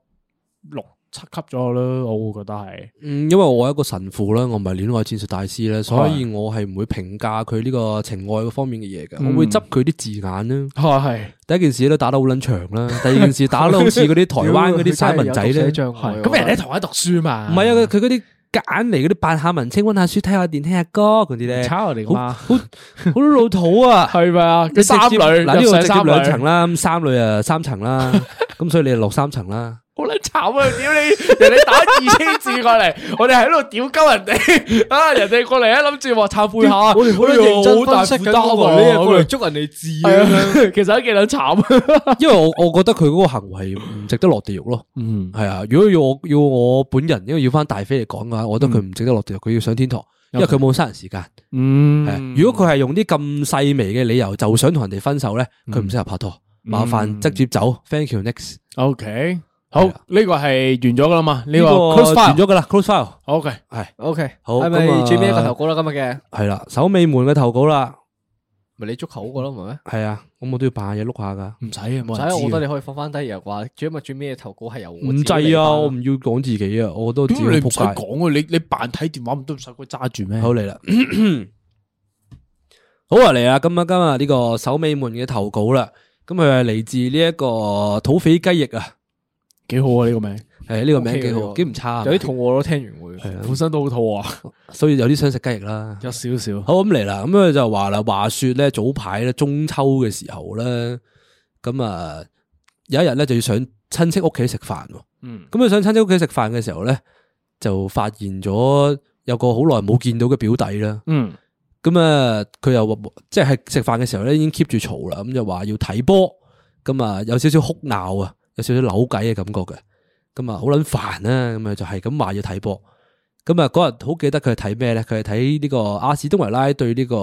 Speaker 2: 六七級咗咯，我會覺得係。
Speaker 3: 嗯，因為我係一個神父啦，我唔係戀愛戰術大師咧，所以我係唔會評價佢呢個情愛嗰方面嘅嘢嘅，
Speaker 2: 嗯
Speaker 3: 我會執佢啲字眼啦。
Speaker 2: 係
Speaker 3: 第一件事咧打得好撚長啦，第二件事打得好似嗰啲台灣 嗰啲散文仔咧，
Speaker 4: 咁
Speaker 2: 係，咁人哋喺台灣讀書嘛，
Speaker 3: 唔係啊，佢佢嗰啲夾硬嚟嗰啲扮下文青、溫下書、睇下電、聽下歌嗰啲咧，
Speaker 2: 抄我哋
Speaker 3: 好
Speaker 2: 噶嘛，
Speaker 3: 好好老土啊！
Speaker 2: 係咪啊？
Speaker 3: 你
Speaker 2: 佢三
Speaker 3: 直
Speaker 2: 女
Speaker 3: 接嗱呢
Speaker 2: 入
Speaker 3: 度
Speaker 2: 上
Speaker 3: 直接
Speaker 2: 三
Speaker 3: 兩
Speaker 2: 女
Speaker 3: 層，啦，咁三女啊三層 啦，咁所以你就落三層啦。
Speaker 2: 好撚慘啊！屌你，人哋打二千字過嚟， 我哋喺度屌鳩人哋 啊！人哋過嚟一諗住話忏悔下，
Speaker 4: 我哋好
Speaker 2: 哎
Speaker 4: 認
Speaker 2: 呦
Speaker 4: 真
Speaker 2: 好大
Speaker 4: 分析
Speaker 2: 負
Speaker 4: 緊
Speaker 2: 擔
Speaker 4: 喎，
Speaker 2: 啊！
Speaker 4: 你又過嚟
Speaker 2: 咁
Speaker 4: 捉人哋字
Speaker 2: 樣
Speaker 4: 啊！
Speaker 2: 係啊 其實都幾撚慘。啊
Speaker 3: 因為我我覺得佢嗰個行為唔值得落地獄咯。
Speaker 2: 嗯，
Speaker 3: 係啊，如果要我要我本人，因為要翻大飛嚟講嘅話，我覺得佢唔值得落地獄，佢要上天堂，因為佢冇殺人時間。係啊
Speaker 2: 嗯
Speaker 3: 如果佢係用啲咁細微嘅理由就想同人哋分手咧，佢唔適合拍拖。麻煩直接走，thank you next。
Speaker 2: OK，好，
Speaker 3: 係啊
Speaker 2: 呢個係完咗噶啦嘛？呢
Speaker 3: 呢
Speaker 2: 個
Speaker 3: 個
Speaker 2: close
Speaker 3: 完
Speaker 2: file
Speaker 3: 咗噶啦，close file
Speaker 2: OK，
Speaker 3: 係
Speaker 4: OK，
Speaker 3: 好咁
Speaker 4: 係
Speaker 3: 啊
Speaker 4: 咪最尾一個投稿啦？今日嘅
Speaker 3: 係啦，守尾門嘅投稿啦，
Speaker 4: 咪你捉球嗰個咯，唔係咩？
Speaker 3: 係啊，咁我都要扮嘢碌下噶。
Speaker 2: 唔使啊，
Speaker 4: 唔
Speaker 2: 冇
Speaker 4: 使啊，我覺
Speaker 2: 人
Speaker 4: 得
Speaker 2: 知啊。
Speaker 4: 你可以放翻低，又話最尾最尾嘅投稿係由我
Speaker 3: 唔制
Speaker 4: 自己嚟
Speaker 3: 啊，
Speaker 4: 返
Speaker 3: 我唔要講自己啊，我都自
Speaker 2: 咁
Speaker 3: 己
Speaker 2: 你唔
Speaker 3: 仆
Speaker 2: 使
Speaker 3: 街。
Speaker 2: 講啊！你你扮睇電話唔都唔使佢揸住咩？
Speaker 3: 好嚟啦， 好啊嚟啦！今日今日呢個守尾門嘅投稿啦，咁佢係嚟自呢一個土匪雞翼啊，
Speaker 2: 幾好啊！呢個名
Speaker 3: 係呢個名
Speaker 4: OK
Speaker 3: 幾
Speaker 4: 呢
Speaker 3: 好，
Speaker 4: 個
Speaker 3: 幾唔差，
Speaker 4: 有啲肚餓咯，聽完會。
Speaker 3: 係啊，
Speaker 2: 本身都好肚啊，
Speaker 3: 所以有啲想食雞翼啦。
Speaker 2: 有少少。
Speaker 3: 好咁嚟啦，咁佢就話啦，話說咧早排咧中秋嘅時候咧，咁啊有一日咧就要上親戚屋企食飯喎，
Speaker 2: 嗯
Speaker 3: 咁佢上親戚屋企食飯嘅時候咧，就發現咗有個好耐冇見到嘅表弟啦。
Speaker 2: 嗯
Speaker 3: 咁啊，佢又話即係食飯嘅時候咧，已經 keep 住嘈啦，咁就話要睇波，咁啊有少少哭鬧啊，有少少扭計嘅感覺嘅，咁啊好撚煩啦，咁啊就係咁話要睇波，咁啊嗰日好記得佢係睇咩咧？佢係睇呢個阿士東維拉對呢個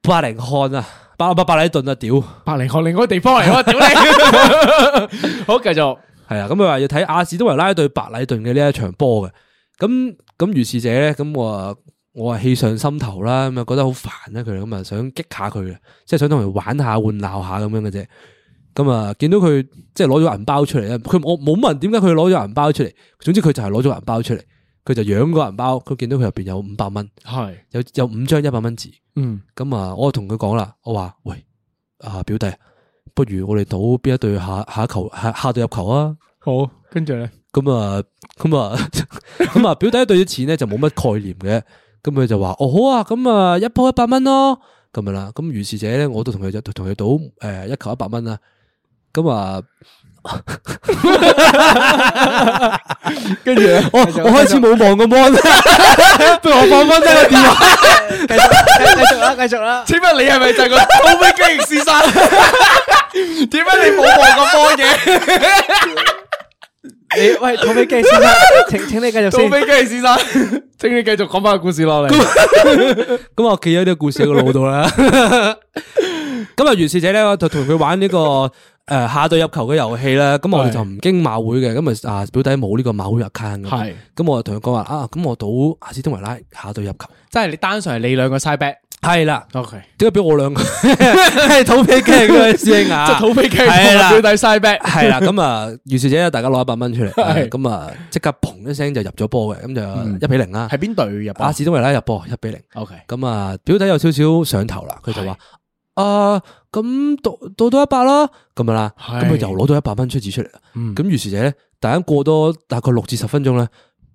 Speaker 3: 巴靈漢啊，巴巴巴里頓啊，屌，係
Speaker 2: 百靈學另外一個地方嚟 喎，屌你！好，繼續。
Speaker 3: 啊，咁佢話要睇阿士東維拉對白禮頓嘅呢一場波嘅，咁咁如是者咧，咁我啊我啊氣上心頭啦，咁啊覺得好煩啦佢，咁啊想激下佢嘅，即係想同佢玩下、玩鬧下咁樣嘅啫。咁啊，見到佢即係攞咗銀包出嚟咧，佢我冇問點解佢攞咗銀包出嚟，總之佢就係攞咗銀包出嚟，佢就養個銀包，佢見到佢入邊有五百蚊，
Speaker 2: 系，
Speaker 3: 有有五張一百蚊紙。
Speaker 2: 嗯，
Speaker 3: 咁啊，我同佢講啦，我話喂啊表弟，不如我哋賭邊一隊下下一球下下隊入球啊！
Speaker 2: 好，跟住咧，
Speaker 3: 咁啊，咁啊， 咁啊，表弟對啲錢咧就冇乜概念嘅，咁佢就話：哦好啊，咁啊一鋪一百蚊咯，咁樣啦。咁如是者咧，我都同佢同佢賭誒一球一百蚊啦。咁啊，
Speaker 2: 跟住
Speaker 3: 我我開始冇望個 mon，不如我放翻低個電話。
Speaker 4: 繼續繼續啦，繼續啦。
Speaker 2: 请问你系咪就係个高飛經營先生？点解你冇望咁波嘢？
Speaker 4: 你喂，土匪雞先生，請請你繼續
Speaker 2: 高
Speaker 4: 先。
Speaker 2: 飛經營先 生，请你繼續講翻個故事落 嚟。
Speaker 3: 咁我企喺呢個故事個腦度啦。 咁啊，袁氏姐咧就同佢玩呢、個个誒下隊入球嘅遊戲啦。咁我哋就唔經馬會嘅，咁啊啊表弟冇呢個馬會 account 嘅。
Speaker 2: 係，
Speaker 3: 咁我就同佢講話啊，咁我賭阿斯東維拉下隊入球。
Speaker 2: 即係你單純係你兩個 side back。
Speaker 3: 係啦，
Speaker 2: OK，
Speaker 3: 點解俾我兩個係土匪雞嘅師兄啊？
Speaker 2: 即係土匪經
Speaker 3: 係啦
Speaker 2: 營同表弟 side back。
Speaker 3: 系啦，咁啊，袁小姐大家攞一百蚊出嚟，
Speaker 2: 係嗯
Speaker 3: 咁啊，即刻砰一聲就入咗波嘅，咁就一比零啦。
Speaker 2: 係邊隊入
Speaker 3: 阿
Speaker 2: 啊
Speaker 3: 士東維拉入波一比零，
Speaker 2: ？OK，
Speaker 3: 咁啊，表弟有少少上頭啦，佢就話：啊，咁賭賭到一百啦，咁樣啦，咁
Speaker 2: 係
Speaker 3: 啊又攞到一百蚊出紙出嚟啦。
Speaker 2: 嗯
Speaker 3: 咁袁小姐咧，突然間過多大概六至十分鐘咧，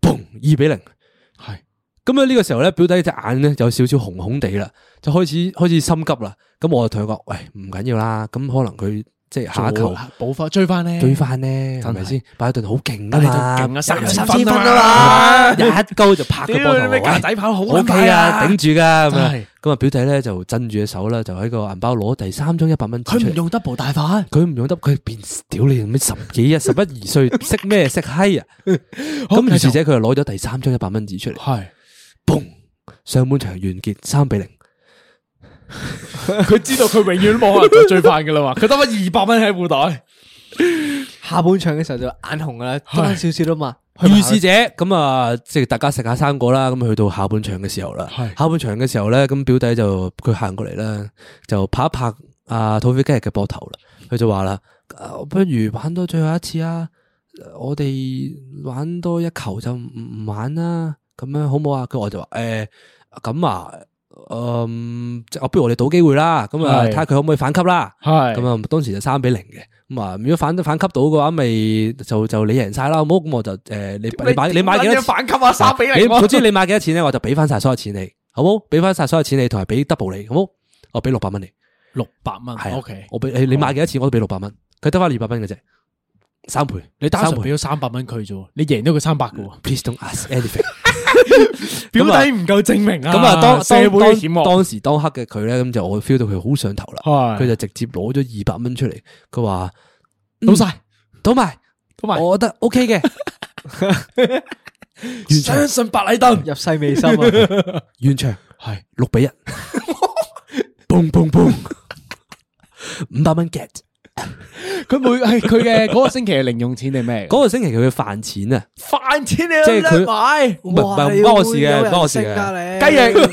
Speaker 3: 砰二比零。
Speaker 2: 係
Speaker 3: 咁啊呢個時候咧，表弟隻眼咧有少少紅紅地啦，就開始開始心急啦。咁我就同佢講：喂，唔緊要啦，咁可能佢即係下一球
Speaker 2: 补翻追翻咧，
Speaker 3: 追翻咧，係咪先？拜頓好勁噶嘛，
Speaker 2: 勁啊
Speaker 3: 有
Speaker 2: 三
Speaker 3: 分
Speaker 2: 分啊
Speaker 3: 啊
Speaker 2: 嘛
Speaker 3: 嘛，一高就拍個
Speaker 2: 屌你
Speaker 3: 波
Speaker 2: 咩
Speaker 3: 頭
Speaker 2: 格。仔跑好
Speaker 3: O
Speaker 2: 撚
Speaker 3: K
Speaker 2: 快
Speaker 3: 啊，頂住噶咁
Speaker 2: 真
Speaker 3: 啊
Speaker 2: 係，
Speaker 3: 咁啊表弟咧就震住隻手啦，就喺個銀包攞第三張一百蚊紙出
Speaker 2: 佢
Speaker 3: 嚟
Speaker 2: 唔。用 double 大法，
Speaker 3: 佢唔用得，佢變屌你咩十幾啊，十一二 歲識咩識閪啊！咁於是者佢就攞咗第三張一百蚊紙出嚟，
Speaker 2: 系
Speaker 3: 嘣！上半場完結三比零，
Speaker 2: 佢知道佢永遠都冇可能再追翻噶啦嘛，佢得翻二百蚊喺褲袋，
Speaker 4: 下半場嘅時候就眼紅噶啦，爭少少啦嘛。
Speaker 3: 於是者咁啊，即係大家食下生果啦。咁去到下半場嘅時候啦，
Speaker 2: 係
Speaker 3: 下半場嘅時候咧，咁表弟就佢行過嚟啦，就拍一拍啊土匪雞翼嘅膊頭啦，佢就話啦：啊不如玩多最後一次啊！我哋玩多一球就唔唔玩啦，咁樣好唔好啊？佢我就話誒咁啊，嗯，即係我不如我哋賭機會啦，咁啊
Speaker 2: 係
Speaker 3: 睇下佢可唔可以反級啦。
Speaker 2: 系
Speaker 3: 咁啊，當時就三比零嘅。咁啊，如果反反級到嘅話，咪就就你贏晒啦，好冇？咁我就誒，你你買你買幾多錢？
Speaker 2: 反級啊？三比
Speaker 3: 你
Speaker 2: 零喎，
Speaker 3: 總之你買幾多錢咧，我就俾翻晒所有錢你，好冇？俾翻晒所有錢你，同埋俾 double 你，好冇？我俾六百蚊你，
Speaker 2: 六百蚊
Speaker 3: 係啊
Speaker 2: ，O K，
Speaker 3: 我俾你你買幾多錢我都俾六百蚊，佢得翻二百蚊嘅啫，三倍。
Speaker 2: 你單
Speaker 3: 三
Speaker 2: 純
Speaker 3: 倍
Speaker 2: 俾咗三百蚊佢啫喎，你贏咗佢三百噶喎，
Speaker 3: ，please don't ask anything。
Speaker 2: 表
Speaker 3: 咁啊
Speaker 2: 弟唔夠證明啊，
Speaker 3: 咁啊，當
Speaker 2: 社
Speaker 3: 當
Speaker 2: 會險
Speaker 3: 當
Speaker 2: 惡，
Speaker 3: 當時當刻嘅佢咧，咁就我 feel 到佢好上頭啦，
Speaker 2: 係
Speaker 3: 佢就直接攞咗二百蚊出嚟，佢話
Speaker 2: 老晒，
Speaker 3: 賭埋，
Speaker 2: 同嗯埋
Speaker 3: 我覺得 OK 嘅。 完場
Speaker 2: 相信白禮頓
Speaker 4: 入世未深啊，
Speaker 3: 完場
Speaker 2: 係
Speaker 3: 六比一， 嘣嘣嘣，五百蚊 get。
Speaker 2: 佢每係佢嘅嗰個星期嘅零用錢定咩？
Speaker 3: 嗰個星期佢嘅飯錢啊，
Speaker 2: 飯錢你
Speaker 3: 即係佢
Speaker 2: 買
Speaker 3: 唔係唔係唔關我事嘅，唔關我事嘅。
Speaker 2: 雞 翼，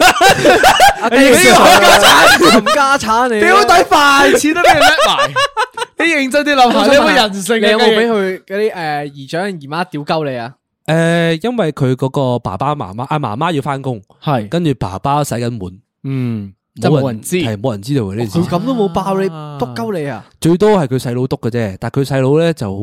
Speaker 4: 阿雞 翼
Speaker 2: 呢個
Speaker 4: 冚家產，冚家產你啊。
Speaker 2: 表弟飯錢都俾你叻埋， 你認真啲諗下，你有冇人性啊？
Speaker 4: 你有冇俾
Speaker 2: 佢？
Speaker 4: 佢嗰啲诶姨丈姨媽屌鳩你啊？
Speaker 3: 诶，因為佢嗰個爸爸媽媽啊，媽媽要翻工，
Speaker 2: 係，
Speaker 3: 跟住爸爸洗緊碗，
Speaker 2: 嗯，就冇人知，
Speaker 3: 係冇人知道嘅呢件
Speaker 4: 佢
Speaker 3: 事。
Speaker 4: 咁都冇爆你，督鳩你啊？
Speaker 3: 最多係佢細佬督嘅啫，但係佢細佬咧就好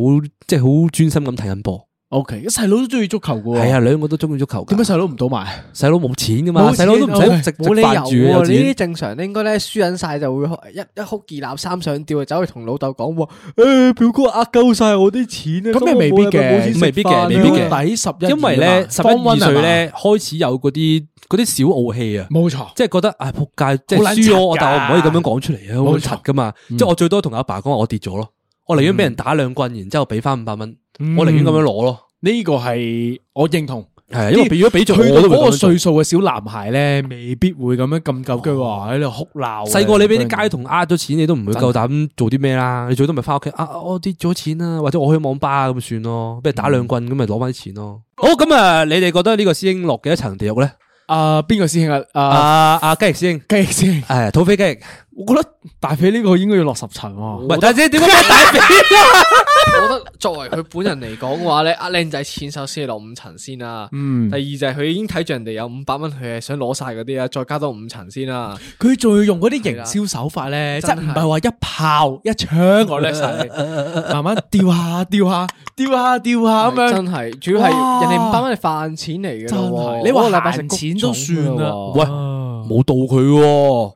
Speaker 3: 即係好專心咁睇緊波。
Speaker 2: O K，細佬都中意足球噶，
Speaker 3: 係啊，，兩個都中意足球㗎。
Speaker 2: 點解細佬唔到埋？
Speaker 3: 細佬冇錢噶嘛？
Speaker 2: 冇
Speaker 3: 啊細
Speaker 2: 錢
Speaker 3: 佬都唔使
Speaker 2: ，OK，
Speaker 3: 食食
Speaker 4: 哦冇理
Speaker 3: 飯啊住嘅
Speaker 4: 由
Speaker 3: 有
Speaker 4: 喎，呢啲
Speaker 3: 錢。
Speaker 4: 正常咧，應該咧輸緊晒就會一一哭二鬧三上吊，就走去同老豆講喎，誒表哥呃鳩晒我啲錢啊！
Speaker 2: 咁你未必嘅
Speaker 3: 未必嘅未必嘅
Speaker 2: 底啊十一，啊
Speaker 3: 因為咧，十一二
Speaker 2: 歲
Speaker 3: 歲，咧開始有嗰啲嗰啲小傲氣啊。
Speaker 2: 冇錯，
Speaker 3: 即係覺得唉仆街，即係
Speaker 2: 好撚
Speaker 3: 輸咗，我
Speaker 2: 柒㗎
Speaker 3: 但我唔可以咁樣講出嚟啊，好
Speaker 2: 冇
Speaker 3: 撚
Speaker 2: 錯
Speaker 3: 柒噶嘛。即係我最多同阿爸講話我跌咗咯，我寧願俾人打兩棍，然之後俾翻五百蚊，我寧願咁樣攞咯。
Speaker 2: 呢個嗯係我認同。
Speaker 3: 係因為如果俾咗
Speaker 2: 去
Speaker 3: 我
Speaker 2: 到
Speaker 3: 都會
Speaker 2: 嗰個
Speaker 3: 咁
Speaker 2: 歲
Speaker 3: 樣
Speaker 2: 數嘅小男孩咧，未必會咁樣咁夠腳話喺度哭鬧。
Speaker 3: 哦
Speaker 2: 嗯
Speaker 3: 做。細個你俾啲街童呃咗錢，你都唔會夠膽做啲咩啦。你最多咪翻屋企啊，啊我跌咗錢啊，或者我去網吧咁算咯，俾人打兩棍咁咪攞翻啲錢咯。好咁啊，你哋覺得呢個師兄落幾多層地獄咧？
Speaker 2: 啊，邊個師兄啊？
Speaker 3: 啊
Speaker 2: 啊，
Speaker 3: 啊雞翼師兄，
Speaker 2: 雞翼師兄，
Speaker 3: 誒土匪雞翼，
Speaker 2: 我覺得大肥呢個應該要落十層喎。
Speaker 3: 喂，大姐點解俾大髀？
Speaker 4: 我覺得作為佢本人嚟講嘅話咧，呃靚仔錢首先係落五層先啦。
Speaker 2: 嗯
Speaker 4: 第二就係佢已經睇住人哋有五百蚊，佢係想攞晒嗰啲啦，啊再加多五層先啦。
Speaker 2: 佢仲要用嗰啲營銷手法咧，即
Speaker 4: 真
Speaker 2: 係
Speaker 4: 係
Speaker 2: 唔係話一炮一槍我叻晒
Speaker 3: 啊
Speaker 2: 你，慢慢掉下掉下掉下掉下咁樣。
Speaker 4: 真係，主要係人哋五百蚊係飯錢嚟嘅
Speaker 2: 真係，
Speaker 4: 喎。
Speaker 2: 你話
Speaker 4: 嗰個禮拜食
Speaker 2: 閒錢都算啦。
Speaker 3: 喂， 冇到佢喎。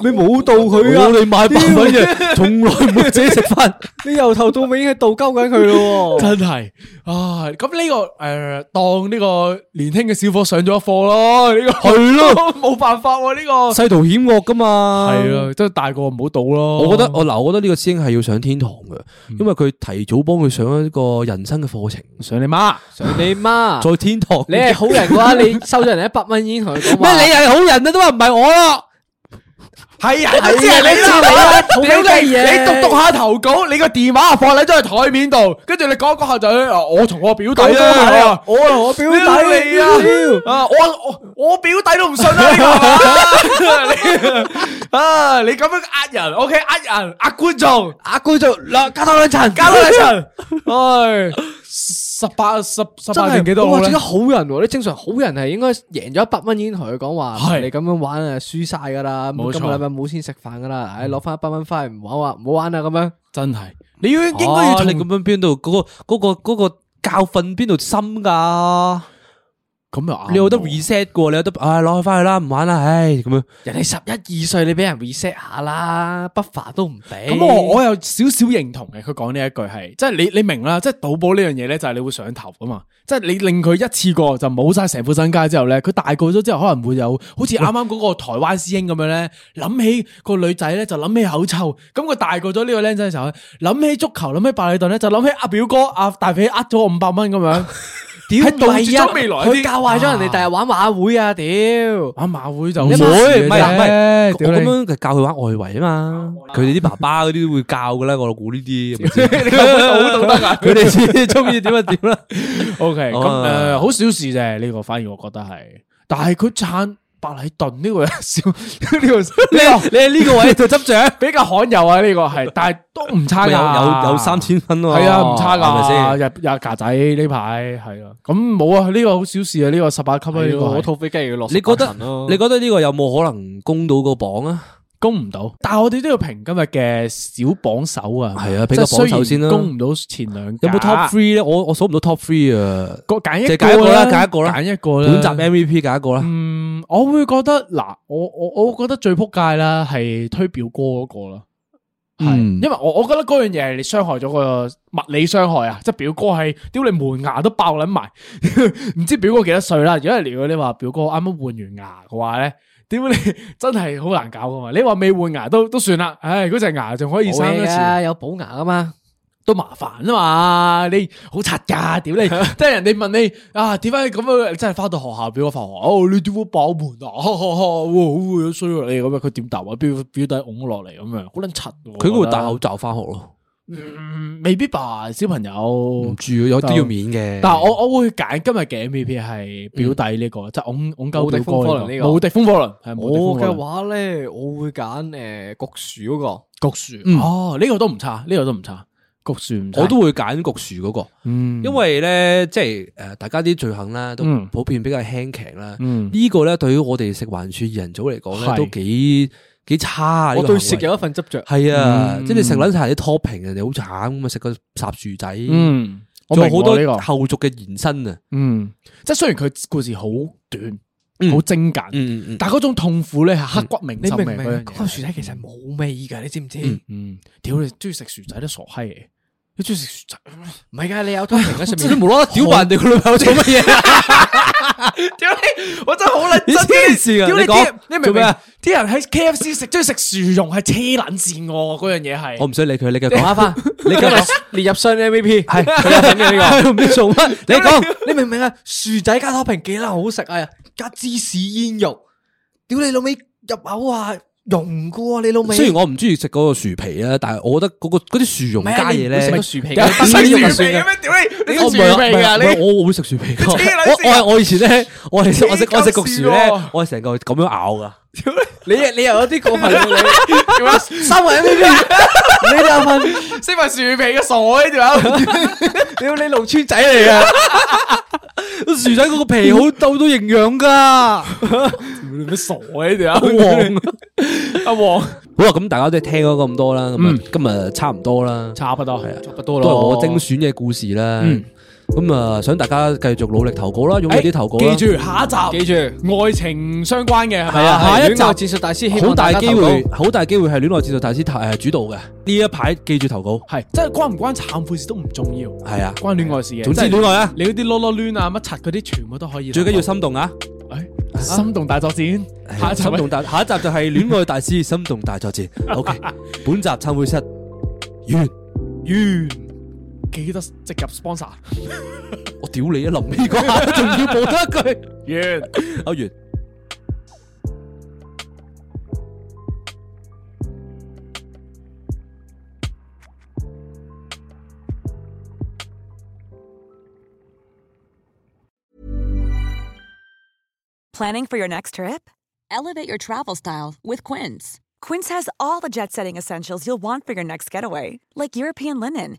Speaker 4: 你冇到佢
Speaker 3: 我
Speaker 4: 啊！
Speaker 3: 哋買白粉嘅，從來唔會自己食飯。
Speaker 4: 你由頭到尾已經係倒鳩緊佢咯喎。
Speaker 2: 真係啊！咁呢個诶，當呢個年輕嘅小伙上咗一課咯，呢個係咯， 冇辦法喎，呢個
Speaker 3: 世途險惡噶嘛，
Speaker 2: 係。啊，都大個唔好賭咯。
Speaker 3: 我覺得我嗱，我覺得呢個師兄係要上天堂嘅，因為佢提早幫佢上一個人生嘅課程，
Speaker 2: 上你媽，
Speaker 4: 你媽，
Speaker 3: 在天堂。
Speaker 4: 你 係好人嘅話，你收咗人哋一百蚊已經同佢講話。
Speaker 3: 咩？你係好人啊，都話唔係我咯。
Speaker 2: 係啊，都知係你
Speaker 4: 係
Speaker 2: 啦
Speaker 4: 啊，
Speaker 2: 屌
Speaker 4: 你知你啦
Speaker 2: 你！
Speaker 4: 好雞嘢
Speaker 2: 你讀讀下投稿，你個電話啊放喺咗喺台面度，跟住你講講下就啊我同我表弟啊，
Speaker 4: 我同我表弟
Speaker 2: 屌你啊！啊，我我我表弟都唔信啊啦呢 個你啊！你咁樣呃人，OK，呃人呃觀眾。
Speaker 3: 啊
Speaker 2: 呃
Speaker 4: 阿姑就嗱加
Speaker 3: 哦
Speaker 4: 多兩層，
Speaker 2: 加多兩 層，唉，十八十十
Speaker 4: 真
Speaker 2: 八
Speaker 4: 係
Speaker 2: 年幾多啊
Speaker 4: 哇
Speaker 2: 好
Speaker 4: 真係
Speaker 2: 咧？
Speaker 4: 好人喎！你正常好人係應該贏咗一百蚊已經同佢講話，
Speaker 2: 係
Speaker 4: 你咁樣玩啊，輸晒噶啦，
Speaker 2: 冇錯嗯
Speaker 4: 今個禮拜冇錢食飯噶啦，唉，攞翻一百蚊翻嚟唔玩啊，唔好玩啦咁樣。
Speaker 2: 真係，你要應該
Speaker 3: 啊
Speaker 4: 哦
Speaker 2: 要
Speaker 3: 你
Speaker 2: 同
Speaker 3: 哦咁樣邊度嗰個嗰個嗰個教訓邊度深㗎？
Speaker 2: 咁啊嗯又啱
Speaker 3: 你有得
Speaker 2: 喎
Speaker 3: reset 噶，你有得唉攞翻去啦，唔玩啦，唉咁样。
Speaker 4: 人哋十一二歲，你俾人 reset 下啦，不乏都唔俾。
Speaker 2: 咁我我有少少認同嘅，佢講呢一句係，即係你你明啦，即係賭博呢樣嘢咧，就係你會上頭噶嘛，即係你令佢一次過就冇晒成副身家之後咧，佢大個咗之後可能會有好似啱啱嗰個台灣師兄咁樣咧，諗起個女仔咧就諗起口臭，咁佢大個咗呢個僆仔嘅時候呢，諗起足球，諗起白禮頓咧就諗起阿表哥阿大肥呃咗我五百蚊咁 樣，
Speaker 4: 屌
Speaker 2: 係導致
Speaker 4: 唔係啊
Speaker 2: 咗未來一啲
Speaker 4: 佢教壞咗人哋，第日玩馬會啊！屌，
Speaker 2: 玩馬會就
Speaker 3: 唔會唔係唔係我
Speaker 2: 屌
Speaker 3: 咁
Speaker 2: 你
Speaker 3: 樣就教佢玩外圍啊嘛，佢哋啲爸爸嗰啲都會教噶啦，我估呢 啲。係咪先 佢哋先中意點就點啦。
Speaker 2: O K，咁
Speaker 3: 啊
Speaker 2: 诶，誒好小事啫，呢個反而我覺得係，但係佢撐白禮頓呢個少 呢個呢
Speaker 3: 你喺呢個位度 執獎。
Speaker 2: 個比較罕有啊，呢個係，但係都唔差
Speaker 3: 有
Speaker 2: 噶，
Speaker 3: 有有三千分喎，
Speaker 2: 係啊，唔差
Speaker 3: 啊係咪
Speaker 2: 噶，
Speaker 3: 先？
Speaker 2: 日日架仔呢排係啊，咁冇啊，呢個好小事啊，呢個十八級啊，呢個
Speaker 4: 我
Speaker 2: 係
Speaker 4: 套飛機要落
Speaker 3: 你覺得
Speaker 4: 18層咯
Speaker 3: 你覺得呢個有冇可能攻到個榜啊？
Speaker 2: 攻唔到，但係我哋都要評今日嘅小榜首啊，
Speaker 3: 係啊俾個
Speaker 2: 即係雖然
Speaker 3: 榜首先啦
Speaker 2: 攻唔到前兩
Speaker 3: 有冇 top
Speaker 2: three？
Speaker 3: three 咧？我我數唔到 top three 啊！
Speaker 2: 個揀
Speaker 3: 就
Speaker 2: 一
Speaker 3: 揀一個
Speaker 2: 個
Speaker 3: 啦揀一個啦
Speaker 2: 揀一個啦，
Speaker 3: 本集 MVP 揀一個啦，
Speaker 2: 嗯，我會覺得嗱，我我我覺得最扑街啦，係推表哥嗰個啦，係、
Speaker 3: 嗯
Speaker 2: 因為我我覺得嗰樣嘢係你傷害咗個物理傷害啊，即系表哥係屌你門牙都爆撚埋， 唔知表哥幾多歲啦？如果如果你話表哥啱啱換完牙嘅話咧，屌你真係好難搞噶嘛？你話未換牙都都算啦，唉，嗰隻牙仲可以生
Speaker 4: 冇
Speaker 2: 一
Speaker 4: 嘢
Speaker 2: 次。
Speaker 4: 啊，有補牙啊嘛。
Speaker 2: 都麻煩啊嘛，你好柒噶，屌 你！即係人哋問你啊，點解咁啊？真係翻到學校表哥發學，哦，你點會爆門啊？ 哈哈哈，哇好衰啊你咁樣，佢點答啊？表表弟拱我落嚟咁樣，好撚柒喎。
Speaker 3: 佢應該
Speaker 2: 我
Speaker 3: 會
Speaker 2: 覺得
Speaker 3: 戴口罩翻學咯，
Speaker 2: 嗯未必吧，小朋
Speaker 3: 唔
Speaker 2: 友。
Speaker 3: 住有都要面嘅。
Speaker 2: 但係我我會揀今日嘅 MVP 係表
Speaker 3: 嗯
Speaker 2: 弟呢個，即係拱拱鳩
Speaker 4: 無敵
Speaker 2: 表哥
Speaker 4: 風火輪呢
Speaker 2: 個
Speaker 4: 個
Speaker 2: 無敵風火輪係無
Speaker 3: 哦
Speaker 4: 我
Speaker 2: 敵風
Speaker 4: 嘅
Speaker 2: 火
Speaker 4: 話咧，我會揀诶焗薯嗰個。
Speaker 3: 啊
Speaker 2: 輪。焗樹哦，呢個都唔差，呢個都唔差，焗樹唔差。
Speaker 3: 嗯我都會揀焗薯嗰個，
Speaker 2: 嗯，
Speaker 3: 因為咧即係誒大家啲罪行啦，都
Speaker 2: 嗯
Speaker 3: 普遍比較輕騎啦。
Speaker 2: 嗯
Speaker 3: 呢個咧對於我哋食環署二人組嚟講
Speaker 2: 係
Speaker 3: 咧，都幾幾差啊。呢
Speaker 4: 我
Speaker 3: 個
Speaker 4: 對
Speaker 3: 行為
Speaker 4: 食有一份執着。
Speaker 3: 係啊，
Speaker 2: 嗯
Speaker 3: 即係你食撚晒啲 topping，人哋好慘咁啊，食個霎薯仔，
Speaker 2: 嗯，我
Speaker 3: 仲有
Speaker 2: 明
Speaker 3: 好
Speaker 2: 喎呢個
Speaker 3: 多後續嘅延伸啊。
Speaker 2: 嗯，即系虽然佢故事好短，
Speaker 3: 嗯
Speaker 2: 好精簡，
Speaker 3: 嗯嗯
Speaker 2: 但系嗰種痛苦咧係刻骨銘
Speaker 4: 你
Speaker 2: 心
Speaker 4: 明唔明
Speaker 2: 嘅嗰
Speaker 4: 嗰
Speaker 2: 樣
Speaker 4: 個
Speaker 2: 嘢。
Speaker 4: 薯仔其實冇味㗎，你知唔知？
Speaker 3: 嗯
Speaker 2: 嗯，屌你中意食薯仔都傻閪嚟，你中意食薯仔，
Speaker 4: 唔係㗎，你有 topping 喺上面。
Speaker 3: 無啦啦屌人哋個女朋友做乜嘢啊？
Speaker 2: 屌你， 我真係好撚
Speaker 3: 你黐線啊
Speaker 2: 屌
Speaker 3: 你講
Speaker 2: 啲人你明
Speaker 3: 做
Speaker 2: 唔明
Speaker 3: 咩啊？
Speaker 2: 啲人喺 K F C 食中意食薯蓉係黐撚線我嗰樣嘢係。
Speaker 4: 哦
Speaker 3: 我唔想理佢，你繼續
Speaker 4: 講下
Speaker 3: 講。啊
Speaker 4: 翻，你今日列入雙 MVP
Speaker 3: 係
Speaker 4: 佢有份嘅呢個。
Speaker 3: 個， 唔知做乜？你講。
Speaker 4: 你明唔明啊？薯仔加 topping 幾撚好食啊！加芝士煙肉，屌你老味入口啊，溶噶喎你老味。
Speaker 3: 雖然我唔中意食嗰個薯皮啊，但係我覺得嗰、個嗰啲薯蓉
Speaker 4: 唔係啊
Speaker 3: 加嘢
Speaker 4: 你唔
Speaker 3: 咧
Speaker 4: 會，食個薯皮
Speaker 2: 屌
Speaker 4: 嘅，你呢
Speaker 2: 你食
Speaker 4: 個
Speaker 2: 薯
Speaker 4: 算
Speaker 2: 皮嘅
Speaker 4: 嘅
Speaker 2: 咩？屌你，你
Speaker 3: 我
Speaker 2: 食
Speaker 3: 唔
Speaker 2: 薯
Speaker 3: 係啊唔
Speaker 2: 皮
Speaker 3: 係啊
Speaker 2: 㗎
Speaker 3: 唔係
Speaker 2: 你。
Speaker 3: 我我會食薯皮㗎
Speaker 2: 黐撚線
Speaker 3: 我我我以前咧，我係食我食我食焗薯咧
Speaker 2: 黐鳩線喎，
Speaker 3: 我係成個咁樣咬噶。
Speaker 4: 你你又有啲過分啦
Speaker 2: 點啊
Speaker 4: 你。三個 MVP，你有份，
Speaker 2: 食埋薯皮嘅傻呢條
Speaker 4: 屌
Speaker 2: 友。
Speaker 4: 你農村仔嚟啊！
Speaker 3: 薯仔嗰個皮好好多營養噶。
Speaker 2: 你咩傻啊呢條友？阿黃，阿黃，
Speaker 3: 好啦，啊咁大家都係聽咗咁多啦，咁啊今日差唔多啦，
Speaker 2: 差不多係啊，差不多
Speaker 3: 都係我精選嘅故事啦。咁啊，想大家繼續努力投稿啦，用
Speaker 2: 哎
Speaker 3: 你啲投稿啦。
Speaker 2: 記住下一集，
Speaker 4: 記住，
Speaker 2: 愛情相關嘅係咪
Speaker 3: 係啊下一集
Speaker 4: 戀愛戰術大師，希
Speaker 3: 好
Speaker 4: 望
Speaker 3: 大
Speaker 4: 家
Speaker 3: 機
Speaker 4: 投稿
Speaker 3: 會，好大機會係戀愛戰術大師誒主導嘅。呢一排記住投稿，
Speaker 2: 係真係關唔關懺悔事都唔重要，
Speaker 3: 係啊，
Speaker 2: 關戀愛事嘅。
Speaker 3: 總之
Speaker 2: 即係
Speaker 3: 戀愛啊，
Speaker 2: 你嗰啲囉囉攣啊乜柒嗰啲，全部都可以。
Speaker 3: 最緊要心動啊！
Speaker 2: 哎心動大作戰，下一集
Speaker 3: 心動大下一集就係戀愛大師心動大作戰。OK，本 集參會室完，
Speaker 2: 完，記得即入 sponsor
Speaker 3: 我屌你啊！臨尾嗰下 仲要補多一句，
Speaker 2: 完。
Speaker 3: 阿完。
Speaker 5: Planning for your next trip?
Speaker 7: Elevate your travel style with Quince.
Speaker 5: Quince has all the jet setting essentials you'll want for your next getaway, like European linen,